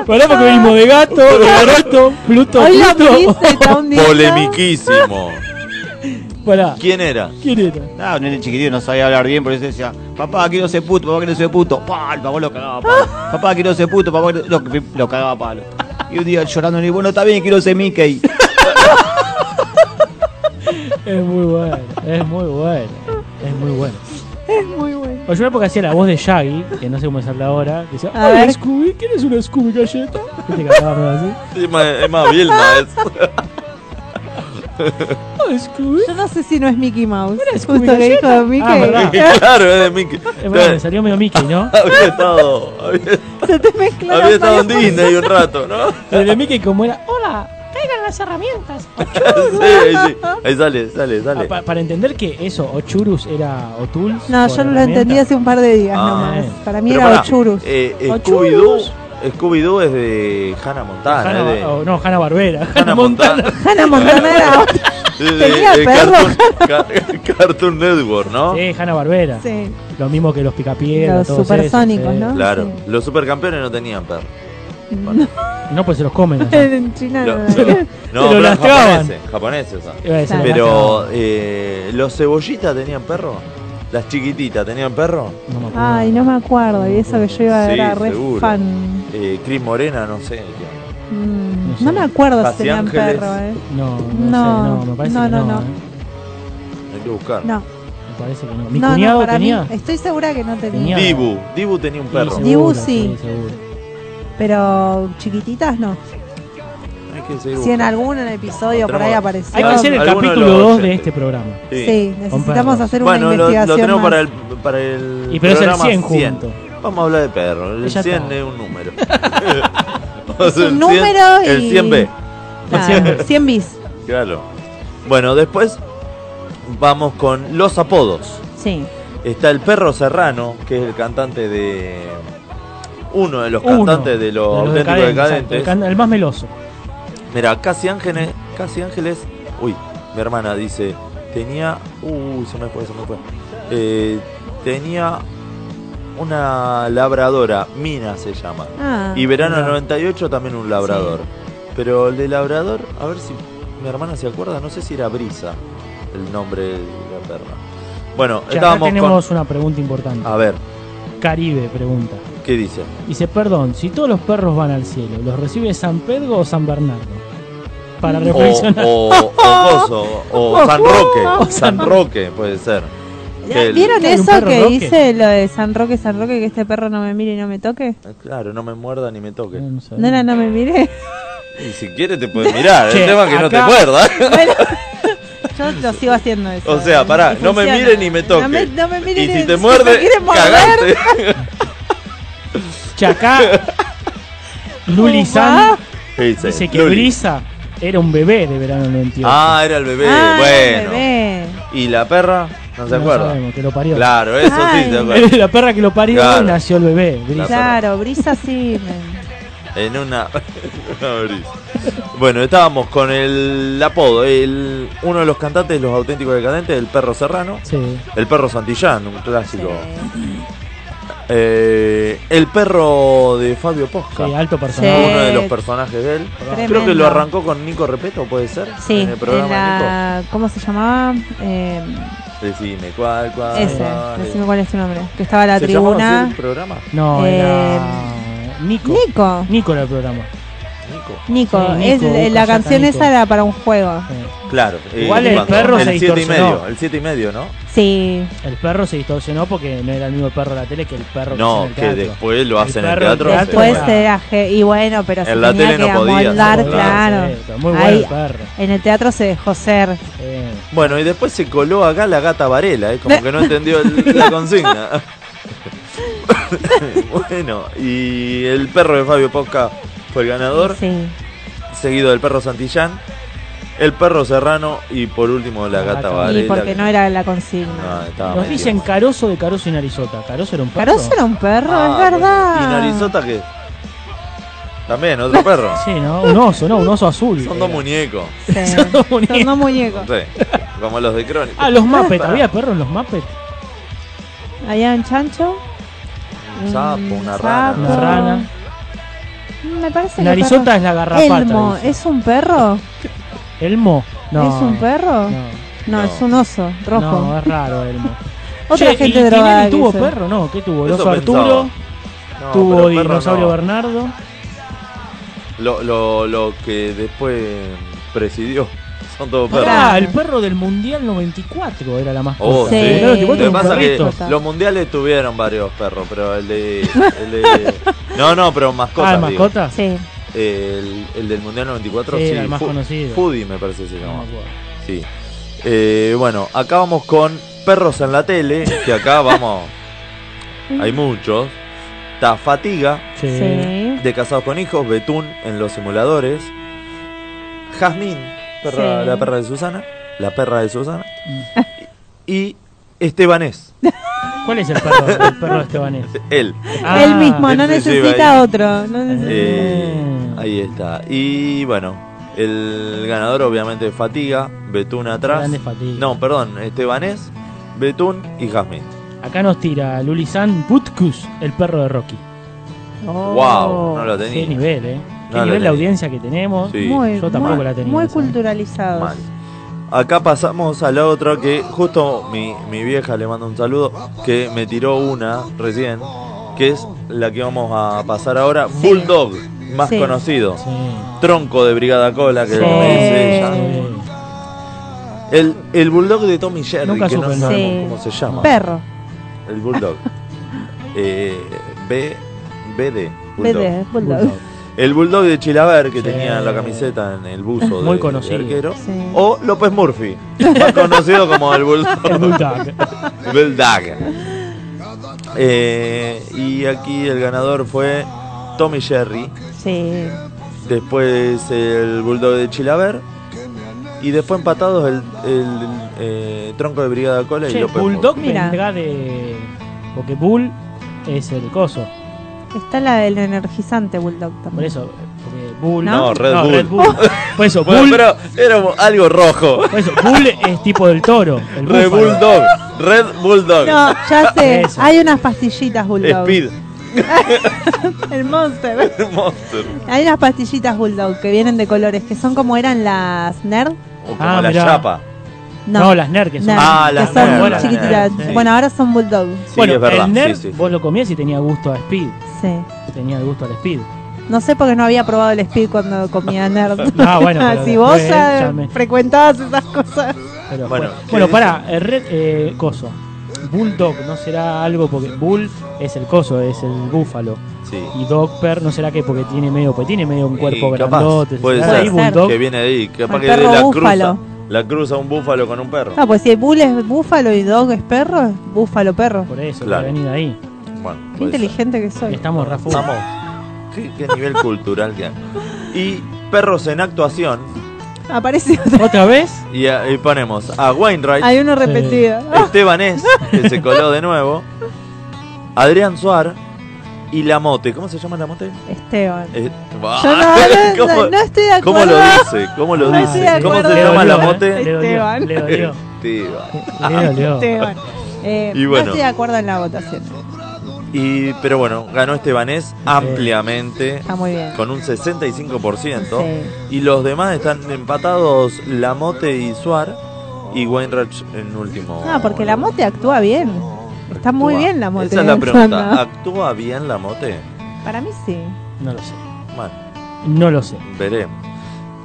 Pará, porque venimos de gato, de garoto, Pluto,
Hoy la
Pluto.
Prince está un día.
Polemiquísimo.
Pará,
¿Quién era?
¿quién era?
Ah, un nene chiquitito no sabía hablar bien, por eso decía, papá, quiero ser puto, papá, quiero ser puto. Pa, el papá lo cagaba a palo. Papá, quiero ser puto, papá, quiero... lo, lo cagaba a palo. Y un día llorando, le digo, bueno, está bien, quiero ser Mickey.
Es muy bueno, es muy bueno, es muy bueno.
Es muy bueno.
Bueno, yo en una época hacía la voz de Shaggy, que no sé cómo es la ahora, que decía,
A
¡Ay,
ver.
Scooby! ¿Quién es una Scooby galleta? Y te cantaba medio así.
Es más, es más Vilma, es.
Yo no sé si no es Mickey Mouse.
Scooby
Justo que dijo
galleta? Ah,
Mickey.
verdad.
claro, es de Mickey.
Es verdad, me salió medio Mickey, ¿no?
Había estado, había,
Se te mezcla
había
la
estado en
palabra.
Disney un rato, ¿no?
Pero de Mickey como era...
Hola, traigan las herramientas.
Sí, ahí, sí. Ahí sale, sale,
Ah,
sale.
pa- para entender que eso, Ochurus era Otools.
No,
por
yo no lo
herramienta.
entendí hace un par de días
Ah,
nomás.
bien.
Para mí
Pero
era
pará,
Ochurus.
eh, Scooby-Doo
Ochurus.
Scooby-Doo es de Hannah Montana.
Hanna-
es de,
oh, no, Hanna Barbera, Hanna Montana.
Hannah Montana era otra.
es de-
tenía
de
perro,
Cartoon, Ca- Cartoon Network, ¿no?
Sí, Hanna Barbera.
Sí.
Lo mismo que los picapiedras.
Los
todos
supersónicos,
esos, eh.
¿no?
Claro, los supercampeones no tenían perro.
sí. No, pues se los comen. allá.
En China.
Lo- lo-
lo
no, pero
lastraban.
japoneses, japoneses son.
Ah,
Iba a decir, lo
Pero eh, los cebollitas tenían perro. Las chiquititas tenían perro.
No me acuerdo.
Ay, no me acuerdo. Y eso que yo iba a ver
Sí,
a re
seguro.
fan.
Eh, Cris Morena, no sé. qué.
Mm, No me acuerdo si
Casi
tenían
Ángeles.
perro, ¿eh?
No, no,
No,
sé, no, me parece
no,
que
no,
no.
no.
¿eh?
Hay que buscar.
No,
Me parece que no. Mi
no, no,
cuñado
para
tenía.
mí. Estoy segura que no tenía.
Tenía.
Dibu, Dibu tenía un
Sí,
perro.
seguro,
Dibu sí.
seguro.
Pero chiquititas no.
Hay que seguir
Si en
buscando.
algún episodio por ahí
Tenemos-
apareció.
Hay que hacer el
Ah, Alguno
capítulo
lo-
2 de este programa.
Sí, necesitamos hacer una
Bueno, lo, lo
investigación.
tenemos
más.
para el, para el.
Y pero es el
programa
100 junto.
Vamos a hablar de perros. El
Ya
100
está.
es un número.
Es un número y-
El 100B.
Claro, 100 bis.
Claro. Bueno, después vamos con los apodos.
Sí.
Está el perro serrano, que es el cantante de. Uno de los
Uno
cantantes de los, auténticos decadentes.
exacto, el can- El más meloso.
Mira, Casi Ángeles, Casi Ángeles, uy, mi hermana dice, tenía, uy, se me fue, se me fue. Eh, tenía una labradora, Mina se llama.
Ah.
y verano del
Mirá.
98 también un labrador. Pero el de labrador, a ver si mi hermana se acuerda, no sé si era Brisa el nombre de la perra. Bueno,
Che, acá
estábamos Ah.
tenemos una pregunta importante.
con... A ver,
Caribe pregunta.
¿qué dice?
Dice, perdón, si todos los perros van al cielo, ¿los recibe San Pedro o San Bernardo? Para
O-
reflexionar.
O, o, Gozo, o San Roque, o San Roque puede ser. Que el-
¿Vieron
Hay un
eso
perro
que
Roque.
dice lo de San Roque, San Roque, que este perro no me mire y no me toque?
Ah, Claro, no me muerda ni me toque.
No, no, no me mire.
Y si quieres te puede mirar,
Che,
el tema es que no te
acá-
muerda.
Yo lo sigo haciendo eso.
o sea, pará,
Y
no me
funciona.
mire ni me toque.
No me, no me mire
y
ni
si te
me
muerde,
quiere morder.
cagaste.
Chacá, Luli San
¿Qué dice?
dice que
Luli.
Brisa era un bebé de verano del 98.
Ah, era el bebé,
Ah, era el
bueno. Y la perra, no se
No
acuerda.
sabemos, que lo parió.
Claro, eso sí se acuerda.
Era la perra que lo parió
Claro.
y nació el bebé. Brisa.
Claro, brisa sí. me-
En una. una brisa. bueno, estábamos con el apodo, el, uno de los cantantes, los auténticos decadentes, el perro serrano.
Sí.
El perro Santillán, un clásico. Eh, el perro de Fabio Posca.
Sí, alto personaje.
Uno de los
Sí.
personajes de él. Creo
Tremendo.
que lo arrancó con Nico Repeto, ¿puede ser?
Sí,
En el programa
en la- ¿cómo se llamaba? Eh,
Nico. Decime cuál, cuál.
ese,
cuál es.
decime cuál es su nombre. Que estaba en la
Ah, ¿Se llamaba
tribuna.
así el programa?
No,
Eh,
era Nico.
Nico.
Nico era el programa.
Nico,
Sí, Nico,
es, eh, la
busca, saca
canción
Nico.
esa era para un juego.
Eh,
Claro.
Igual el
cuando-
perro se
El 7 y
distorsionó.
medio, el 7 y medio, ¿no?
Sí.
El perro se distorsionó porque no era el mismo perro de la tele que el perro
No, que
que hacen en el teatro.
después lo hacen en el
perro del
teatro.
teatro
se
Después
fue.
era G- y bueno, pero
En
se
la
tenía
tele
que
no podía,
amoldar,
sí,
claro.
Perfecto, muy bueno
Ahí,
el perro. eh.
en el teatro se dejó ser.
Bueno, y después se coló acá la gata Varela, ¿eh? como que no entendió el- la consigna. bueno, y el perro de Fabio Posca fue el ganador,
Sí.
seguido del perro Santillán, el perro Serrano y por último la Ah, gata Varela.
Y porque
que-
no era la consigna.
No, estaba
Nos
metido.
dicen Caroso de Caroso y Narizota. Caroso era un perro.
Caroso era un perro,
Ah,
es
¿Y
verdad.
Narizota qué? También, otro perro.
Sí, ¿no? Un oso, ¿no? Un oso azul.
Son dos muñecos.
Sí. Son
dos
dos muñecos.
Sí, como los de Crónica.
Ah, los Muppets. ¿Había perros en los Muppets?
Había un chancho.
Un sapo,
un
una rana.
sapo.
Una rana.
Me parece que
Narizota
perro-
es la garrapata,
Elmo,
dice.
¿es un perro?
¿Elmo? No.
¿Es un
No.
perro? No,
No.
es un oso rojo.
No, es raro Elmo.
Otra
Che,
gente
¿y Tinelli
drogada que
tuvo
se-
perro? No, ¿qué tuvo? El
Eso
oso
pensaba.
Arturo,
No, pero
tuvo
perro
Dinosaurio
no.
Bernardo.
Lo, lo, lo que después presidió. Son todos perros.
Ah, el perro del Mundial 94 era la más
Oh, sí.
El
Lo
Mundial
que
94 era un
pasa que
perrito.
los mundiales tuvieron varios perros, pero el de. el de- no, no, pero mascotas.
Ah,
digo.
mascotas.
Sí.
El, el del mundial 94,
Sí,
sí.
era el más
Fu-
conocido. Ah,
Fudi, me parece que se llama.
me acuerdo.
sí. Eh, bueno, acá vamos con perros en la tele, que acá vamos. Hay muchos. Está Fatiga,
Sí.
de Casados con Hijos, Betún en los simuladores, Jazmín, perra-
Sí.
la perra de Susana, la perra de Susana,
Mm.
y Estebanés,
¿Cuál es el perro, el perro de Estebanés?
él.
Ah,
Él mismo,
él
no
se lleva
necesita
este ahí.
otro. no necesita-
Eh, ahí está. Y bueno, el ganador obviamente es Fatiga, Betún atrás.
Grande Fatiga.
No, perdón, Estebanés, Betún y Jazmín.
Acá nos tira Lulizan Butkus, el perro de Rocky. eh. Oh,
Wow,
Oh.
no lo tenía.
Qué nivel, ¿eh? Qué
No lo
nivel
tenía.
la audiencia que tenemos.
Sí.
Muy,
Yo tampoco
muy-
la tenía.
muy
esa.
culturalizados.
Mal. Acá pasamos a la otra que justo mi, mi vieja le manda un saludo que me tiró una recién, que es la que vamos a pasar ahora, Bulldog, más
Sí.
conocido. Tronco de Brigada Cola que me dice ella. El, el Bulldog de Tommy Jerry,
Nunca
que no
supe.
sabemos
Sí.
cómo se llama.
Perro.
El Bulldog. Eh, B, BD. Bulldog.
BD, Bulldog.
El Bulldog de Chilaver, que tenía la camiseta en el buzo
Muy
de-
conocido.
de arquero. O López Murphy, más conocido como el Bulldog.
El Bulldog.
Bulldog. Eh, y aquí el ganador fue Tommy Jerry.
Sí.
Después el Bulldog de Chilaver. Y después empatados el, el, eh, tronco de Brigada Cole y
Che,
López
Bulldog
Murphy.
vendrá de. Porque Bull es el coso.
Está la del energizante Bulldog también.
Por eso, porque Bull.
No, Red Bull.
Por eso,
Bueno,
Bull.
pero era algo rojo.
Por eso, Bull es tipo del toro. El
Red
búfalo.
Bulldog. Red Bulldog.
No, ya sé.
Eso.
Hay unas pastillitas Bulldog.
Speed.
El monster.
Monster.
Hay unas pastillitas Bulldog que vienen de colores, que son como eran las Nerd.
O como
Ah,
la
mirá.
chapa.
No.
No, las Nerds que son.
Nerd,
Ah,
que
las
son
Nerd,
muy
las
chiquititas.
Nerd, sí.
Bueno, ahora son Bulldog.
bueno,
es verdad,
el
sí,
Nerd
sí, sí.
vos lo comías y tenía gusto a Speed.
Sí.
Tenía el gusto al Speed.
No sé porque no había probado el Speed cuando comía Nerd.
Ah, bueno, pero
si vos
después
ya,
ya me-
frecuentabas esas cosas.
Pero
Bueno,
bueno,
¿qué
bueno
dice?
pará, el Red. Eh, coso. Bulldog no será algo porque Bull es el coso, es el búfalo.
Sí.
Y Dogper no será que porque tiene medio, porque tiene medio un cuerpo
Y capaz,
grandote.
Puede
será ahí
ser
Bulldog.
que viene de ahí. Capaz
Con
que de
perro
la
búfalo.
cruza. La cruza un búfalo con un perro.
No, pues si el Bull es búfalo y Dog es perro, es búfalo perro.
Por eso,
Claro.
que venir ahí.
Bueno,
Qué
puede ser.
inteligente que soy.
Estamos Rafa.
Vamos. Qué, qué nivel cultural que hay. Y perros en actuación.
Aparece otro.
¿Otra vez?
Y, a- y ponemos a Wainwright.
Hay uno repetido. Ah,
Esteban es, que se coló de nuevo. Adrián Suar. Y la mote. ¿Cómo se llama la mote?
Esteban.
Eh, bah,
Yo no, no,
¿cómo-
no, no estoy de acuerdo.
¿Cómo lo dice? ¿Cómo lo
No estoy
dice?
de
¿Cómo se
acuerdo.
llama la
Le dolió,
mote? Este,
Le dolió.
Esteban.
Le dolió.
Esteban.
Le dolió.
Esteban. Eh,
Y bueno.
No estoy de acuerdo en la votación.
Y, pero bueno, ganó Estebanés ampliamente.
Está muy bien.
Con un 65%.
Sí.
Y los demás están empatados Lamote y Suar. Y Wainwright en último.
No, Ah, porque la mote actúa bien. Está muy
Actúa.
bien la mote. ¿eh?
Esa es la
actuando.
pregunta. Ah. ¿Actúa bien Lamote?
Para mí sí.
No lo sé.
Bueno,
No lo sé.
veremos.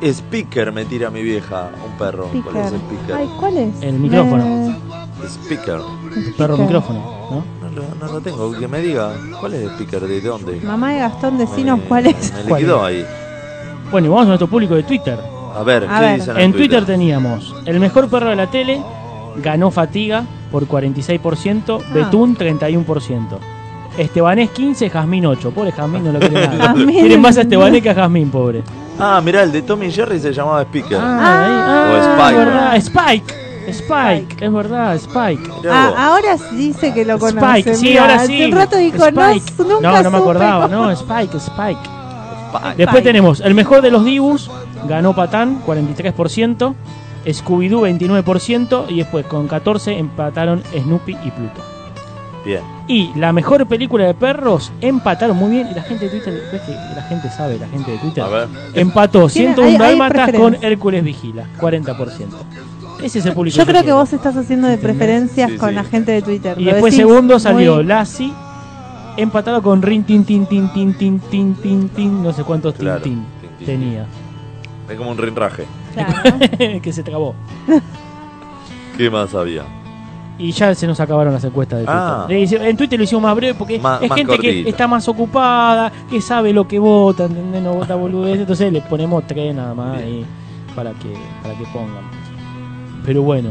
Speaker me tira mi vieja, un perro. ¿Cuál es
Speaker.
speaker?
Ay, ¿cuál es? Eh,
El micrófono.
Me-
Speaker.
El perro micrófono, ¿no?
No, lo- no lo tengo. Que me diga, ¿cuál es speaker? ¿De dónde?
Mamá de Gastón, decinos
Me-
cuál es.
Me
¿Cuál
liquidó ahí.
Bueno, y vamos a nuestro público de Twitter.
A ver,
A
¿qué
ver.
dicen
En Twitter teníamos el mejor perro de la tele, ganó Fatiga por 46%,
Ah.
Betún 31%. Estebanés 15, Jazmín 8. Pobre Jazmín no lo quiere nada.
Jazmín.
Quieren más a Estebanés que a Jazmín, pobre.
Ah, mirá, el de Tommy Jerry se llamaba Speaker.
Ah,
o
es
Spike.
verdad. Spike. Spike, es verdad, Spike.
Mirá
Ah,
vos.
ahora dice que lo conoce.
Spike, sí,
Mirá,
ahora
hace
sí.
un rato dijo,
Spike.
no,
no,
nunca
no me
supe
acordaba,
cómo-
no, Spike, Spike.
Spike.
Después tenemos el mejor de los Dibus, ganó Patán, 43%, Scooby-Doo, 29%, y después con 14 empataron Snoopy y Pluto.
Bien.
Y la mejor película de perros empataron muy bien, y la gente de Twitter, ves que la gente sabe, la gente de Twitter,
A ver.
empató
Tiene-
101
hay- hay
dálmatas con
preferencia.
Hércules Vigila, 40%. Ese es el público.
Yo creo que
quiero.
vos estás haciendo de preferencias
Sí,
con
sí.
la gente de Twitter.
Y
Lo
después
decís
segundo salió
muy-
Lassie, empatado con Rin Tin Tin Tin Tin Tin Tin Tin Tin, no sé cuántos
Claro,
Tin
Tin,
Tin
Tin.
tenía,
Es como un rinraje.
Claro.
que se trabó.
¿Qué más había?
Y ya se nos acabaron las encuestas de Twitter.
Ah.
Le hice- En Twitter lo hicimos más breve porque
Más-
es
más
gente que
cortito.
está más ocupada, que sabe lo que vota, ¿entendés? No vota boludez. Entonces le ponemos tres nada más ahí para que, para que pongan. Pero bueno.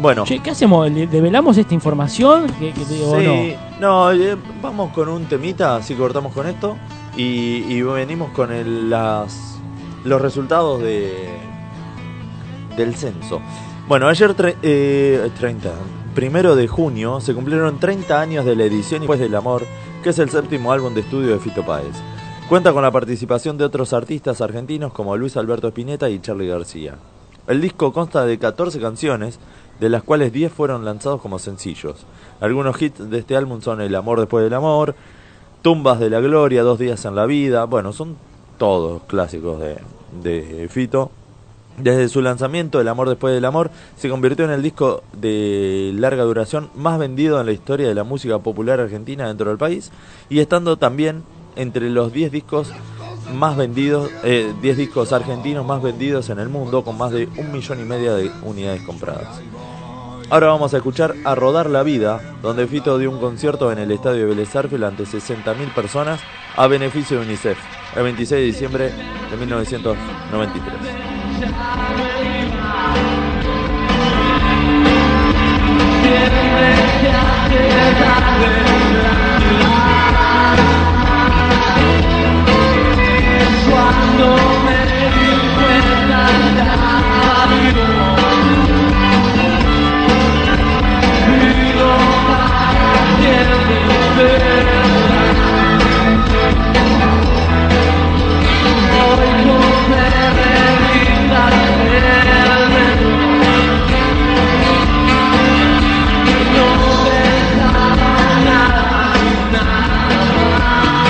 Bueno.
Che, ¿qué hacemos? ¿Le- ¿Develamos esta información? ¿Qué, qué te digo, o
Sí, no, eh, vamos con un temita, así cortamos con esto y, y venimos con el- las, los resultados de, del censo. Bueno, ayer tre- eh, 30, primero de junio, se cumplieron 30 años de la edición Después del Amor, que es el séptimo álbum de estudio de Fito Páez. Cuenta con la participación de otros artistas argentinos como Luis Alberto Spinetta y Charly García. El disco consta de 14 canciones, de las cuales 10 fueron lanzados como sencillos. Algunos hits de este álbum son El amor después del amor, Tumbas de la gloria, Dos días en la vida, bueno, son todos clásicos de, de Fito. Desde su lanzamiento, El amor después del amor se convirtió en el disco de larga duración más vendido en la historia de la música popular argentina dentro del país y estando también entre los 10 discos más vendidos, eh, 10 discos argentinos más vendidos en el mundo con más de un millón y medio de unidades compradas. Ahora vamos a escuchar A Rodar la Vida, donde Fito dio un concierto en el estadio de Vélez Sarsfield ante 60.000 personas a beneficio de UNICEF el 26 de diciembre de 1993.
Cuando me di cuenta estaba vivo Vivo para siempre Hoy no me revisas el menor No pensaba nada, nada más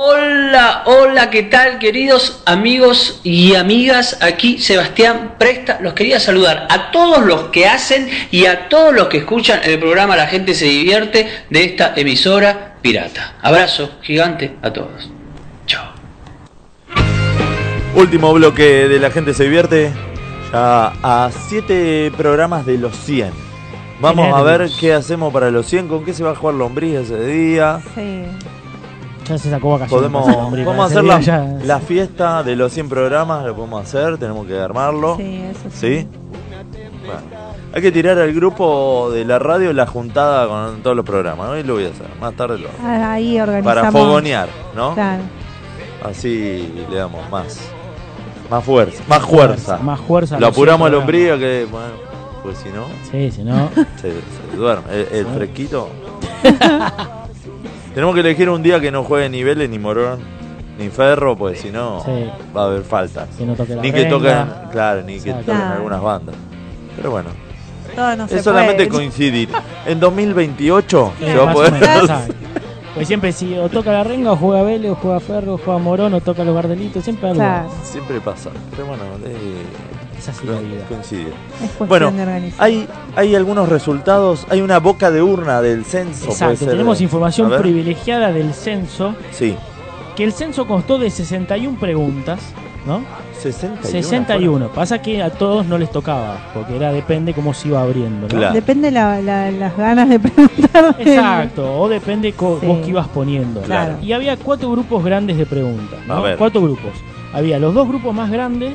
Hola, hola, ¿qué tal queridos amigos y amigas? Aquí Sebastián Presta, los quería saludar a todos los que hacen y a todos los que escuchan el programa La gente se divierte de esta emisora pirata. Abrazo gigante a todos.
Último bloque de La Gente Se Divierte. Ya a 7 programas de los 100. Vamos a ver qué hacemos para los 100. ¿Con qué se va a jugar Lombriz ese día?
Sí.
Ya se sacó vacaciones.
Podemos,
para el hombre,
vamos a
para
hacer
ese
la,
día ya-
la fiesta de los 100 programas. Lo podemos hacer, tenemos que armarlo.
Sí, eso
sí. Bueno. Hay que tirar al grupo de la radio la juntada con todos los programas. Hoy lo voy a hacer, más tarde lo hago.
Ah, Ahí organizamos.
Para fogonear, ¿no?
Claro.
Así le damos más. Más fuerza. Más fuerza.
Más fuerza.
Lo
los
apuramos al
otros
hombrío que. Bueno, pues si no.
Sí, si no.
Se, se duerme. El, el fresquito. Tenemos que elegir un día que no juegue ni Vélez, ni Morón, ni Ferro, pues si no.
Sí.
Va a haber faltas.
Que no toque la
ni que
renga.
toquen. Claro, ni que
Exacto.
toquen
Claro.
algunas bandas. Pero bueno.
Todo no se
es solamente
puede.
coincidir. En 2028
Sí,
se va a
más o
poder.
menos, sabe. Pues siempre si o toca la renga, o juega Vélez, o juega Ferro, o juega Morón, o toca los Gardelitos, siempre algo.
Claro.
Siempre pasa. Pero bueno, eh, co- coincide.
Es cuestión
Bueno,
de organizar.
hay, hay algunos resultados. Hay una boca de urna del censo. puede
Exacto,
ser,
tenemos
eh.
información
A ver.
privilegiada del censo,
Sí.
que el censo constó de 61 preguntas, ¿no?
61.
61. Pasa que a todos no les tocaba, porque era depende cómo se iba abriendo, ¿no?
Depende la, la- las ganas de preguntar. de-
Exacto, o depende co-
Sí.
vos que ibas poniendo.
Claro.
Y había cuatro grupos grandes de preguntas. ¿no?
A ver.
Cuatro grupos. Había los dos grupos más grandes,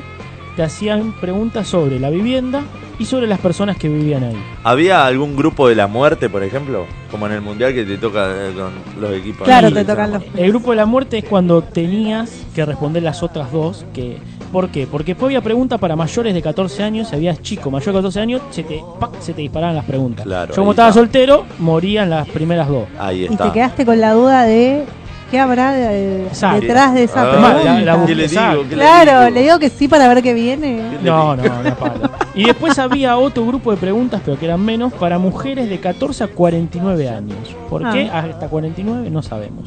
te hacían preguntas sobre la vivienda y sobre las personas que vivían ahí.
¿Había algún grupo de la muerte, por ejemplo? Como en el mundial que te toca eh, con los equipos.
Claro,
¿no?
te
tocan los-
El grupo de la muerte es cuando tenías que responder las otras dos. Que, ¿Por qué? Porque después había preguntas para mayores de 14 años. Si habías chico mayor de 14 años, se te, pa, se te disparaban las preguntas.
Claro,
Yo, como
ahí
estaba
está.
soltero, morían las primeras dos.
Ahí
Y
está.
te quedaste con la duda de qué habrá de-
Exacto.
detrás de esa
Ah,
pregunta.
la- la- ¿Qué le
Exacto.
digo? ¿Qué le
Claro, le digo que sí para ver qué viene.
No, no, no, palo. Y después había otro grupo de preguntas, pero que eran menos, para mujeres de 14 a 49 años. ¿Por
Ah.
qué hasta 49? No sabemos.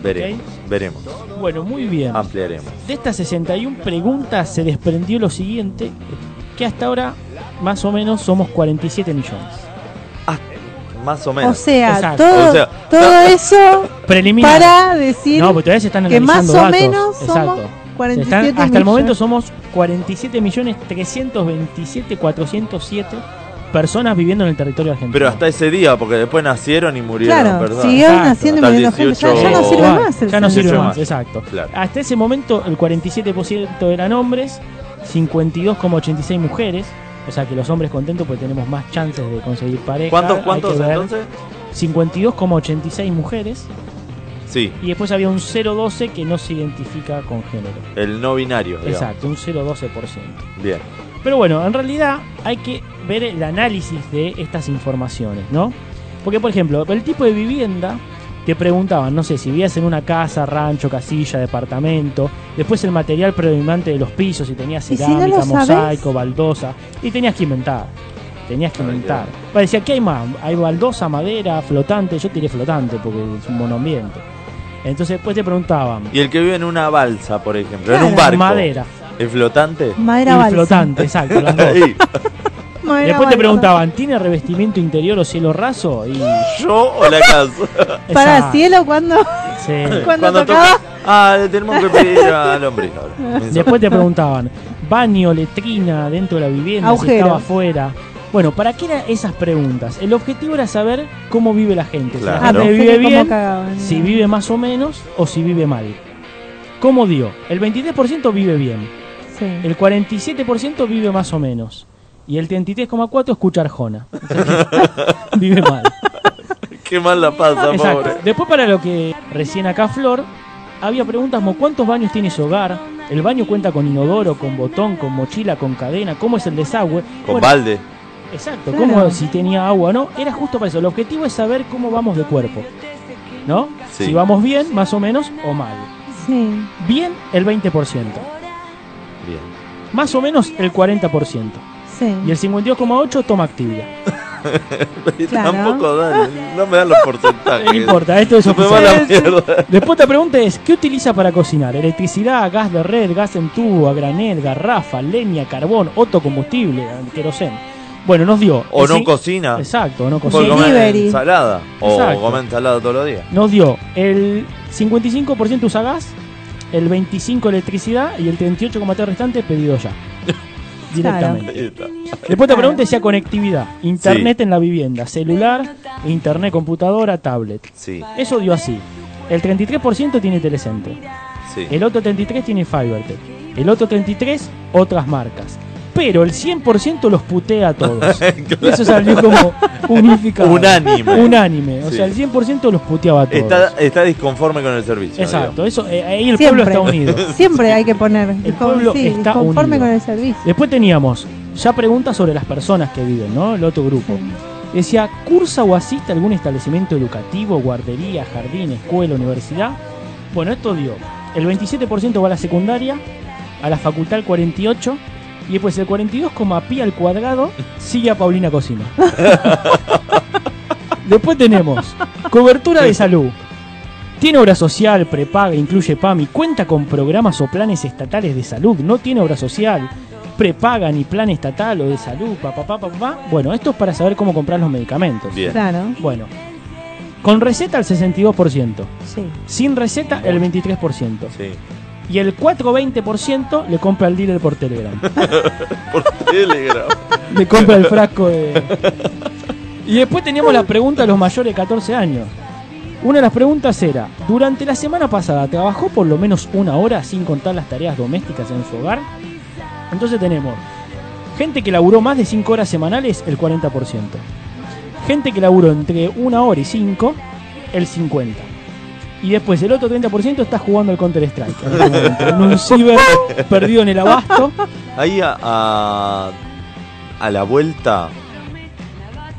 Veremos. Veremos.
Bueno, muy bien.
Ampliaremos.
De estas 61 preguntas se desprendió lo siguiente, que hasta ahora más o menos somos 47 millones.
Más o
O
menos.
sea,
Exacto.
todo,
O sea,
todo
no.
eso
Preliminar.
para decir
No, porque todavía se están
que
analizando
más o
datos.
menos somos
Exacto. Se están-
47
hasta el
millones.
momento somos 47 millones 327 407 personas viviendo en el territorio argentino.
Pero hasta ese día, porque después nacieron y murieron.
Claro,
¿verdad?
siguieron naciendo
y
Hasta el
muriendo gente. Ya- ya no
18
sirve más el
Ya no sirve
18
más, exacto.
Claro.
Hasta ese momento el 47% eran hombres, 52,86 mujeres. O sea que los hombres contentos porque tenemos más chances de conseguir pareja.
¿Cuántos,
Hay
cuántos,
que ver.
entonces?
52,86 mujeres.
Sí,
Y después había un 0,12 que no se identifica con género.
el no binario. digamos.
Exacto, un 0,12%.
Bien.
Pero bueno, en realidad hay que ver el análisis de estas informaciones, ¿no? Porque, por ejemplo, el tipo de vivienda te preguntaban, no sé, si vivías en una casa, rancho, casilla, departamento, después el material predominante de los pisos, si tenías
¿Y si no
cerámica,
lo sabés?
mosaico, baldosa, y tenías que inventar. Tenías que inventar. Parecía que hay más, hay baldosa, madera, flotante, yo tiré flotante porque es un monoambiente. Entonces después te preguntaban,
Y el que vive en una balsa, por ejemplo,
Claro.
en un barco.
Madera.
¿El flotante?
Madera
y
balsa.
flotante, exacto, las dos.
Ey,
Madera
Después te
balsa.
preguntaban, ¿tiene revestimiento interior o cielo raso? Y
¿Yo o la casa?
¿Para cielo cuando
Sí.
cuando
Cuando
tocaba?
Ah, le tenemos que pedir al hombre ahora.
Después te preguntaban, baño, letrina dentro de la vivienda, si
Agujero.
estaba afuera. Bueno, ¿para qué eran esas preguntas? El objetivo era saber cómo vive la gente. si la gente
Claro. Ah, pensé
vive
que cómo
bien,
cagaban.
si vive más o menos o si vive mal. ¿Cómo dio? El 23% vive bien,
Sí.
el 47% vive más o menos y el 33,4% escucha Arjona. vive mal.
Qué mal la pasa,
Exacto.
pobre.
Después para lo que recién acá Flor, había preguntas como ¿cuántos baños tiene su hogar? ¿El baño cuenta con inodoro, con botón, con mochila, con cadena? ¿Cómo es el desagüe?
Con
Bueno,
balde.
Exacto,
Claro.
¿cómo si tenía agua o no? Era justo para eso. El objetivo es saber cómo vamos de cuerpo. ¿No?
Sí.
Si vamos bien, más o menos, o mal.
Sí.
Bien, el 20%.
Bien.
Más o menos, el 40%.
Sí.
Y el 52,8% toma actividad.
Claro.
Tampoco dan, no me dan los porcentajes.
No importa, esto es
Me va
oficial.
la mierda.
Después la pregunta es, ¿qué utiliza para cocinar? ¿Electricidad, gas de red, gas en tubo, a granel, garrafa, leña, carbón, autocombustible, querosén? Bueno, nos dio...
O
el
no
ci-
cocina.
Exacto, o no
Porque
cocina.
come ensalada. O
Exacto.
come ensalada todos los días.
Nos dio el 55% usa gas, el 25% electricidad y el 38,3% restante pedido ya. Directamente.
Ahí está.
Después te pregunta si sea conectividad, internet en la vivienda, celular, internet, computadora, tablet.
Sí.
Eso dio así. El 33% tiene Telecentro.
Sí.
El otro 33% tiene Fibertech. El otro 33% otras marcas. Pero el 100% los putea a todos.
Claro.
Eso salió como unificado.
Unánime.
Unánime. O
Sí.
sea, el 100% los puteaba a todos.
Está, está disconforme con el servicio.
Exacto,
digamos.
eso, eh, ahí el pueblo
Siempre.
está unido.
Siempre hay que poner. discon-
pueblo
sí,
está
conforme
unido.
con el servicio.
Después teníamos ya preguntas sobre las personas que viven, ¿no? El otro grupo. Decía, ¿cursa o asiste a algún establecimiento educativo, guardería, jardín, escuela, universidad? Bueno, esto dio. El 27% va a la secundaria, a la facultad el 48%, y después el 42, como pi al cuadrado, sigue a Paulina Cocina. después tenemos cobertura de salud. Tiene obra social, prepaga, incluye PAMI, cuenta con programas o planes estatales de salud, no tiene obra social, prepaga ni plan estatal o de salud, papá, papá, papá. Bueno, esto es para saber cómo comprar los medicamentos.
Bien.
Claro.
Bueno, con receta el 62%,
Sí.
sin receta el 23%.
Sí.
Y el 4-20% le compra al dealer por Telegram.
Por Telegram.
Le compra el frasco de. Y después teníamos la pregunta a los mayores de 14 años. Una de las preguntas era: ¿Durante la semana pasada trabajó por lo menos una hora sin contar las tareas domésticas en su hogar? Entonces tenemos gente que laburó más de 5 horas semanales, el 40%. Gente que laburó entre una hora y 5, el 50%. Y después el otro 30% está jugando al Counter Strike. En un ciber perdido en el abasto.
Ahí a, a, a la vuelta,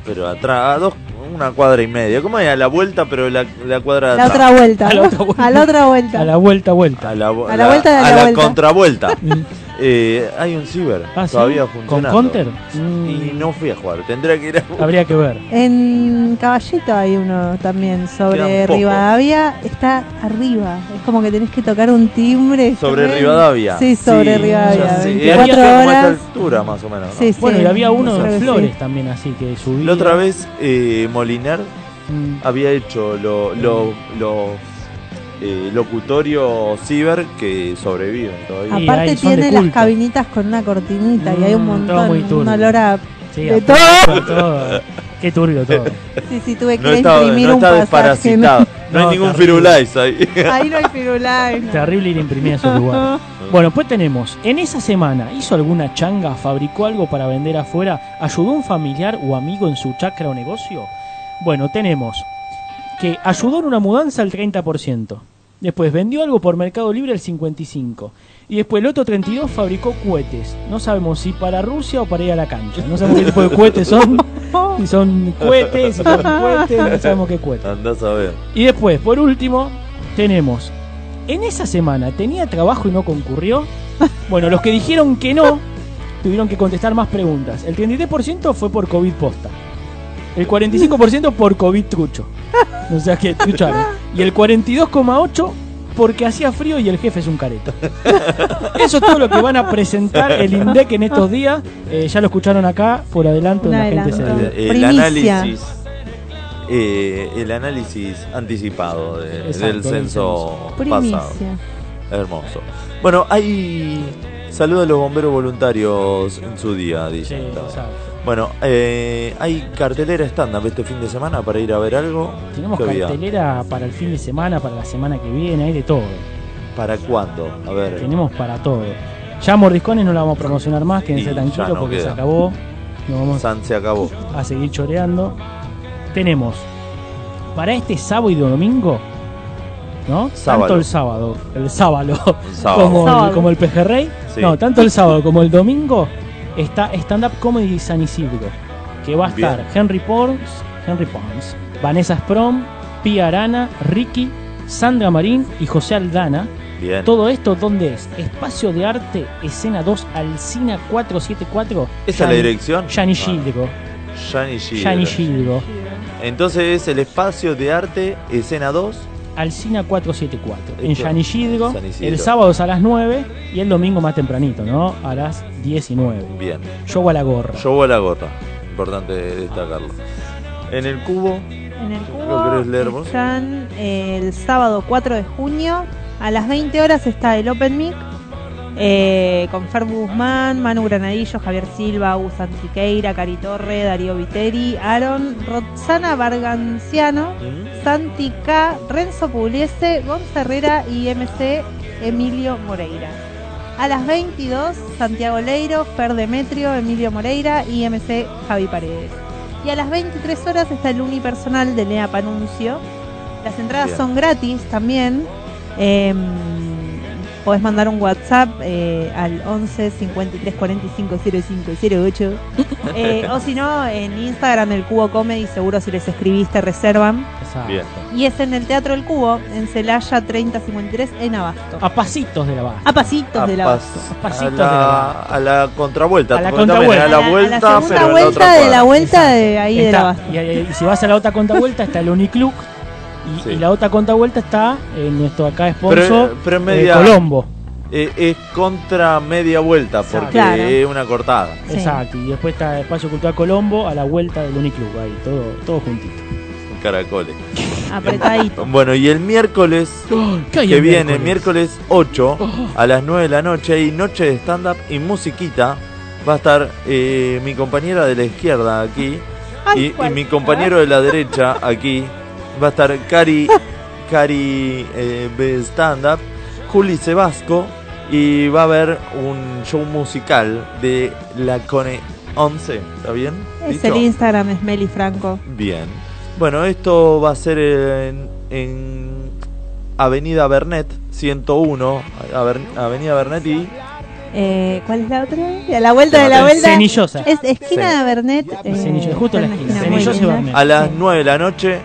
pero atrás, a dos, una cuadra y media. ¿Cómo es? A la vuelta, pero la, la cuadra de
La
atrás.
otra vuelta.
A la otra vuelta.
A la otra vuelta.
A la vuelta, vuelta. Mm,
A la, vo-
A la vuelta de
a
la
la
vuelta.
contravuelta. Eh, hay un ciber
Ah, ¿sí?
todavía
¿Con
funcionando.
counter? Mm.
Y no fui a jugar. Tendría que ir a jugar.
Habría que ver.
En Caballito hay uno también sobre
Quedan pocos.
Rivadavia. Está arriba. Es como que tenés que tocar un timbre.
Sobre
Sí.
Rivadavia.
Sí, sobre Rivadavia.
ya sé.
24
Era como a esta
horas.
altura, más o menos. ¿no?
Sí, sí.
Bueno, y había uno
Creo
en
que
Flores
sí.
también, así que subía.
La otra vez, eh, Molinar
Mm.
había hecho lo- lo- los eh, locutorios ciber que sobreviven todavía.
Y
Aparte
ahí son de
tiene las
culto.
cabinitas con una cortinita y hay un
Mm, todo
montón.
muy turbio.
Un olor a.
Sí,
de
aparte,
todo.
con todo. Qué turbio todo.
Sí, sí, tuve que
No
ir a
está,
imprimir
no
un
está
pasaje. ¿no?
desparasitado. No,
No,
hay ningún
terrible.
firulais ahí.
Ahí no hay pirulai, no.
Terrible ir a imprimir a esos lugares. Bueno, pues tenemos. En esa semana, ¿hizo alguna changa? ¿Fabricó algo para vender afuera? ¿Ayudó a un familiar o amigo en su chacra o negocio? Bueno, tenemos que ayudó en una mudanza el 30%. Después vendió algo por Mercado Libre el 55%. Y después el otro 32% fabricó cohetes. No sabemos si para Rusia o para ir a la cancha. No sabemos qué tipo de cohetes son. Si son cohetes, si son cohetes, no sabemos qué cohetes.
Andás a ver.
Y después, por último, tenemos. En esa semana, ¿tenía trabajo y no concurrió? Bueno, los que dijeron que no tuvieron que contestar más preguntas. El 33% fue por COVID posta. El 45% por COVID trucho. O sea que trucharon. Y el 42,8% porque hacía frío y el jefe es un careta. Eso es todo lo que van a presentar el INDEC en estos días. Eh, ya lo escucharon acá por adelanto.
Un
de la gente
adelanto.
se-
Eh, El, el
Primicia.
análisis. eh, el análisis anticipado de-
Exacto,
del
del
censo
Primicia.
pasado. Hermoso. Bueno, hay. Saluda a los bomberos voluntarios en su día,
Sí,
dice.
exacto.
Bueno, eh, hay cartelera stand-up este fin de semana para ir a ver algo.
Tenemos
¿Qué había?
cartelera para el fin de semana, para la semana que viene, hay de todo.
¿Para cuándo? A ver.
Tenemos para todo. Ya Mordiscones no la vamos a promocionar más,
Y
quédense
ya
tranquilos
no
porque se
queda.
acabó. Nos vamos
San se acabó.
a seguir choreando. Tenemos para este sábado y domingo, ¿no?
Sábado.
Tanto el sábado, el sábado,
Sábado.
Como,
Sábado.
El, como el pejerrey.
Sí.
No, tanto el sábado como el domingo está Stand Up Comedy San Isidro, que va a
Bien.
estar Henry Pons, Henry Pons, Vanessa Sprom, Pia Arana, Ricky, Sandra Marín y José Aldana.
Bien.
Todo esto, ¿dónde es? Espacio de Arte, Escena 2, Alcina 474.
¿Esa es la dirección? Ah,
Yanishildico.
Gianni Gildo.
Gianni Gilgo.
Entonces es el espacio de arte, escena 2.
Alcina 474, en
Esto-
Gianni Gilgo,
San Isidro.
el sábado es a las 9 y el domingo más tempranito, ¿no? A las 19.
Bien.
Yo a la gorra.
Yo voy a la gorra. Importante destacarlo. En el cubo.
En el
Lo querés leer
cubo
vos.
están el sábado 4 de junio a las 20 horas está el Open Mic eh, con Ferbu Guzmán, Manu Granadillo, Javier Silva, Hugo Santiqueira, Cari Torre, Darío Viteri, Aaron, Roxana Barganciano, Santi K, Renzo Pugliese, Gonz Herrera y MC Emilio Moreira. A las 22, Santiago Leiro, Fer Demetrio, Emilio Moreira y MC Javi Paredes. Y a las 23 horas está el unipersonal de Lea Panuncio. Las entradas
Bien.
son gratis también. Em, Podés mandar un WhatsApp eh, al 11 53 45 05 08. Eh, o si no, en Instagram del Cubo Comedy, seguro si les escribís te reservan.
Bien.
Y es en el Teatro El Cubo, en Celaya 3053, en Abasto.
A pasitos de la barra.
A pasitos
A
de la
pas-
Abasto.
a, la, a la contravuelta.
A la
Contame,
contravuelta.
A la
A la- a la
vuelta,
segunda
pero en
vuelta
otra
de
cuadra.
la vuelta de ahí de
Está-
la Abasto.
y, eh, y- y si vas a la otra contravuelta está el Uniclub y, y la otra contravuelta está en nuestro acá sponsor
Pero, pero en
eh,
media.
Colombo.
Eh, es contra media vuelta porque
Claro.
es una cortada.
Exacto, y después está Espacio Cultural Colombo a la vuelta del Uniclub, ahí, todo, todo juntito.
Caracoles.
Apretadito.
Bueno, y el miércoles
¿qué
que
hay el
viene, miércoles 8 a las 9 de la noche, y noche de stand-up y musiquita, va a estar eh, mi compañera de la izquierda aquí
Ay,
y- y,
cuál-
mi compañero de la derecha aquí. Va a estar Cari, Cari eh, de stand-up, Juli Sebasco y va a haber un show musical de la Cone 11, ¿está bien?
Es
dicho?
el Instagram, es Meli Franco.
Bien. Bueno, esto va a ser eh, en, en Avenida Bernet 101. Aver- Avenida Bernet y.
Eh, ¿Cuál es la otra? A la vuelta de la
En
vuelta.
Cenillosa.
Es esquina
Sí.
de Bernet. eh,
justo en la
está
esquina,
muy
Cenillosa y
linda.
Bernet.
A las 9 de la noche.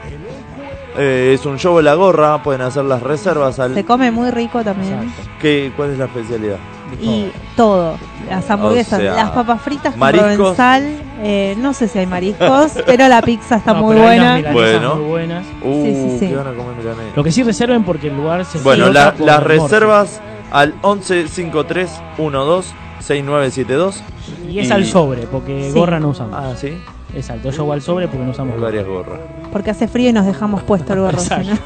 Eh, es un show en la gorra. Pueden hacer las reservas al.
Se come muy rico también.
¿Qué, ¿Cuál es la especialidad?
Y todo. Las hamburguesas,
O sea,
las papas fritas con
mariscos.
provenzal. eh, no sé si hay mariscos, pero la pizza está
No,
muy
pero hay unas
buena.
milanesas muy buenas.
Uh,
Sí, sí, sí.
¿qué van a comer milanesa?
Lo que sí reserven porque el lugar se
Bueno,
explota
la-
por
las
amor.
reservas al 11 53 12 6972.
Y es al sobre, porque
Sí.
gorra no usamos.
Ah, sí.
Exacto, yo voy al sobre porque no usamos gorra.
varias gorras.
Porque hace frío y nos dejamos puesto el gorro. si no.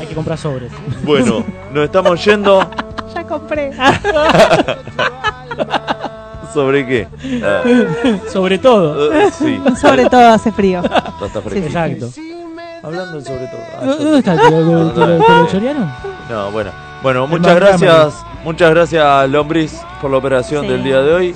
Hay que comprar sobres.
Bueno, nos estamos yendo.
ya compré.
¿Sobre qué? Ah,
sobre todo.
eh, sí.
Sobre todo hace frío.
Está- está fresquito.
Exacto.
Hablando de sobre todo. Ah,
¿Dónde está el tío? ¿Te lo- te lo chorearon?
No, bueno. Bueno,
El
muchas
Montgomery.
gracias. Muchas gracias, Lombriz, por la operación
Sí.
del día de hoy.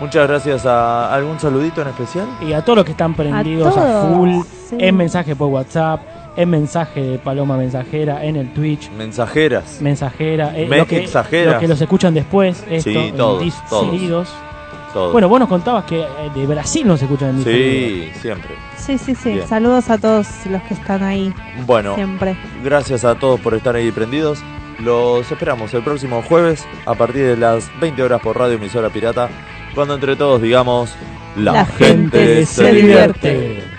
Muchas gracias a algún saludito en especial.
Y a todos los que están prendidos a,
todos,
full,
sí.
en mensaje por WhatsApp, en mensaje de Paloma Mensajera, en el Twitch,
Mensajeras.
mensajera, eh,
Me-
lo que,
exageras.
lo que los escuchan después, esto,
Sí,
en
todos,
dis-
todos.
seguidos.
Todos.
Bueno, vos nos contabas que eh, de Brasil nos escuchan en
sí,
diferido.
siempre.
Sí, sí, sí.
Bien.
Saludos a todos los que están ahí.
Bueno,
Siempre.
gracias a todos por estar ahí prendidos. Los esperamos el próximo jueves a partir de las 20 horas por Radio Emisora Pirata, cuando entre todos digamos, la,
La gente se divierte.
divierte.